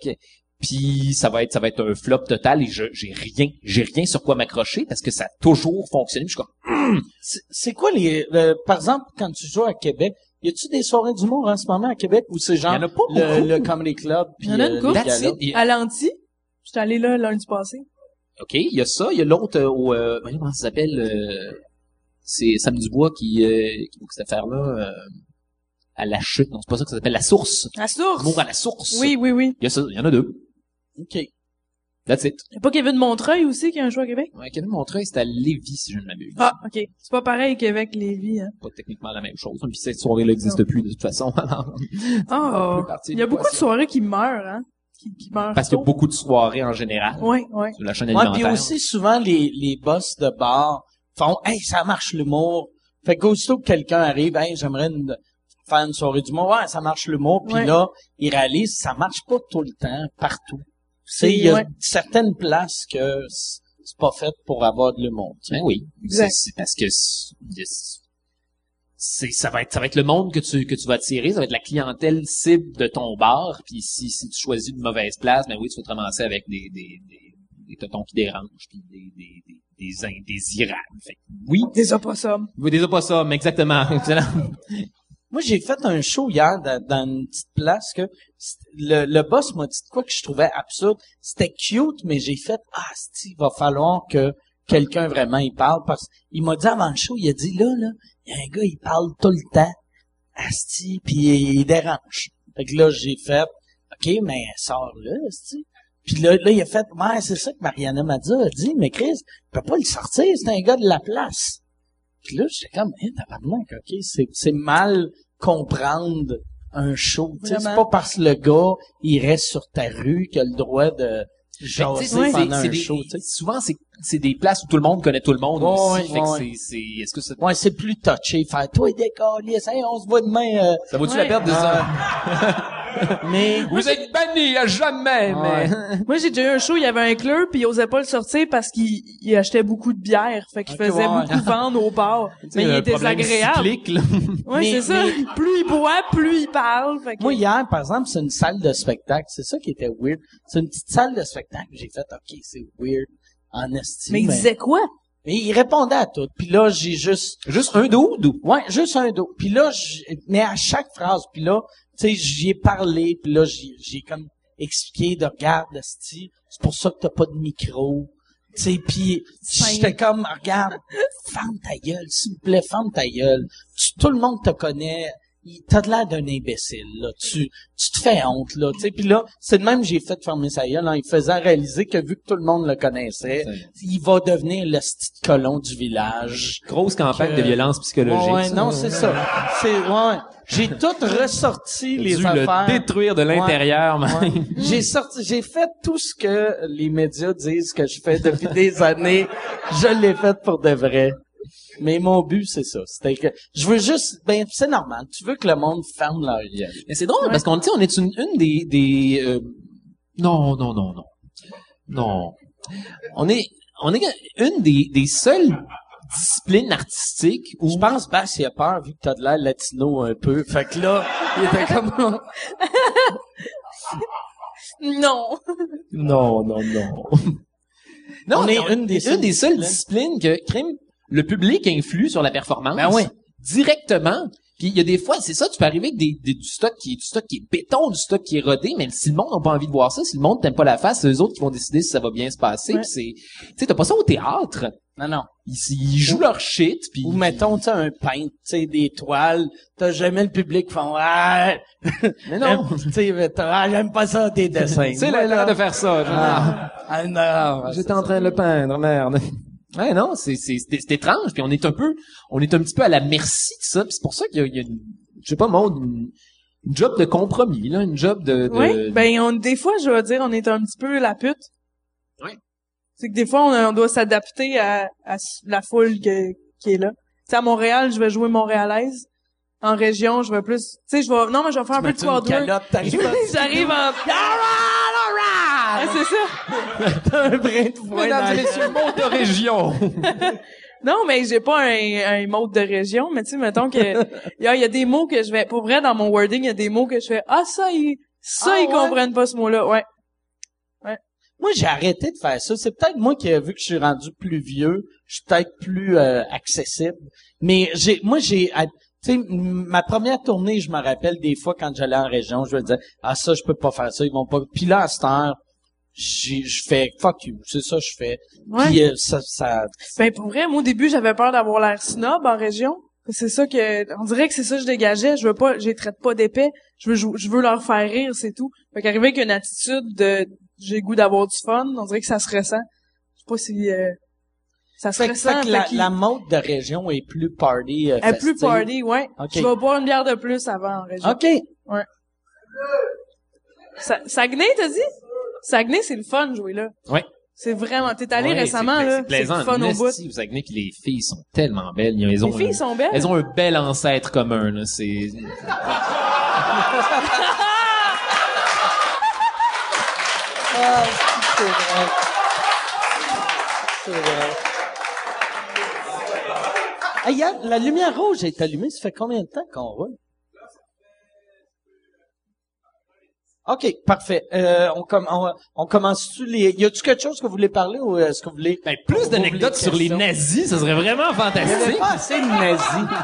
F: puis ça va être, ça va être un flop total et je, j'ai rien, j'ai rien sur quoi m'accrocher parce que ça a toujours fonctionné. Puis Je suis comme,
B: C'est- C'est quoi les... euh, par exemple, quand tu joues à Québec, y a-tu des soirées d'humour en ce moment à Québec où c'est genre
F: Y en a pas
B: le,
F: beaucoup.
B: le Comedy Club? puis,
C: Y en a une
B: euh, les
C: couple.
F: that's
B: galas?
F: it. Et-
C: À l'anti. J'étais allé là lundi passé.
F: OK, il y a ça, il y a l'autre euh, au euh, voyons comment ça s'appelle euh, c'est Sam Dubois qui euh, qui fait cette affaire là à la chute, non, c'est pas ça que ça s'appelle la source.
C: À source.
F: Humour à la source.
C: Oui, oui, oui.
F: Il y a ça, il y en a deux.
B: OK.
F: That's it.
C: Y'a pas Kevin Montreuil aussi qui a un choix à Québec?
F: Ouais, Kevin Montreuil, c'est à Lévis si je ne m'abuse.
C: Ah, ok. C'est pas pareil Québec, Lévis, hein.
F: C'est Pas techniquement la même chose. Puis cette soirée là n'existe plus de toute façon. <laughs> Alors,
C: Ah.
F: fait partie
C: Il y a
F: de
C: beaucoup
F: quoi,
C: de soirées qui meurent, hein. Qui, qui meurent.
F: euh, parce qu'il y a beaucoup de soirées en général
C: Ouais, ouais.
F: sur la chaîne
B: Ouais, puis
F: alimentaire.
B: aussi, souvent, les, les boss de bar font « Hey, ça marche l'humour! » Fait qu'aussitôt que quelqu'un arrive « Hey, j'aimerais une- faire une soirée d'humour. » Ouais, ça marche l'humour. Puis
C: Ouais.
B: là, ils réalisent que ça marche pas tout le temps, partout. C'est, il y a
C: Ouais.
B: certaines places que c- c'est pas fait pour avoir de l'humour. tu sais.
F: Ben oui.
C: Exact.
F: C'est c'est parce que c'est- c'est ça va être ça va être le monde que tu que tu vas attirer, ça va être la clientèle cible de ton bar. Puis si si tu choisis une mauvaise place, ben oui, tu vas te ramasser avec des des des, des tontons qui dérangent, puis des des des des indésirables. Fait que oui,
C: Des opossums.
F: oui, des opossums, <laughs> exactement. Excellent.
B: Moi, j'ai fait un show hier dans, dans une petite place que c't- le, le boss m'a dit de quoi que je trouvais absurde. C'était cute, mais j'ai fait ah, c'ti, il va falloir que quelqu'un vraiment il parle parce qu'il m'a dit avant le show, il a dit là là, il y a un gars il parle tout le temps, asti, puis il, il dérange. Fait que là j'ai fait ok, mais sors là, asti. Puis là, là, il a fait, ouais, c'est ça que Mariana m'a dit, Elle a dit, mais Chris, tu peux pas le sortir, c'est un gars de la place. Puis là, j'étais comme, hein, tabarnak, ok, c'est, c'est mal comprendre un show. tu sais. C'est
C: Vraiment.
B: pas parce que le gars, il reste sur ta rue qu'il a le droit de
F: Fait que, Ben, tu sais,
B: jaser
F: c'est-
B: pendant
F: c'est
B: un
F: des-
B: show, tu sais.
F: Souvent c'est c'est des places où tout le monde connaît tout le monde
B: Ouais,
F: aussi.
B: ouais,
F: fait
B: ouais,
F: que
B: ouais.
F: c'est c'est est-ce que ça
B: Ouais, c'est plus touché. Faire, toi, décalisse, hey, on se
F: <laughs>
B: voit demain. euh.
F: ça vaut-tu la
C: Ouais.
F: perte de ça?
B: mais,
F: Vous êtes banni à jamais, mais
C: <laughs> Moi, j'ai déjà eu un show, il y avait un club, puis il osait pas le sortir parce qu'il il achetait beaucoup de bière. Fait qu'il
B: Ok, ouais.
C: faisait beaucoup vendre au port. mais il est désagréable. Ouais,
B: Mais-
C: c'est ça. Plus il boit, plus il parle. Fait que-
B: moi, hier, par exemple, c'est une salle de spectacle. C'est ça qui était weird. C'est une petite salle de spectacle. J'ai fait, OK, c'est weird. En estime.
C: mais il disait quoi?
B: mais il répondait à tout. Puis là, j'ai juste
F: Juste un dude ou
B: Ouais, juste un dos. Puis là, j'- mais à chaque phrase, puis là, tu sais, j'y ai parlé, puis là, j'y- j'ai comme expliqué de regarde, esti, c'est pour ça que t'as pas de micro. Tu sais, puis j'étais comme, regarde, ferme ta gueule, s'il vous plaît, ferme ta gueule. Tu- tout le monde te connaît. Il- T'as de l'air d'un imbécile, là. Tu, tu te fais honte, là. Tu sais, puis là, c'est de même que j'ai fait fermer sa gueule en lui faisant réaliser que vu que tout le monde le connaissait, il va devenir le petit colon du village.
F: Grosse campagne
B: Que-
F: de violence psychologique.
B: Ouais, ouais,
F: ça.
B: non, c'est ça. C'est ouais.
F: <laughs>
B: J'ai tout ressorti
F: Dû
B: les
F: le
B: affaires.
F: détruire de l'intérieur,
B: Ouais. <laughs>
F: <laughs> même.
B: J'ai sorti, j'ai fait tout ce que les médias disent que je fais depuis des <laughs> années. Je l'ai fait pour de vrai. Mais mon but, c'est ça. C'était que, je veux juste, ben, c'est normal. Tu veux que le monde ferme leur gueule.
F: Mais c'est drôle parce qu'on dit on est une, une des des euh, non non non non non on est on est une des des seules disciplines artistiques où
B: Je pense, bah, s'il a peur, vu que t'as de l'air latino un peu. Fait que là,
F: <laughs>
B: il était comme,
C: Non.
F: non non non non
B: On est une des seules
F: seules
B: disciplines.
F: disciplines que crime le public influe sur la performance
B: Ben ouais.
F: directement puis il y a des fois, c'est ça, tu peux arriver avec des, des- du stock qui est du stock qui est béton, du stock qui est rodé, mais si le monde n'a pas envie de voir ça, si le monde t'aime pas la face, c'est eux autres qui vont décider si ça va bien se passer.
C: Ouais.
F: puis c'est, tu sais, t'as pas ça au théâtre.
B: non, non.
F: Ils, ils jouent leur shit, puis
B: Ou mettons, tu sais, un peintre, tu sais, des toiles. T'as jamais le public qui font, ah,
F: Mais non,
B: tu sais, mais t'as- ah, j'aime pas ça, tes dessins.
F: Hein? c'est
B: Ben, Moi,
F: la
B: là,
F: l'heure de faire ça.
B: Ah, ah, non, ouais,
F: J'étais
B: c'est
F: en
B: ça.
F: train de le peindre, merde. <laughs> Ouais, non, c'est c'est c'est c'est étrange, puis on est un peu, on est un petit peu à la merci de ça, puis c'est pour ça qu'il y a, il y a une, je sais pas moi, une, une job de compromis, là, une job de. de
C: Ben, Oui. Ben, on, des fois, je vais dire, on est un petit peu la pute. C'est que des fois, on, a- on doit s'adapter à, à s- la foule que- qui est là. Tu sais, à Montréal, je vais jouer montréalaise. En région, je vais plus... Tu sais, je vais... Non, mais je vais faire un peu de
B: Mets-tu une
C: crowd work.
B: calotte, t'arrives <laughs> là,
C: J'arrive en... Ah, c'est ça.
B: t'as un brin de voix dans
D: Mesdames et
B: la-
D: messieurs, monte de région.
C: Non, mais j'ai pas un, un mode de région, mais tu sais, mettons que
B: <laughs>
C: il y, a- il y a des mots que je vais. Pour vrai, dans mon wording, il y a des mots que je fais Ah ça ils ça
B: Ah,
C: ils
B: ouais?
C: comprennent pas ce mot-là. Ouais.
B: Moi, j'ai arrêté de faire ça. C'est peut-être moi qui, euh, vu que je suis rendu plus vieux, je suis peut-être plus euh, accessible. Mais j'ai, moi, j'ai, à- tu sais, m- ma première tournée, je me rappelle des fois quand j'allais en région, je me disais, ah ça, je peux pas faire ça, ils vont pas. Puis là, à cette heure, j'ai- je fais fuck you, c'est ça que je fais.
C: Ouais.
B: Puis euh, ça, ça,
C: Ben pour vrai, moi au début, j'avais peur d'avoir l'air snob en région. C'est ça que on dirait que c'est ça que je dégageais. Je veux pas, je les traite pas d'épais. Je veux, jou- je veux leur faire rire, c'est tout. Fait qu'arriver avec une attitude de j'ai le goût d'avoir du fun, on dirait que ça se ressent. Je sais pas si euh, ça se
B: fait, que-
C: ressent.
B: fait que la,
C: fait qu'il-
B: la mode de région est plus party. euh,
C: elle est plus
B: festive.
C: party, ouais.
B: Ok.
C: Tu vas boire une bière de plus avant en région.
B: Ok.
C: Sa Saguenay, t'as dit? Saguenay, c'est le fun, jouer là.
D: Ouais.
C: C'est vraiment... T'es allé
D: Ouais,
C: récemment,
D: c'est-
C: là.
D: C'est
C: C'est
D: plaisant.
C: le fun au bout.
D: Nasty, vous savez que les filles sont tellement belles. Elles ont
C: Les filles
D: un-
C: sont belles.
D: Elles ont un bel ancêtre commun, là. C'est.
B: Ah, c'est vrai. C'est vrai. Hey, Yann, la lumière rouge est allumée. Ça fait combien de temps qu'on roule? OK, parfait. Euh, on, com- on, on commence-tu les... Y a-tu quelque chose que vous voulez parler ou est-ce que vous voulez...
D: Ben, plus
B: Vous voulez
D: d'anecdotes sur les
B: questions?
D: nazis, ce serait vraiment
B: Il n'y
D: fantastique.
B: avait pas assez de nazis.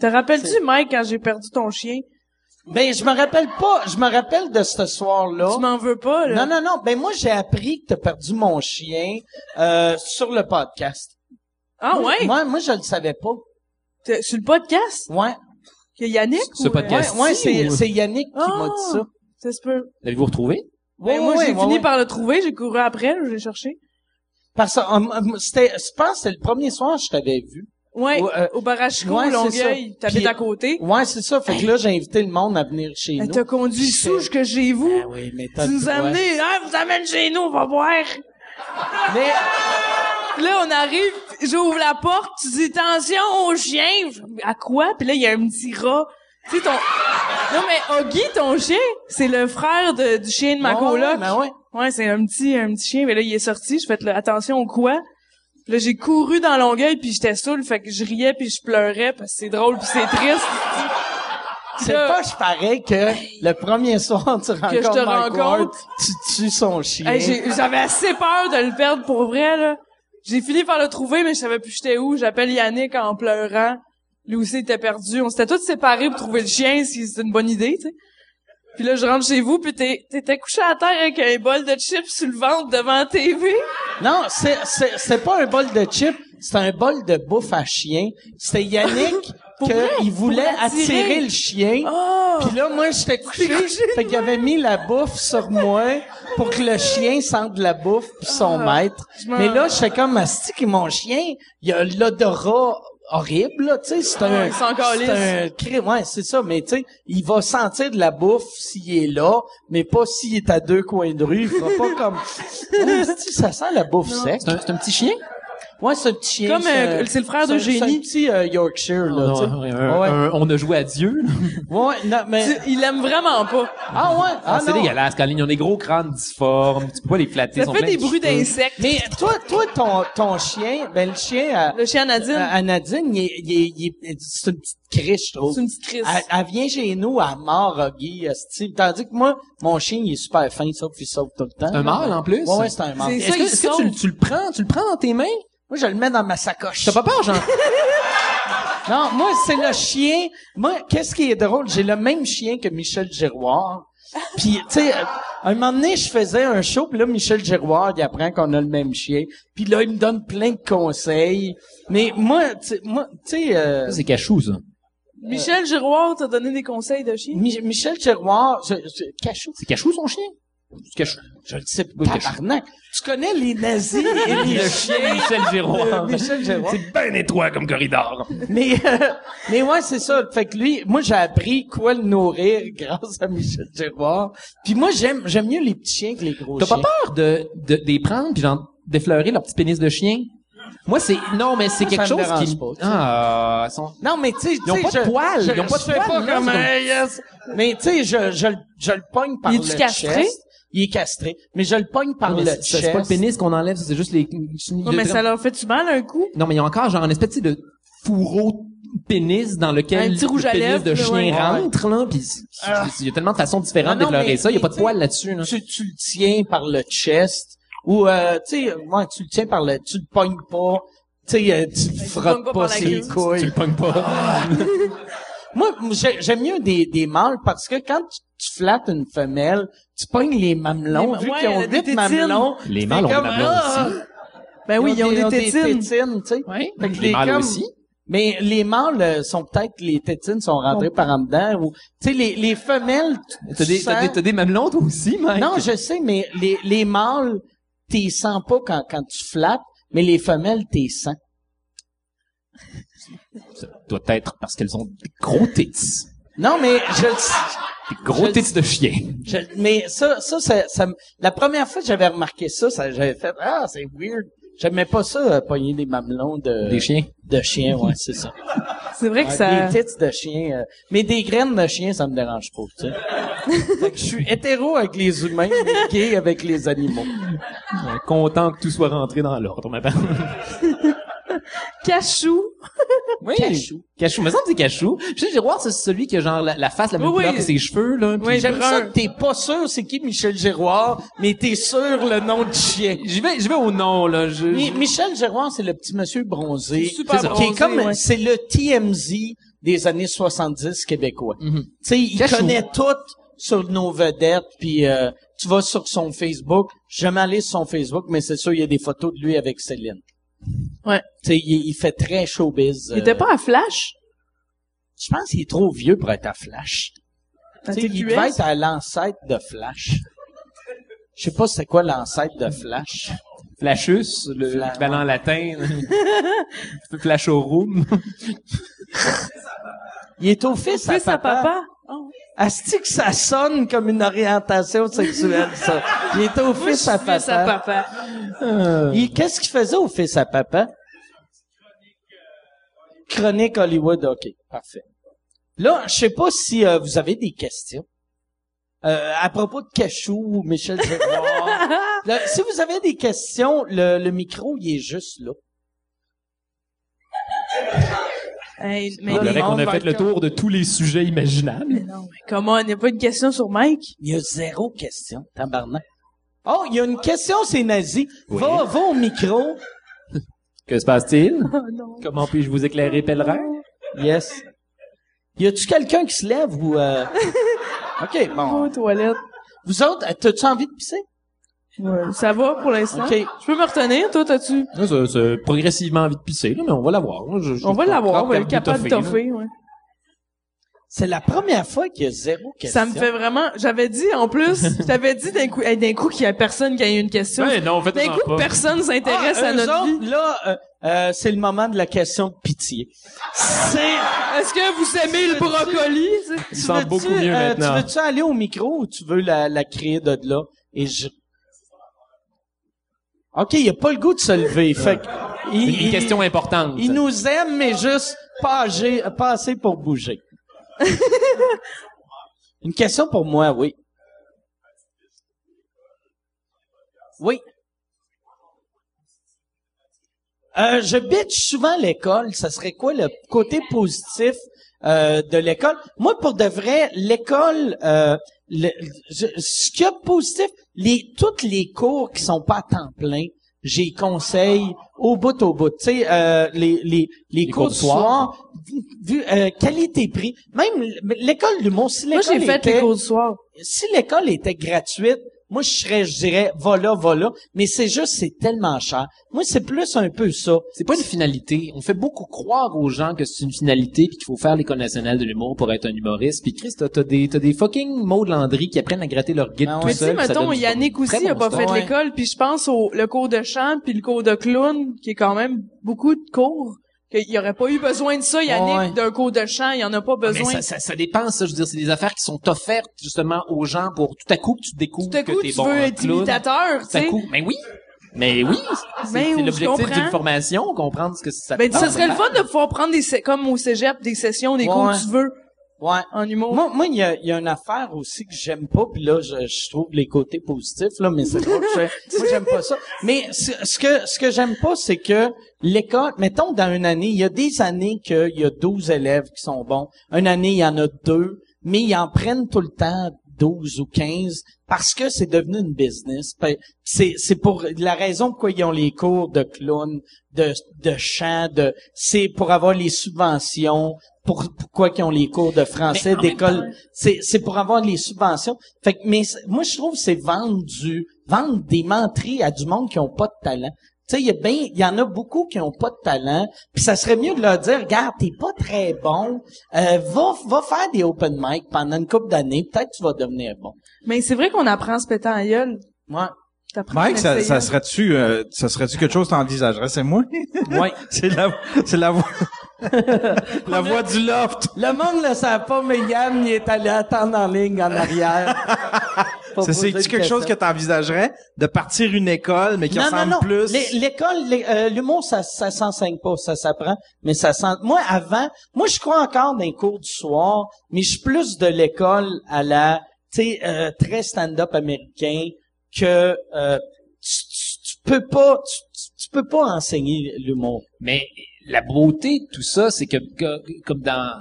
C: Te rappelles-tu, Mike, quand j'ai perdu ton chien?
B: Ben, je me rappelle pas. Je me rappelle de ce soir-là.
C: Tu m'en veux pas, là?
B: Non, non, non. Ben, moi, j'ai appris que t'as perdu mon chien euh, sur le podcast.
C: Ah ouais?
B: Moi, moi, je le savais pas.
C: T'es- Sur le podcast?
B: Ouais.
C: Qu'il y a Yannick?
D: Ce
C: ou,
D: podcast.
B: Ouais, ouais, c'est,
D: ou-
B: c'est Yannick qui m'a
C: Ah!
B: dit ça.
C: euh, Ça se peut.
D: L'avez-vous retrouvé?
B: Ouais,
C: Ben, moi,
B: ouais,
C: j'ai
B: ouais,
C: fini
B: ouais.
C: par le trouver. J'ai couru après, là, j'ai cherché.
B: Parce que, euh, euh, c'était, je pense que c'est le premier soir que je t'avais vu.
C: Ouais,
B: Ouais, euh,
C: au Barachico,
B: ouais, c'est
C: Longueuil.
B: ça.
C: T'habites
B: Puis-
C: à côté.
B: Ouais, c'est ça. Fait que là, j'ai invité le monde à venir chez
C: Elle
B: nous.
C: t'a conduit
B: Puis
C: sous
B: c'est-
C: que j'ai vous.
B: Ah oui, mais t'as
C: Ben, Tu
B: le
C: nous as
B: droit.
C: amené, ah, vous amène chez nous, on va boire.
B: Mais,
C: Là, on arrive, j'ouvre la porte, tu dis attention au chien. Je- À quoi? Puis là, il y a un petit rat. Tu sais, ton... Non, mais Oggy, ton chien, c'est le frère de- du chien de ma
B: Ouais,
C: coloc.
B: ouais, ben ouais.
C: Ouais, c'est un petit, un petit chien. Mais là, il est sorti, je fais là, attention au quoi? Là, j'ai couru dans Longueuil, puis j'étais saoul, fait que je riais, puis je pleurais, parce que c'est drôle, puis c'est triste.
B: c'est
C: Là-
B: pas, je parais que le premier soir, tu rencontres
C: je te
B: Mike Ward,
C: rencontre.
B: tu tues son chien.
C: Hey, j'ai- J'avais assez peur de le perdre pour vrai, là. J'ai fini par le trouver, mais je savais plus j'étais où. J'appelle Yannick en pleurant. Lui aussi était perdu. On s'était tous séparés pour trouver le chien, si c'est une bonne idée, tu sais. Puis là, je rentre chez vous, puis t'es- t'étais couché à terre avec un bol de chips sur le ventre devant la TV.
B: Non, c'est, c'est, c'est pas un bol de chips, c'est un bol de bouffe à chien. C'était Yannick
C: <laughs> Pour vrai?
B: qu'il voulait
C: Pour l'attirer.
B: attirer le chien.
C: Oh!
B: Puis là, moi, j'étais couché,
C: T'es couché
B: fait qu'il avait mis la bouffe sur moi pour que le chien sente la bouffe puis son maître.
C: Ah, je m'en-
B: Mais là, j'étais comme, asti que mon chien, il a l'odorat horrible, là, tu sais, c'est
C: Ouais,
B: un...
C: il s'en calisse.
B: c'est un cri- ouais, c'est ça, mais tu sais, il va sentir de la bouffe s'il est là, mais pas s'il est à deux coins de rue, il fera
C: <laughs>
B: pas comme... Asti, ça sent la bouffe sec.
D: C'est un, c'est un petit chien?
B: Ouais, ce petit chien...
C: Comme,
B: c'est-
C: euh, c'est le frère
B: c'est-
C: de
B: c'est un
C: Génie.
B: petit euh, Yorkshire, là, tu sais.
D: Non, un-
B: Ouais.
D: un- on a joué à Dieu. là.
B: Ouais, non, mais...
C: Tu- Il l'aime vraiment pas.
B: Ah ouais? Ah,
D: Ah, c'est
B: non.
D: dégueulasse, Caroline. Ils ont des gros crânes difformes. Tu peux pas les flatter. ils
C: Ça
D: sont
C: fait
D: pleins
C: des
D: de
C: bruits
D: cheveux.
C: d'insectes.
B: Mais toi, toi, ton, ton chien, ben le chien à,
C: Le chien Nadine,
B: à- à Nadine, il, est- il, est- il, est- c'est une petite criche, je trouve.
C: c'est une petite crise.
B: Elle, elle vient chez nous à mort, Guy, euh, tandis que moi, mon chien, il est super fin, sauf qu'il saute tout le temps.
D: C'est un mâle, en plus?
B: Ouais, ouais, c'est un mâle.
C: C'est-
D: Est-ce
C: ça,
D: que,
C: il
D: est-ce que tu, le-
C: saute.
D: tu le prends? Tu le prends dans tes mains?
B: Moi, je le mets dans ma sacoche.
D: T'as pas peur, Jean?
B: Non, moi, c'est le chien. Moi, qu'est-ce qui est drôle? J'ai le même chien que Michel Giroir. Puis, tu sais, à un moment donné, je faisais un show, puis là, Michel Giroir, il apprend qu'on a le même chien. Puis là, il me donne plein de conseils. Mais moi, tu sais, moi, tu sais, euh,
D: Ça, c'est cachou, ça.
C: Michel Giroir t'a donné des conseils de chien?
B: Mi- Michel Giroir, je- je- Cachou,
D: C'est cachou, son chien? Cache-
B: Je le sais, tabarnak. Tu connais les nazis et les
D: Le
B: chiens.
D: chien Euh, Michel Giroir.
B: de Michel Giroir.
D: C'est bien étroit comme corridor.
B: Mais, euh, mais ouais, c'est ça. Fait que lui, moi, j'ai appris quoi le nourrir <laughs> grâce à Michel Giroir. Puis moi, j'aime, j'aime mieux les petits chiens que les gros
D: T'as
B: chiens.
D: pas peur de, de, de les prendre puis genre d'effleurer leur petit pénis de chien? Moi, c'est, non, mais c'est
B: Ça
D: quelque
B: me
D: chose
B: dérange
D: qui,
B: pas, tu sais.
D: ah, euh, ils sont,
B: Non, mais tu sais,
D: Ils ont
B: tu sais,
D: pas de
B: je-
D: poils,
B: je-
D: ils ont pas de
B: je sais
D: poils, là,
B: comment-
D: c'est
B: yes. Mais tu sais, je, je, le- je le pogne par
C: Il
B: le
C: est-tu castré?
B: chest. Il est castré. Mais je le pogne par
D: Non, mais
B: le
D: c'est-
B: chest.
D: C'est pas le pénis qu'on enlève, c'est juste les.
C: Non, mais ça leur fait du mal un coup.
D: Non, mais il y a encore genre une espèce tu sais, de fourreau pénis dans lequel
C: Un petit rouge
D: le
C: à
D: pénis
C: lèvres,
D: de
C: là,
D: chien
C: ouais.
D: rentre là, puis c'est-
B: Ah.
D: il y a tellement de façons différentes
B: Non, non,
D: d'effleurer
B: mais-
D: ça, il y a pas
B: mais
D: de
B: tu sais,
D: poils là-dessus. Là.
B: Tu, tu le tiens par le chest. Ou, euh, tu sais, ouais, tu le tiens par le, tu le pognes pas. Tu sais, euh, tu le
C: pognes
B: frottes
C: pas
B: pas
C: par la
B: ses
C: queue.
B: couilles.
D: Tu le pognes pas.
B: Moi, j'ai- j'aime mieux des, des mâles parce que quand tu, tu flattes une femelle, tu pognes les mamelons,
C: Mais
B: vu
C: ouais,
B: qu'ils
C: elle
B: ont
C: a des
B: vite
C: tétines.
B: mamelons.
D: Les
B: t'es
D: mâles ont des
B: comme,
D: mamelons
B: ah!
C: Ben oui, ils ont des tétines.
B: tu sais.
D: Ouais.
B: Fait que
D: Les
B: t'es
D: mâles
B: comme-
D: aussi.
B: Mais les mâles euh, sont peut-être les tétines sont rentrées par en dedans ou tu sais les les femelles tu-
D: T'as
B: tu
D: des, t'as
B: sens-
D: des, t'as des mamelons toi aussi, mec.
B: Non, je sais mais les les mâles t'y sens pas quand quand tu flattes mais les femelles t'y sens.
D: Ça doit être parce qu'elles ont des gros tits.
B: Non mais je le-
D: Des gros
B: Je-
D: tits de chien.
B: Je- mais ça, ça, ça, ça me- la première fois que j'avais remarqué ça, ça j'avais fait ah c'est weird. J'aimais pas ça euh, pogner des mamelons de
D: Des chiens.
B: de chiens, ouais c'est ça.
C: C'est vrai que <laughs> ça...
B: Des tits de chiens, euh, mais des graines de chiens ça me dérange pas. Tu sais.
C: <laughs>
B: Fait que je suis hétéro avec les humains, mais gay avec les animaux.
D: Ouais, Content que tout soit rentré dans l'ordre, ma belle.
C: Cachou.
D: Oui.
B: Cachou.
D: Cachou. Mais ça me dit cachou. Michel Giroir, c'est celui qui a genre la, la face la même
C: Oui,
D: couleur
C: oui.
D: que ses cheveux, là. puis
C: Oui,
B: J'aime
C: brun.
B: ça que t'es pas sûr c'est qui Michel Giroir, mais t'es sûr le nom du chien.
D: J'y vais, j'y vais au nom, là. Je,
B: Mi- Michel Giroir, c'est le petit monsieur bronzé.
C: C'est super
B: qui est
C: bronzé,
B: comme,
C: ouais.
B: c'est le TMZ des années 70 québécois.
C: Mm-hmm.
B: Tu sais, il
D: Cachou.
B: connaît tout sur nos vedettes, puis euh, tu vas sur son Facebook. Je jamais allé sur son Facebook, mais c'est sûr, il y a des photos de lui avec Céline.
C: Ouais.
B: Tu sais, il, il fait très showbiz.
C: Il était
B: euh,
C: pas à Flash?
B: Je pense qu'il est trop vieux pour être à Flash.
C: À
B: Tu sais, il
C: TQS?
B: devait être à l'ancêtre de Flash. Je sais pas c'est quoi l'ancêtre de Flash.
D: Flashus, le
B: Fla-
D: l'équivalent
C: <laughs>
D: latin. <laughs> Flashorum.
B: Il est au fils,
C: Fils à papa. Oh.
B: Asti que ça sonne comme une orientation sexuelle, ça. Il était au fils à
C: Fils à
B: papa. Euh,
C: papa.
B: Il- Qu'est-ce qu'il faisait au fils à papa? Chronique euh, Hollywood, OK. Parfait. Là, je sais pas si euh, vous avez des questions. Euh, à propos de Cachou ou Michel
C: <laughs>
B: Gérard. Là, si vous avez des questions, le, le micro, il est juste là.
C: Hey, mais,
D: Il
B: semblerait qu'on
D: paraît qu'on
B: a
D: a
B: Michael.
D: fait le tour de tous les sujets imaginables.
C: non, mais comment, il n'y a pas une question sur Mike?
B: Il y a zéro question, tabarnak. Oh, il y a une question, c'est nazi. Va, va au micro.
D: Que se passe-t-il?
C: Oh non.
D: Comment puis-je vous éclairer, pèlerin?
B: Yes. Y a-tu quelqu'un qui se lève ou... euh, OK,
C: Oh,
B: bon.
C: toilette.
B: Vous autres, euh, t'as-tu envie de pisser?
C: Ouais, ça va pour l'instant.
B: OK.
C: Je peux me retenir, toi, t'as-tu?
D: Là, ça- ça a progressivement envie de pisser, là, mais on va l'avoir. Moi, je- je-
C: On va l'avoir, on
D: encore
C: va être capable de
D: toffer, là.
C: toffer, ouais.
B: C'est la première fois qu'il y a zéro question.
C: Ça me fait vraiment, j'avais dit,
D: <laughs>
C: en plus, j'avais dit d'un coup, hey, d'un coup qu'il y a personne qui a eu une question.
D: Ben non,
C: d'un
D: faites-en
C: coup,
D: pas.
C: personne s'intéresse
B: Ah,
C: à
B: eux
C: notre
B: autres,
C: vie.
B: là, euh, euh, c'est le moment de la question de pitié. C'est...
C: Est-ce que vous aimez le brocoli? tu sais?
D: Il
B: tu
D: sent
B: veux-tu,
D: beaucoup mieux
B: euh,
D: maintenant.
B: Tu veux-tu aller au micro ou tu veux la, la créer de là? Et je... OK, il a pas le goût de se lever. fait que... il-
D: Une
B: il-
D: question importante.
B: Il nous aime, mais juste pas, âgé- pas assez pour bouger. Une question pour moi, oui. Oui. Euh, je bitch souvent l'école. Ça serait quoi le côté positif euh, de l'école? Moi, pour de vrai, l'école, euh, le- je- ce qu'il y a de positif, les, toutes les cours qui sont pas à temps plein, j'ai conseille au bout au bout. Tu sais, euh, les, les, les, cours,
D: cours
B: du
D: du soir.
B: soir, vu, euh, qualité-prix, même l'école du monde, si
C: Moi,
B: l'école
C: j'ai fait
B: était-
C: les cours du soir.
B: si l'école était gratuite, moi, je serais, je dirais, voilà, voilà. Mais c'est juste, c'est tellement cher. Moi, c'est plus un peu ça.
D: C'est pas une finalité. On fait beaucoup croire aux gens que c'est une finalité puis qu'il faut faire l'école nationale de l'humour pour être un humoriste. Puis Chris, t'as t'as des, t'as des fucking Maud Landry qui apprennent à gratter leur guide
B: Ah
D: tout
B: ouais.
C: Mais tu sais,
D: seul. puis ça
C: mettons,
D: donne du
C: Yannick
D: bon-
C: aussi
D: très
C: il a
D: bon
C: pas
D: stock.
C: fait
D: Ouais.
C: l'école, puis je pense au le cours de chant, puis le cours de clown, qui est quand même beaucoup de cours. Qu'il y aurait pas eu besoin de ça, Yannick,
B: Ouais.
C: d'un cours de chant, il y en a pas
D: Ah, Mais
C: besoin.
D: ça, ça, ça dépend, ça. Je veux dire, c'est des affaires qui sont offertes justement aux gens pour tout à coup que tu découvres
C: Tout à coup,
D: que t'es
C: tu
D: bon
C: veux
D: en
C: être
D: clown.
C: imitateur, tu
D: Tout à
C: sais.
D: coup, mais oui, mais oui, c'est
C: Mais
D: c'est
C: oui, je
D: l'objectif
C: comprends.
D: d'une formation, comprendre ce que ça.
C: Ben, ça
D: Ah,
C: serait le fun de pouvoir prendre des, sé- comme au cégep, des sessions, des cours
B: Ouais.
C: que tu veux,
B: Ouais.
C: en humour.
B: Moi, moi, il y a, il y a une affaire aussi que j'aime pas, puis là, je, je trouve les côtés positifs, là, mais c'est drôle, je- moi, j'aime pas ça. Mais ce, ce que, ce que j'aime pas, c'est que l'école, mettons, dans une année, il y a des années qu'il y a 12 élèves qui sont bons. Une année, il y en a deux, mais ils en prennent tout le temps 12 ou 15 parce que c'est devenu une business. Puis C'est, c'est pour la raison pourquoi ils ont les cours de clown, de, de chant, de, c'est pour avoir les subventions, pour, pourquoi qu'ils ont les cours de français, d'école. C'est, c'est pour avoir les subventions. Fait que, mais c'est- moi, je trouve que c'est vendre du, vendre des menteries à du monde qui ont pas de talent. Tu sais, il y a bien, il y en a beaucoup qui ont pas de talent, puis ça serait mieux de leur dire, regarde, t'es pas très bon, euh, va, va faire des open mic pendant une couple d'années, peut-être tu vas devenir bon.
C: Mais c'est vrai qu'on apprend à se péter en gueule.
B: Ouais.
C: T'apprends
G: Mike,
C: à
G: ça,
C: essayer.
G: ça serait-tu, euh, ça serait-tu quelque chose que t'envisagerais? C'est moi?
B: Ouais.
G: <laughs> c'est la, c'est la
B: <laughs>
G: voix, la voix du loft.
B: Le monde le savent pas, mais Yann, il est allé attendre en ligne
G: <laughs>
B: en arrière. Pour
G: C'est,
B: poser
G: c'est
B: une
G: quelque chose que
B: question.
G: t'envisagerais de partir une école, mais qui
B: non, non,
G: ressemble
B: non.
G: plus?
B: L'é- L'école, l'é- euh, l'humour, ça, ça s'enseigne pas, ça s'apprend, mais ça s'en... Moi, avant, moi, je crois encore dans les cours du soir, mais je suis plus de l'école à la, tu sais, euh, très stand-up américain que euh, tu, tu- tu peux pas, tu, tu- tu peux pas enseigner l'humour.
D: Mais la beauté de tout ça, c'est que, que- comme dans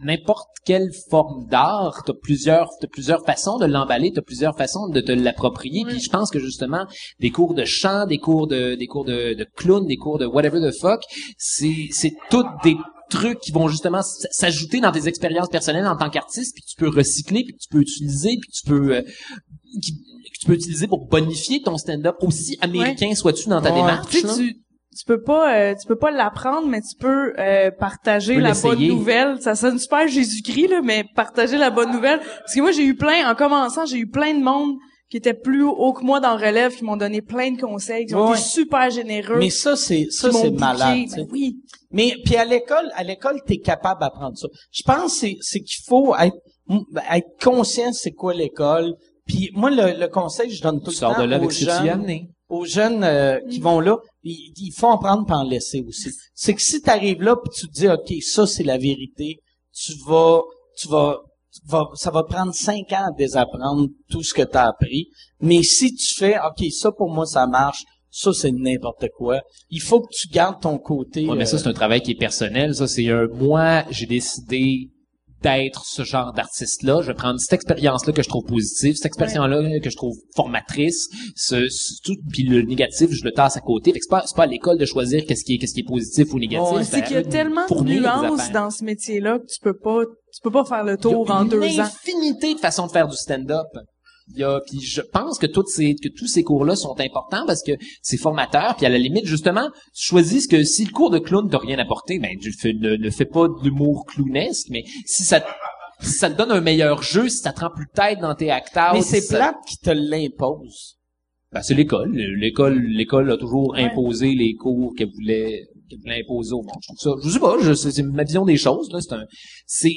D: n'importe quelle forme d'art, t'as plusieurs, t'as plusieurs façons de l'emballer, t'as plusieurs façons de te l'approprier. Puis je pense que justement, des cours de chant, des cours de, des cours de, de clown, des cours de whatever the fuck, c'est, c'est toutes des trucs qui vont justement s- s'ajouter dans tes expériences personnelles en tant qu'artiste, puis que tu peux recycler, puis que tu peux utiliser, puis que tu peux euh, qui- que tu peux utiliser pour bonifier ton stand-up aussi américain sois-tu dans ta
B: Ouais.
D: démarche.
C: Tu sais,
D: là.
C: tu, tu peux pas, euh, tu peux pas l'apprendre, mais tu peux euh, partager
D: Tu peux
C: la bonne
D: l'essayer.
C: nouvelle. Ça sonne super Jésus-Christ là, mais partager la bonne nouvelle. Parce que moi, j'ai eu plein, en commençant, j'ai eu plein de monde qui étaient plus haut que moi dans relève, qui m'ont donné plein de conseils, qui ont
B: Ouais.
C: été super généreux.
B: Mais ça, c'est ça,
C: qui m'ont
B: c'est
C: bouqué.
B: malade. tu sais.
C: Ben oui.
B: Mais puis à l'école, à l'école, t'es capable d'apprendre ça. Je pense que c'est c'est qu'il faut être, m- ben, être conscient c'est quoi l'école. Puis moi, le, le conseil que je donne tout le
D: Tu sors
B: temps
D: de là
B: aux
D: avec ce que tu as
B: jeunes,
D: amené.
B: aux jeunes euh, qui vont là, ils, ils font en prendre par en laisser aussi. C'est que si tu arrives là puis tu te dis OK, ça c'est la vérité, tu vas tu vas tu vas- ça va prendre cinq ans à désapprendre tout ce que tu as appris. Mais si tu fais OK, ça pour moi ça marche, ça c'est n'importe quoi. Il faut que tu gardes ton côté.
D: Ouais, mais ça,
B: euh,
D: c'est un travail qui est personnel. Ça, c'est un moi, j'ai décidé d'être ce genre d'artiste-là. Je vais prendre cette expérience-là que je trouve positive, cette expérience-là que je trouve formatrice, ce, ce- tout, puis le négatif, je le tasse à côté. Fait que c'est pas, c'est pas à l'école de choisir qu'est-ce qui est, qu'est-ce qui est positif ou négatif.
B: Ouais,
D: à
C: C'est qu'il y
D: eux
C: a
D: de
C: tellement de
D: fournir des
C: nuances
D: affaires.
C: dans ce métier-là que tu peux pas, tu peux pas faire le tour en
D: Il y
C: deux
D: a
C: ans.
D: une infinité de façons de faire du stand-up. Il y a, puis je pense que toutes ces, que tous ces cours-là sont importants parce que c'est formateur. Puis à la limite, justement, choisis que si le cours de clown t'a rien apporté, ben tu fais- ne, ne fais pas de l'humour clownesque, mais si ça, si ça te donne un meilleur jeu, si ça te rend plus tête dans tes acteurs.
B: Mais c'est plate qui te l'impose.
D: Ben, c'est l'école. L'école, l'école a toujours imposé les cours qu'elle voulait, qu'elle voulait imposer au monde. Je trouve ça, je sais pas, je- c'est c'est ma vision des choses, là. C'est un, c'est,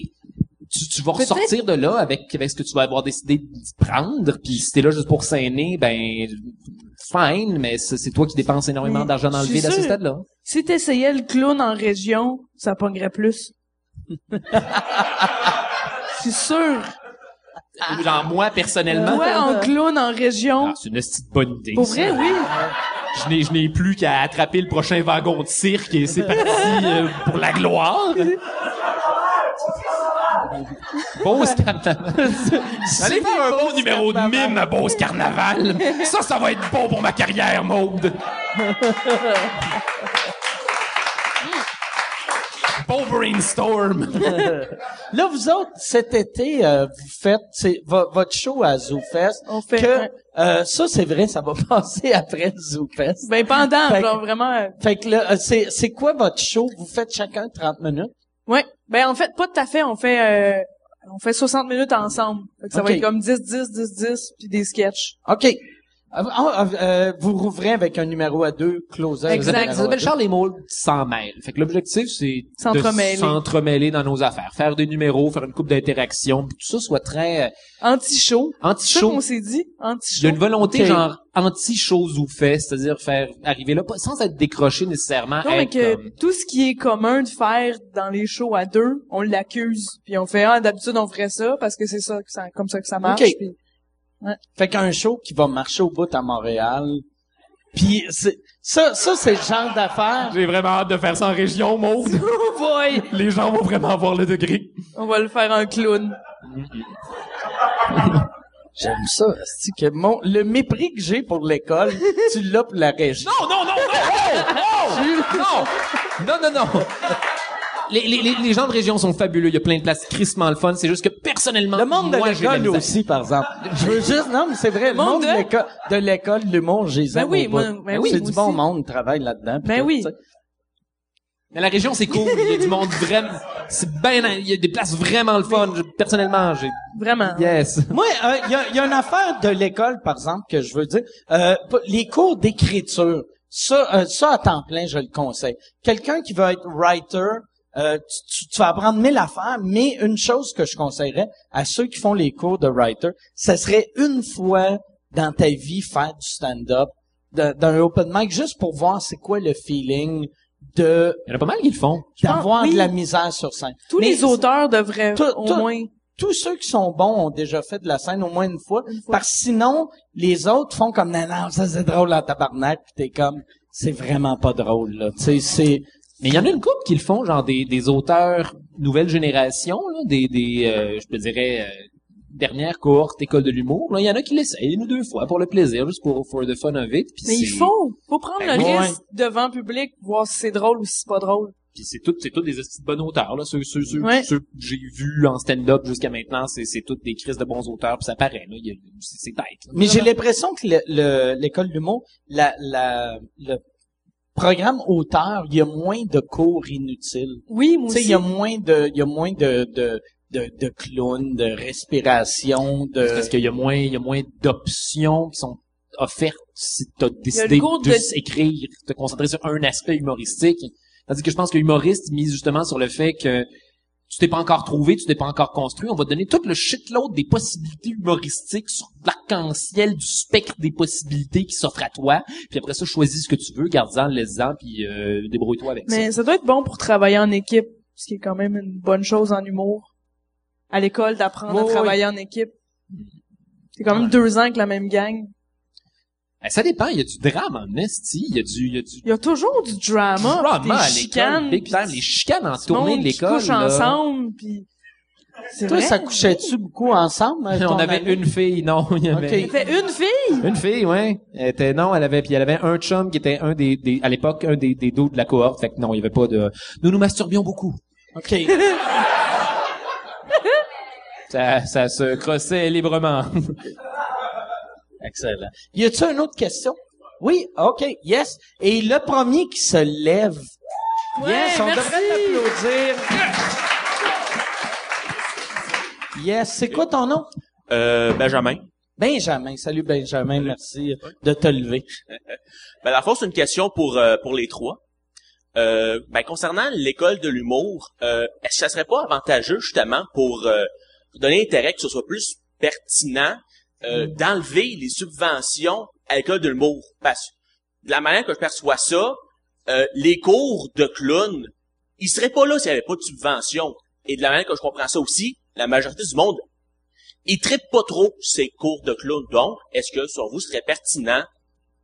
D: tu, tu vas
C: Peut-être-
D: ressortir de là avec, avec ce que tu vas avoir décidé d'y prendre, puis si t'es là juste pour s'aîner, ben, fine, mais c'est c'est toi qui dépenses énormément
C: Mais
D: d'argent dans le
C: je suis
D: vide à ce
C: sûre.
D: stade-là.
C: Si t'essayais le clown en région, ça
B: <laughs>
C: pognerait plus. C'est sûr.
D: Genre, moi, personnellement,
C: Toi, en clown en région,
D: ah, c'est une petite bonne idée.
C: pour
D: ça.
C: vrai, oui.
D: Je n'ai, je n'ai plus qu'à attraper le prochain wagon de cirque et c'est parti euh, pour la gloire.
C: <laughs>
D: Beauce carnaval. Allez faire un beau numéro de mime à Beauce carnaval. Ça, ça va être bon pour ma carrière,
C: <laughs>
D: Maude. Wolverine Storm.
B: Là, vous autres, cet été, euh, vous faites c'est vo- votre show à ZooFest.
C: On fait,
B: que,
C: ouais.
B: euh, ça, c'est vrai, ça va <laughs> passer après le ZooFest.
C: Ben pendant,
B: Fait que-
C: genre vraiment. euh,
B: Fait que là, euh, c'est, c'est quoi votre show? Vous faites chacun 30 minutes?
C: Ouais. Ben en fait, pas tout à fait. On fait euh, on fait 60 minutes ensemble. Fait que ça
B: Ok.
C: va être comme 10, 10, 10, 10, puis des sketchs.
B: OK. Euh, ah, euh, vous rouvrez avec un numéro à deux, closer.
C: Exact.
B: numéro à
D: Ça s'appelle
B: deux.
D: Charles les mots s'en mêlent. Fait que l'objectif, c'est
C: S'entremêler.
D: de s'entremêler dans nos affaires. Faire des numéros, faire une coupe d'interactions, puis tout ça soit très euh,
C: Anti-show. C'est ça
D: anti-show.
C: qu'on s'est dit.
D: Il y
C: Anti-show.
D: a une volonté,
B: Ok.
D: genre, anti-chose ou fait, c'est-à-dire faire arriver là, pas- sans être décroché nécessairement.
C: Non, mais
D: être
C: que
B: euh,
D: comme-
C: tout ce qui est commun de faire dans les shows à deux, on l'accuse. Puis on fait, ah, d'habitude, on ferait ça parce que c'est ça, que ça- comme ça que ça marche.
B: Ok.
C: Puis
B: Fait qu'un show qui va marcher au bout à Montréal. Puis c'est, ça, ça, c'est le genre d'affaires.
D: J'ai vraiment hâte de faire ça en région, Maud.
C: <laughs>
B: Oh
D: Les gens vont vraiment voir le degré.
C: on va le faire en clown.
B: J'aime ça. c'est que mon, le mépris que j'ai pour l'école, tu l'as pour la région.
D: Oh, Non, non, non, non, Oh!
C: <laughs>
D: non, non, non, non, non. Les, les, les, les gens de région sont fabuleux. Il y a plein de places crissement le fun. C'est juste que personnellement,
B: Le monde de
D: moi, j'ai la
B: l'école
D: misère.
B: aussi, par exemple. <laughs> Je veux juste, non, mais c'est vrai, le monde,
C: monde
B: de
C: de-
B: l'école, de l'école, l'humour, j'ai zéro
C: oui,
B: bout.
C: moi- ben oui,
B: C'est
C: moi
B: du bon
C: aussi.
B: monde, travaille là-dedans. puis
C: Ben
B: tout,
C: oui.
B: tu sais.
D: Mais la région, c'est cool. Il y a du monde vraiment. C'est ben, il y a des places vraiment le fun. Je- personnellement, j'ai.
C: Vraiment.
D: Yes.
B: Moi, il y, a, y a une affaire de l'école, par exemple, que je veux dire. Euh, p- les cours d'écriture, ça, euh, ça à temps plein, je le conseille. Quelqu'un qui veut être writer, euh, tu, tu- tu vas apprendre mille affaires, mais une chose que je conseillerais à ceux qui font les cours de writer, ce serait une fois dans ta vie faire du stand-up, d'un d'un open mic, juste pour voir c'est quoi le feeling de
D: Il y en a pas mal qui le font.
B: d'avoir
C: oui.
B: de la misère sur scène.
C: Tous
B: Mais
C: les auteurs devraient
B: Tout-
C: au
B: tout-
C: moins...
B: tous ceux qui sont bons ont déjà fait de la scène au moins une fois.
C: fois.
B: Parce que sinon, les autres font comme, non, non, ça c'est drôle en tabarnak, pis t'es comme, c'est vraiment pas drôle, là. Tu sais, c'est,
D: Mais il y en a une couple qui le font, genre des, des auteurs nouvelle génération, là, des, des euh, je te dirais, euh, dernière cohorte école de l'humour. là. Il y en a qui l'essayent une ou deux fois pour le plaisir, juste pour for the fun of it. Puis
C: Mais il
D: c'est-
C: faut, faut prendre
D: Ben
C: le
D: oui.
C: risque devant public, voir si c'est drôle ou si c'est pas drôle.
D: Puis c'est tout, c'est tout des hosties de bons auteurs là. Ceux, ceux, ceux,
C: Ouais.
D: <laughs> ceux que j'ai vus en stand-up jusqu'à maintenant, c'est c'est toutes des crises de bons auteurs. Puis ça paraît là, il y a- c'est c'est tête. là.
B: mais j'ai l'impression que le- le- l'école de l'humour, la, la, le programme auteur, il y a moins de cours inutiles.
C: Oui, moi
B: Tu sais, il
C: aussi.
B: y a moins de, il y a moins de, de, de, de clowns, de respiration, de...
D: C'est parce qu'il y a moins, il y a moins d'options qui sont offertes si t'as décidé
C: le cours
D: de,
C: de-
D: juste écrire, te concentrer sur un aspect humoristique. Tandis que je pense que humoriste mise justement sur le fait que tu t'es pas encore trouvé, tu t'es pas encore construit, on va te donner tout le shitload des possibilités humoristiques sur l'arc-en-ciel du spectre des possibilités qui s'offrent à toi. Puis après ça, choisis ce que tu veux, garde-en, laisse-en, puis euh, débrouille-toi avec ça.
C: Mais ça doit être bon pour travailler en équipe, ce qui est quand même une bonne chose en humour. À l'école, d'apprendre
B: Oui,
C: à travailler en équipe. C'est quand même deux ans avec la même gang.
D: Ben, ça dépend, il y a du drame en esti, il y a du, il y a du
C: Il y a toujours du drama,
D: drama
C: puis
D: à
C: des
D: l'école,
C: chicanes,
D: Big
C: puis
D: Bang,
C: du
D: les chicanes en
C: monde
D: tournée de
C: qui
D: l'école.
C: couche
D: là.
C: ensemble, puis c'est
B: Toi,
C: vrai.
B: ça couchait-tu beaucoup ensemble? avec
D: <laughs> On
B: ton
D: avait
B: ami?
D: une fille, non, il y avait
B: Ok.
C: C'était une <laughs> fille.
D: une fille, ouais. Elle était non, elle avait puis elle avait un chum qui était un des, des à l'époque un des des dos de la cohorte. Fait que non, il y avait pas de nous nous masturbions beaucoup.
B: OK.
D: Ça ça se crossait librement.
B: Excellent. Y a-tu une autre question? Oui, OK, yes. Et le premier qui se lève. yes, on
C: merci.
B: devrait l'applaudir. Yes, c'est quoi ton nom?
H: Euh, Benjamin.
B: Benjamin. Salut Benjamin, merci de te lever.
H: Ben, la force, c'est une question pour, euh, pour les trois. Euh, ben, concernant l'école de l'humour, euh, est-ce que ça serait pas avantageux, justement, pour, euh, pour donner intérêt que ce soit plus pertinent, euh, d'enlever les subventions à l'école de l'humour? Parce que, de la manière que je perçois ça, euh, les cours de clown, ils seraient pas là s'il n'y avait pas de subvention. Et de la manière que je comprends ça aussi, la majorité du monde, ils traitent pas trop ces cours de clown. Donc, est-ce que, sur vous, ce serait pertinent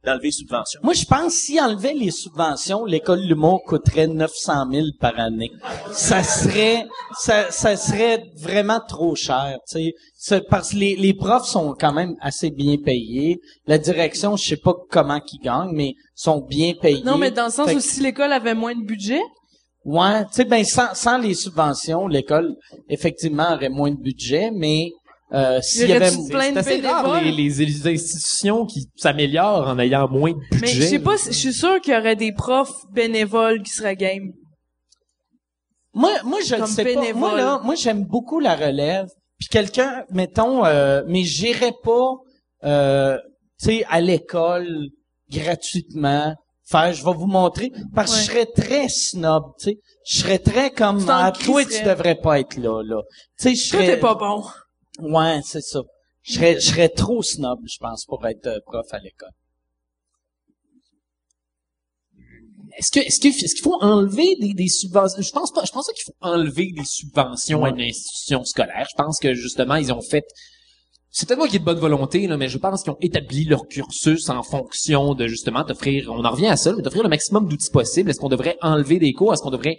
H: d'enlever les subventions?
B: Moi, je pense s'il enlevait les subventions, l'école de l'humour coûterait 900 000 par année. Ça serait, ça, ça serait vraiment trop cher, tu sais. C'est Parce que les, les profs sont quand même assez bien payés. La direction, je sais pas comment qu'ils gagnent, mais sont bien payés.
C: Non, mais dans le sens
B: Fait
C: où
B: que-
C: si l'école avait moins de budget,
B: Ouais, tu sais, ben sans, sans les subventions, l'école effectivement aurait moins de budget, mais euh, s'il y
C: aurait
B: avait
C: du
B: c'est-
C: plein de
B: c'est assez rare,
C: bénévoles.
F: les,
B: les-
F: les, les institutions qui s'améliorent en ayant moins de budget.
C: Mais je sais pas, si- je suis sûr qu'il y aurait des profs bénévoles qui seraient game.
B: Moi, moi, je le
C: Comme
B: sais pas.
C: bénévole.
B: Moi, là, moi, j'aime beaucoup la relève. Puis quelqu'un, mettons, euh, mais j'irais pas, euh, tu sais, à l'école gratuitement. Faire, je vais vous montrer. Parce que je serais très snob, tu sais. Je serais très comme,
C: Tu t'en
B: ah, toi, tu
C: crisserais.
B: devrais pas être là, là. Tu sais, je
C: Toi, t'es
B: serais...
C: pas bon.
B: Ouais, c'est ça. Je serais, je serais trop snob, je pense, pour être euh, prof à l'école.
F: Est-ce que est-ce que- est-ce qu'il faut enlever des, des subventions Je pense pas. Je pense pas qu'il faut enlever des subventions à une institution scolaire. Je pense que justement ils ont fait. C'est peut-être moi qui ai de bonne volonté là, mais je pense qu'ils ont établi leur cursus en fonction de justement t'offrir. On en revient à ça, mais d'offrir le maximum d'outils possibles. Est-ce qu'on devrait enlever des cours Est-ce qu'on devrait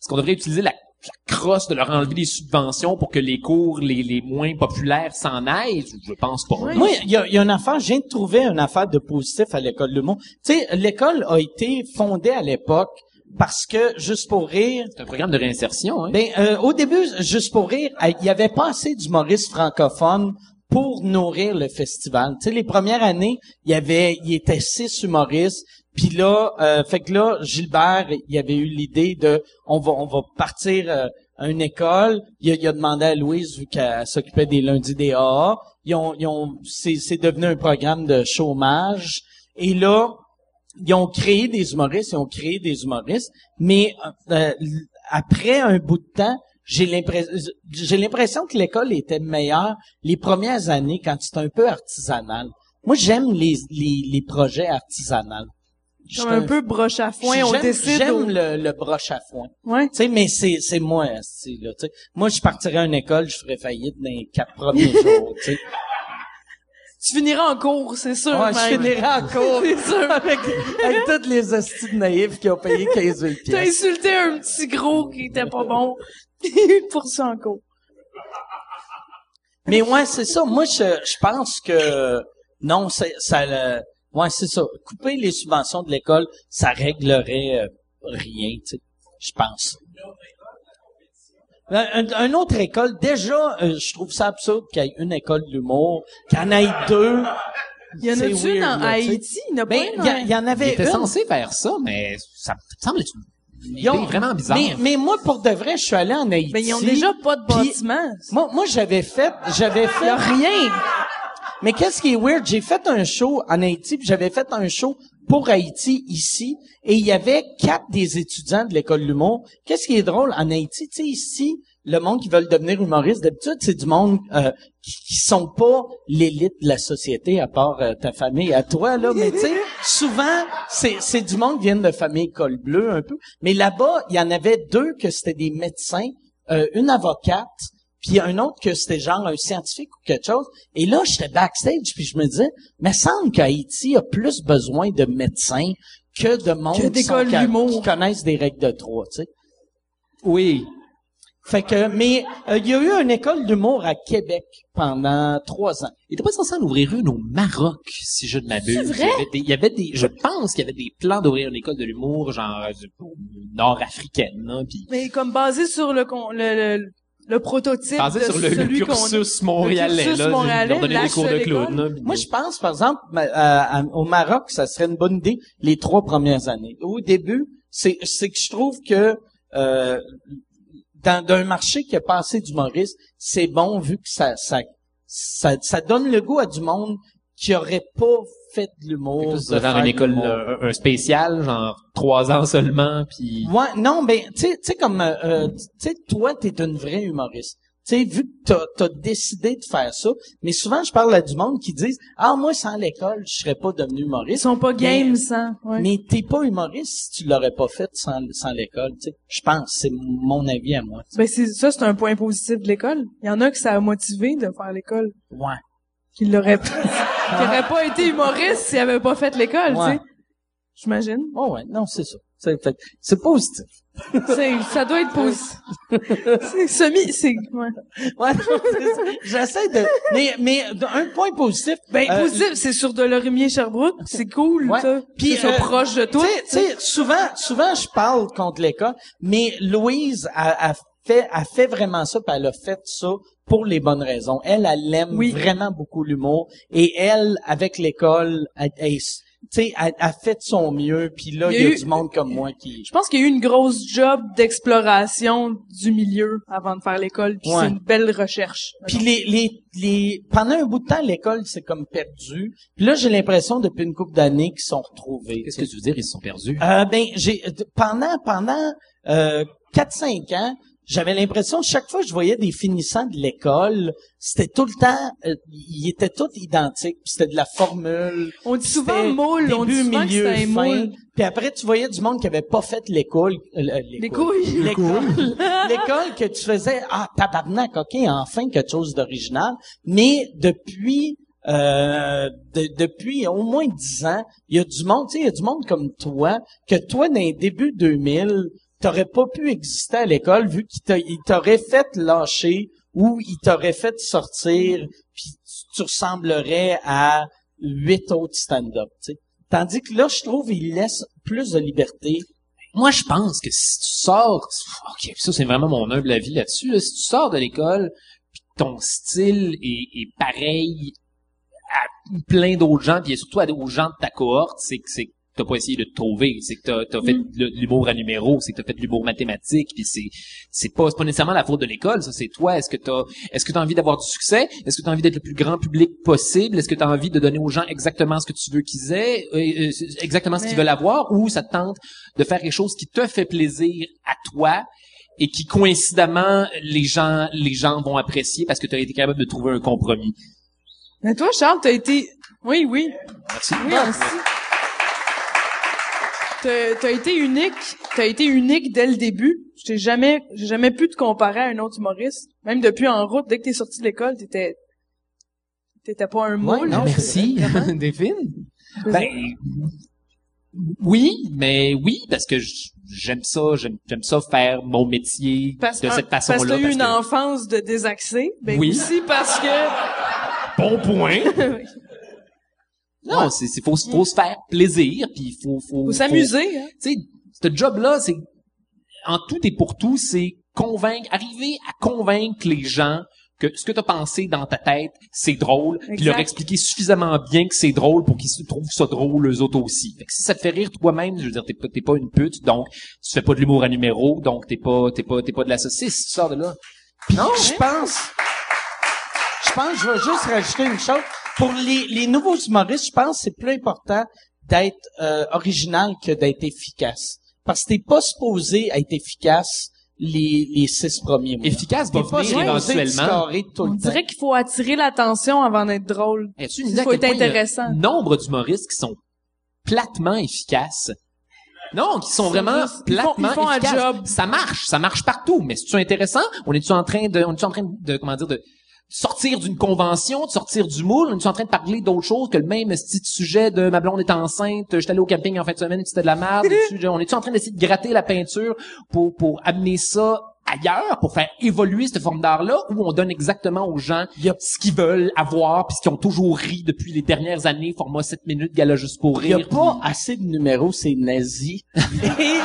F: est-ce qu'on devrait utiliser la, la crosse de leur enlever des subventions pour que les cours les, les moins populaires s'en aillent Je pense pas.
C: Oui.
B: Moi, il y a, il y a une affaire, j'ai trouvé une affaire de positif à l'école de l'humour. Tu sais, l'école a été fondée à l'époque parce que, juste pour rire,
F: C'est un programme de réinsertion. Hein?
B: ben, euh, au début, juste pour rire, euh, il y avait pas assez d'humoristes francophones pour nourrir le festival. Tu sais, les premières années, il y avait, il était six humoristes. Puis là, euh, fait que là, Gilbert, il avait eu l'idée de, on va, on va partir euh, à une école. Il a, il a demandé à Louise vu qu'elle s'occupait des lundis des AA. Ils ont, ils ont, c'est, c'est devenu un programme de chômage. Et là, ils ont créé des humoristes, ils ont créé des humoristes, mais euh, l- après un bout de temps, j'ai l'impression j'ai l'impression que l'école était meilleure les premières années quand c'était un peu artisanal. Moi, j'aime les, les, les projets artisanaux. Je
C: Comme
B: suis
C: un peu broche à foin, on
B: j'aime-
C: décide.
B: J'aime
C: au-
B: le, le broche à foin.
C: Ouais.
B: Tu sais, mais c'est, c'est moi, asti, là, tu sais. Moi, je partirais à une école, je ferais faillite dans les quatre
C: <laughs>
B: premiers jours, tu sais.
C: Tu finiras en cours, c'est sûr.
B: Ouais, je
C: même.
B: finirais en cours
C: C'est
B: <laughs>
C: sûr.
B: avec, avec toutes les hosties de naïfs qui ont payé 15 000
C: <laughs> T'as
B: pièces.
C: insulté un petit gros qui était pas bon. <laughs> Pour ça en cours.
B: Mais ouais, c'est ça. Moi, je, je pense que non, c'est- ça, le- ouais, c'est ça. Couper les subventions de l'école, ça réglerait euh, rien, tu sais. Je pense. Un, un- une autre école, déjà, euh, je trouve ça absurde qu'il y ait une école de l'humour, qu'il y en ait deux.
C: Il y en
B: C'est
C: a-tu une
B: weird,
C: en
B: là, tu sais.
C: Haïti? Il y en a pas hein?
B: Ben,
C: une
B: il y,
C: en-
B: a- il y en
F: Ils
B: avait
F: étaient
B: une.
F: censés faire ça, mais ça me semble être une
B: Ils ont-
F: idée vraiment bizarre.
B: Mais, mais moi, pour de vrai, je suis allé en Haïti.
C: Ben, ils ont déjà pas de
B: Puis-
C: bâtiment.
B: Moi, moi j'avais fait, j'avais fait rien. Mais qu'est-ce qui est weird, j'ai fait un show en Haïti, puis j'avais fait un show pour Haïti ici, et il y avait quatre des étudiants de l'école de l'humour. Qu'est-ce qui est drôle en Haïti, tu sais ici, le monde qui veulent devenir humoriste d'habitude, c'est du monde euh, qui, qui sont pas l'élite de la société à part euh, ta famille à toi là, mais tu sais, souvent c'est c'est du monde qui vient de familles col bleu un peu, mais là-bas, il y en avait deux que c'était des médecins, euh, une avocate puis un autre que c'était genre un scientifique ou quelque chose. Et là, j'étais backstage, puis je me disais, mais semble qu'Haïti a plus besoin de médecins que de monde
C: Que
B: qui, sont
C: d'écoles
B: ca-
C: d'humour.
B: qui connaissent des règles de trois, tu sais.
F: oui,
B: Fait que, mais euh, il y a eu une école d'humour à Québec pendant trois ans.
F: Il était pas censé en ouvrir une au Maroc, si je ne m'abuse.
C: C'est vrai?
F: Il y avait des, il y avait des- je pense qu'il y avait des plans d'ouvrir une école de l'humour, genre, euh, nord-africaine, hein, puis
C: Mais comme basé sur le, con- le, le, le prototype
F: basé
C: de
F: sur le, le
C: celui qu'on a.
F: cursus montréalais,
C: cursus
F: là, de-
C: montréalais,
F: leur donner
C: la
F: des cours de
C: seule
F: clown,
C: école.
F: là, puis-
B: Moi, je pense, par exemple, ma- euh, à- à- au Maroc, ça serait une bonne idée les trois premières années. Au début, c'est c'est que je trouve que euh, dans d'un marché qui a pas assez d'humoristes, c'est bon vu que ça ça, ça ça donne le goût à du monde qui aurait pas fait
F: Fait
B: de
F: que
B: l'humour.
F: là, c'est
B: de
F: genre
B: faire
F: une
B: de
F: école,
B: l'humour.
F: euh, un, un spécial, genre, trois ans seulement, puis
B: Ouais, non, ben, tu sais- tu sais, comme, euh, euh, tu sais, toi, t'es une vraie humoriste. Tu sais, vu que t'as, t'as décidé de faire ça, mais souvent, je parle à du monde qui disent, ah, moi, sans l'école, je serais pas devenu
C: Ils
B: humoriste.
C: sont pas game
B: Mais-
C: sans. Ouais.
B: Mais t'es pas humoriste si tu l'aurais pas fait sans, sans l'école, tu sais. Je pense, c'est mon avis à moi.
C: Ben, c'est, ça, c'est un point positif de l'école. Il y en a que ça a motivé de faire l'école.
B: Ouais.
C: <laughs> Qui l'aurait pas, qui aurait pas été humoriste s'il avait pas fait l'école,
B: Ouais.
C: tu sais. j'imagine.
B: Oh ouais, non, c'est ça. C'est, fait que c'est positif.
C: C'est, ça doit être positif. c'est semi, c'est, ouais.
B: <laughs> Ouais, non, c'est ça. J'essaie de... Mais, mais un point positif...
C: Ben,
B: euh,
C: positif, c'est sur de l'orimier Sherbrooke, c'est cool,
B: Ouais.
C: ça.
B: Puis,
C: Puis,
B: euh,
C: proche de
B: Tu
C: toi.
B: sais, tu sais, souvent, souvent, je parle contre l'École, mais Louise a, a fait, a fait vraiment ça, puis elle a fait ça pour les bonnes raisons. Elle, elle aime
C: Oui.
B: vraiment beaucoup l'humour, et elle, avec l'école, elle, elle s- tu sais, elle a fait de son mieux, puis là, il y a,
C: eu-
B: du monde comme moi qui...
C: Je pense qu'il y a eu une grosse job d'exploration du milieu avant de faire l'école, puis
B: Ouais.
C: c'est une belle recherche.
B: Puis les, les, les, pendant un bout de temps, l'école, c'est comme perdu. Puis là, j'ai l'impression, depuis une couple d'années, qu'ils sont retrouvés.
D: Qu'est-ce que tu veux dire? Ils se sont perdus.
B: Euh, ben, j'ai d- pendant pendant euh, 4-5 ans, j'avais l'impression chaque fois que je voyais des finissants de l'école, c'était tout le temps, euh, ils étaient tous identiques, puis c'était de la formule.
C: On dit souvent
B: C'était
C: moule, on dit
B: début,
C: souvent
B: milieu,
C: que c'est un
B: fin.
C: moule.
B: Puis après, tu voyais du monde qui avait pas fait l'école. euh, euh,
C: Les
B: l'école.
C: couilles.
B: L'école, <laughs> l'école que tu faisais, ah, tabarnak, OK, enfin quelque chose d'original. Mais depuis, euh, de- depuis au moins dix ans, il y a du monde, tu sais, il y a du monde comme toi, que toi, dans les débuts 2000, t'aurais pas pu exister à l'école vu qu'ils t'a- ils t'auraient fait lâcher ou ils t'auraient fait sortir, puis tu, tu ressemblerais à huit autres stand-up, tu sais. Tandis que là, je trouve, ils laissent plus de liberté.
D: Moi, je pense que si tu sors, ok, ça c'est vraiment mon humble avis là-dessus. là. Si tu sors de l'école, puis ton style est, est pareil à plein d'autres gens, puis surtout à- aux gens de ta cohorte, c'est que c'est que t'as pas essayé de te trouver, c'est que t'as t'as fait le- l'humour à numéro, c'est que t'as fait de l'humour mathématique, puis c'est c'est pas c'est pas nécessairement la faute de l'école, ça c'est toi. Est-ce que t'as est-ce que t'as envie d'avoir du succès Est-ce que t'as envie d'être le plus grand public possible Est-ce que t'as envie de donner aux gens exactement ce que tu veux qu'ils aient, euh, euh, exactement ce qu'ils
C: Mais-
D: veulent avoir, ou ça te tente de faire quelque chose qui te fait plaisir à toi et qui coïncidemment les gens les gens vont apprécier parce que tu as été capable de trouver un compromis.
C: Mais toi, Charles, t'as été... Oui, oui.
D: Merci.
C: Oui, aussi. T'as t'as été unique. T'as été unique dès le début. J'ai jamais, j'ai jamais pu te comparer à un autre humoriste. Même depuis en route, dès que t'es sorti de l'école, t'étais, t'étais pas un moule.
B: non, mais-
D: Ah, Merci, <laughs> Delphine. Ben, oui, mais oui, parce que j- j'aime ça, j'aime j'aime ça faire mon métier <laughs>
C: Parce,
D: de cette
C: parce
D: façon-là.
C: que t'as eu
D: parce
C: une
D: que-
C: enfance de désaxé, ben
D: Oui.
C: aussi parce que <laughs>
D: Bon point. non, c'est c'est- faut, se- faut se faire plaisir, puis faut faut
C: vous
D: faut-
C: s'amuser. Hein.
D: tu sais, ce job-là, c'est en tout et pour tout, c'est convaincre, arriver à convaincre les gens que ce que tu as pensé dans ta tête, c'est drôle, puis
C: Exact.
D: leur expliquer suffisamment bien que c'est drôle pour qu'ils se trouvent ça drôle eux autres aussi. Fait que si ça te fait rire toi-même, je veux dire, t'es pas, t'es pas une pute, donc tu fais pas de l'humour à numéro, donc t'es pas, t'es pas, t'es pas de la saucisse, tu sors de là. Oh,
B: Non, je pense. Je pense, je vais juste rajouter une chose. Pour les, les nouveaux humoristes, je pense que c'est plus important d'être euh, original que d'être efficace. Parce que t'es pas supposé être efficace les, les six premiers mois.
D: Efficace va
B: T'es pas
D: venir
B: supposé de
D: éventuellement.
B: scorer tout
C: On
B: le temps.
C: dirait qu'il faut attirer l'attention avant d'être drôle.
D: As-tu une
C: Il
D: idée à
C: faut
D: quel
C: être
D: point il y a
C: intéressant.
D: Nombre d'humoristes qui sont platement efficaces. Non, qui sont
C: Ils
D: vraiment
C: sont juste- ils font-
D: platement
C: ils font un
D: efficaces.
C: job.
D: Ça marche, ça marche partout. Mais c'est intéressant. On est-tu en train de, on est en train de, comment dire, de sortir d'une convention, de sortir du moule. On est en train de parler d'autre chose que le même petit sujet de ma blonde est enceinte. Je suis allé au camping en fin de semaine, c'était de la merde. Est-tu- on est-tu en train d'essayer de gratter la peinture pour pour amener ça ailleurs pour faire évoluer cette forme d'art-là où on donne exactement aux gens ce qu'ils veulent avoir puis ce qu'ils ont toujours ri depuis les dernières années, format 7 minutes, gala juste pour
B: Il n'y
D: rire.
B: a pas assez de numéros, c'est nazi. <laughs> Et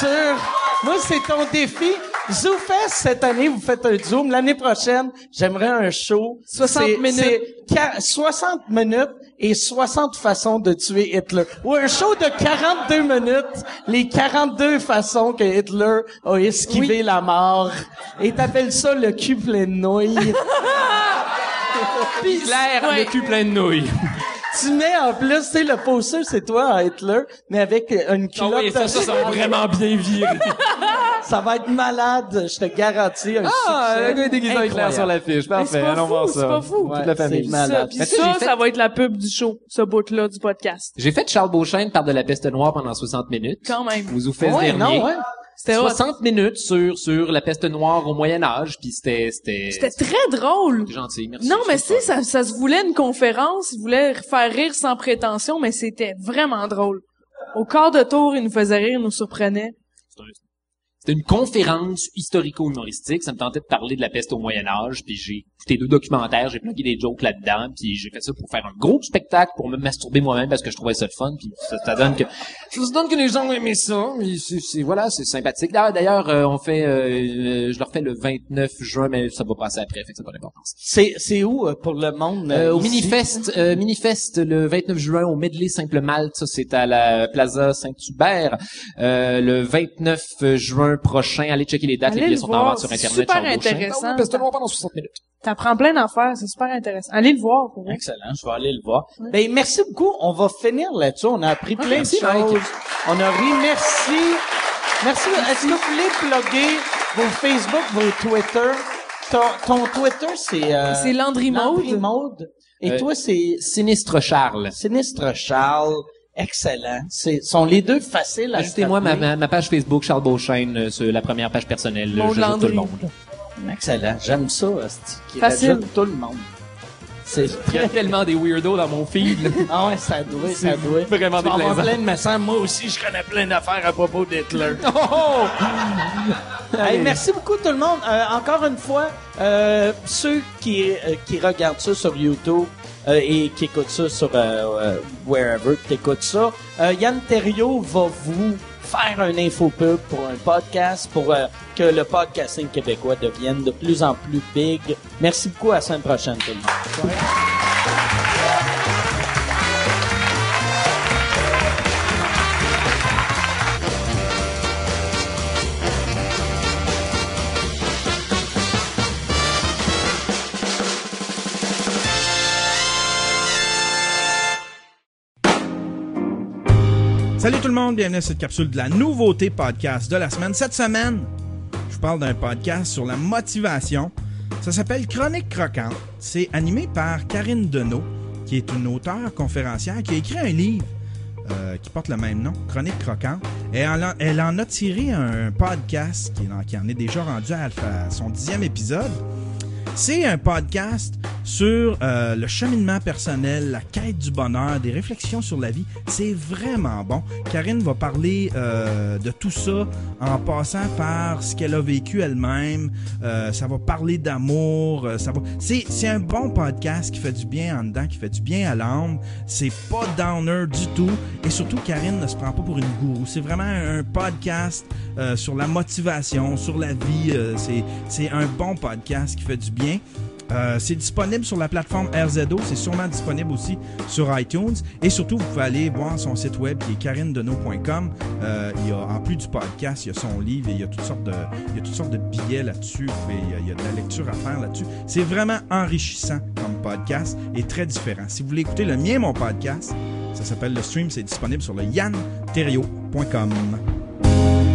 B: sur... Moi, c'est ton défi. ZooFest, cette année, vous faites un Zoom. L'année prochaine, j'aimerais un show.
C: 60
B: C'est-
C: minutes.
B: c'est qua- 60 minutes et 60 façons de tuer Hitler. Ou un show de 42 minutes, les 42 façons que Hitler a esquivé la mort. Et t'appelles ça le cul plein de nouilles.
D: Claire,
C: Ouais.
D: le cul plein de nouilles.
B: tu mets en plus, tu sais, le poster, c'est toi, à Hitler, mais avec euh, une culotte.
D: ça, ça, ça va vraiment bien virer.
B: Ça va être malade, je te garantis. Un
F: <laughs> Ah,
B: succès
F: le gars est déguisé avec Claire
B: incroyable.
F: sur l'affiche.
C: Mais
F: Parfait,
C: c'est pas
F: allons
C: fou,
F: voir
C: c'est
F: ça.
C: pas fou.
B: Ouais,
F: Toute la famille.
B: c'est
C: Ça,
B: malade.
C: puis
D: Mais tu sais,
C: ça,
D: j'ai fait-
C: ça va être la pub du show, ce bout-là du podcast.
D: J'ai fait Charles Beauchesne par de la peste noire pendant 60 minutes.
C: Quand même.
D: Vous vous faites
B: Ouais,
D: dernier.
B: non, ouais.
C: C'était hot.
D: 60 minutes sur sur la peste noire au Moyen Âge, puis c'était c'était
C: C'était très drôle.
D: c'était gentil. Merci.
C: Non, mais
D: c'est
C: si, ça, ça se voulait une conférence, il voulait faire rire sans prétention, mais c'était vraiment drôle. Au quart de tour, il nous faisait rire, il nous surprenait.
F: C'était une conférence historico-humoristique. Ça me tentait de parler de la peste au Moyen Âge, puis j'ai écouté deux documentaires, j'ai plugué des jokes là-dedans, puis j'ai fait ça pour faire un gros spectacle, pour me masturber moi-même parce que je trouvais ça le fun, puis ça, ça donne que ça donne que les gens ont aimé ça. puis c'est- c'est- voilà, c'est sympathique. Ah, D'ailleurs, euh, on fait, euh, euh, je leur fais le 29 juin, mais ça va passer après, fait que ça n'a pas d'importance.
B: C'est, c'est où euh, pour le monde?
F: Euh,
B: euh,
F: au
B: ici?
F: Minifest, euh, Minifest le 29 juin au Medley Simple Malte, ça c'est à la Plaza Saint-Hubert. Euh, le 29 juin prochain, allez checker les dates,
C: Allez
F: les
C: le
F: billets sont en
C: voir,
F: vente sur
C: c'est
F: internet.
C: super
F: Charles Beauchamp.
C: intéressant.
F: Ah oui, parce que le voir pendant 60 minutes.
C: T'apprends plein d'affaires, c'est super intéressant. Allez le voir, pour vrai.
B: Excellent, je vais aller le voir. Ben, merci beaucoup. On va finir là-dessus. On a appris plein de
F: merci,
B: choses.
F: Mike.
B: On a ri. Merci. Merci. Est-ce que vous voulez plugger vos Facebook, vos Twitter? Ton, ton Twitter, c'est... euh,
C: C'est Landry Maude.
B: Landry Maude. Et
F: Euh,
B: toi, c'est
F: Sinistre Charles.
B: Sinistre Charles. Excellent. C'est, sont les deux faciles à
F: Ajoutez-moi Ben, ma,
B: se
F: ma, ma page Facebook Charles Beauchesne, euh, sur la première page personnelle,
C: Maud
F: euh, j'ajoute tout
C: Landry.
F: le monde.
B: rappeler. Excellent. J'aime ça, hostie, qui
C: Facile.
B: rajoute tout le monde. C'est
F: Il y <laughs> a tellement des weirdos dans mon feed.
C: <laughs>
F: là.
B: Ah ouais, ça doit, ça doit.
F: vraiment
B: Tu vas avoir
F: déplaisant.
B: plein de messages. Moi aussi, je connais plein d'affaires à propos d'Hitler.
F: Oh,
B: Hey, merci beaucoup tout le monde. Euh, encore une fois, euh, ceux qui, euh, qui regardent ça sur YouTube euh, et qui écoutent ça sur euh, euh, wherever tu écoutes ça, euh, Yann Terriot va vous faire un infopub pour un podcast pour euh, que le podcasting québécois devienne de plus en plus big. Merci beaucoup. À la semaine prochaine tout le monde.
I: Salut tout le monde, bienvenue à cette capsule de la nouveauté podcast de la semaine. Cette semaine, je vous parle d'un podcast sur la motivation. Ça s'appelle Chronique croquante. C'est animé par Karine Deneau, qui est une auteure conférencière qui a écrit un livre euh, qui porte le même nom, Chronique croquante. Et elle en, elle en a tiré un podcast qui, est dans- qui en est déjà rendu à, à son dixième épisode. C'est un podcast sur euh, le cheminement personnel, la quête du bonheur, des réflexions sur la vie. C'est vraiment bon. Karine va parler euh, de tout ça en passant par ce qu'elle a vécu elle-même. Euh, ça va parler d'amour. euh, ça va. C'est c'est un bon podcast qui fait du bien en dedans, qui fait du bien à l'âme. C'est pas downer du tout. Et surtout, Karine ne se prend pas pour une gourou. C'est vraiment un podcast euh, sur la motivation, sur la vie. euh, c'est- c'est un bon podcast qui fait du bien. Euh, c'est disponible sur la plateforme RZO, c'est sûrement disponible aussi sur iTunes. Et surtout, vous pouvez aller voir son site web qui est karinedeneau.com. Euh, il y a, en plus du podcast, il y a son livre et il y a toutes sortes de, il y a toutes sortes de billets là-dessus. Vous pouvez- Il, y a- il y a de la lecture à faire là-dessus. C'est vraiment enrichissant comme podcast et très différent. Si vous voulez écouter le mien, mon podcast, ça s'appelle Le Stream, c'est disponible sur le yanterrio.com.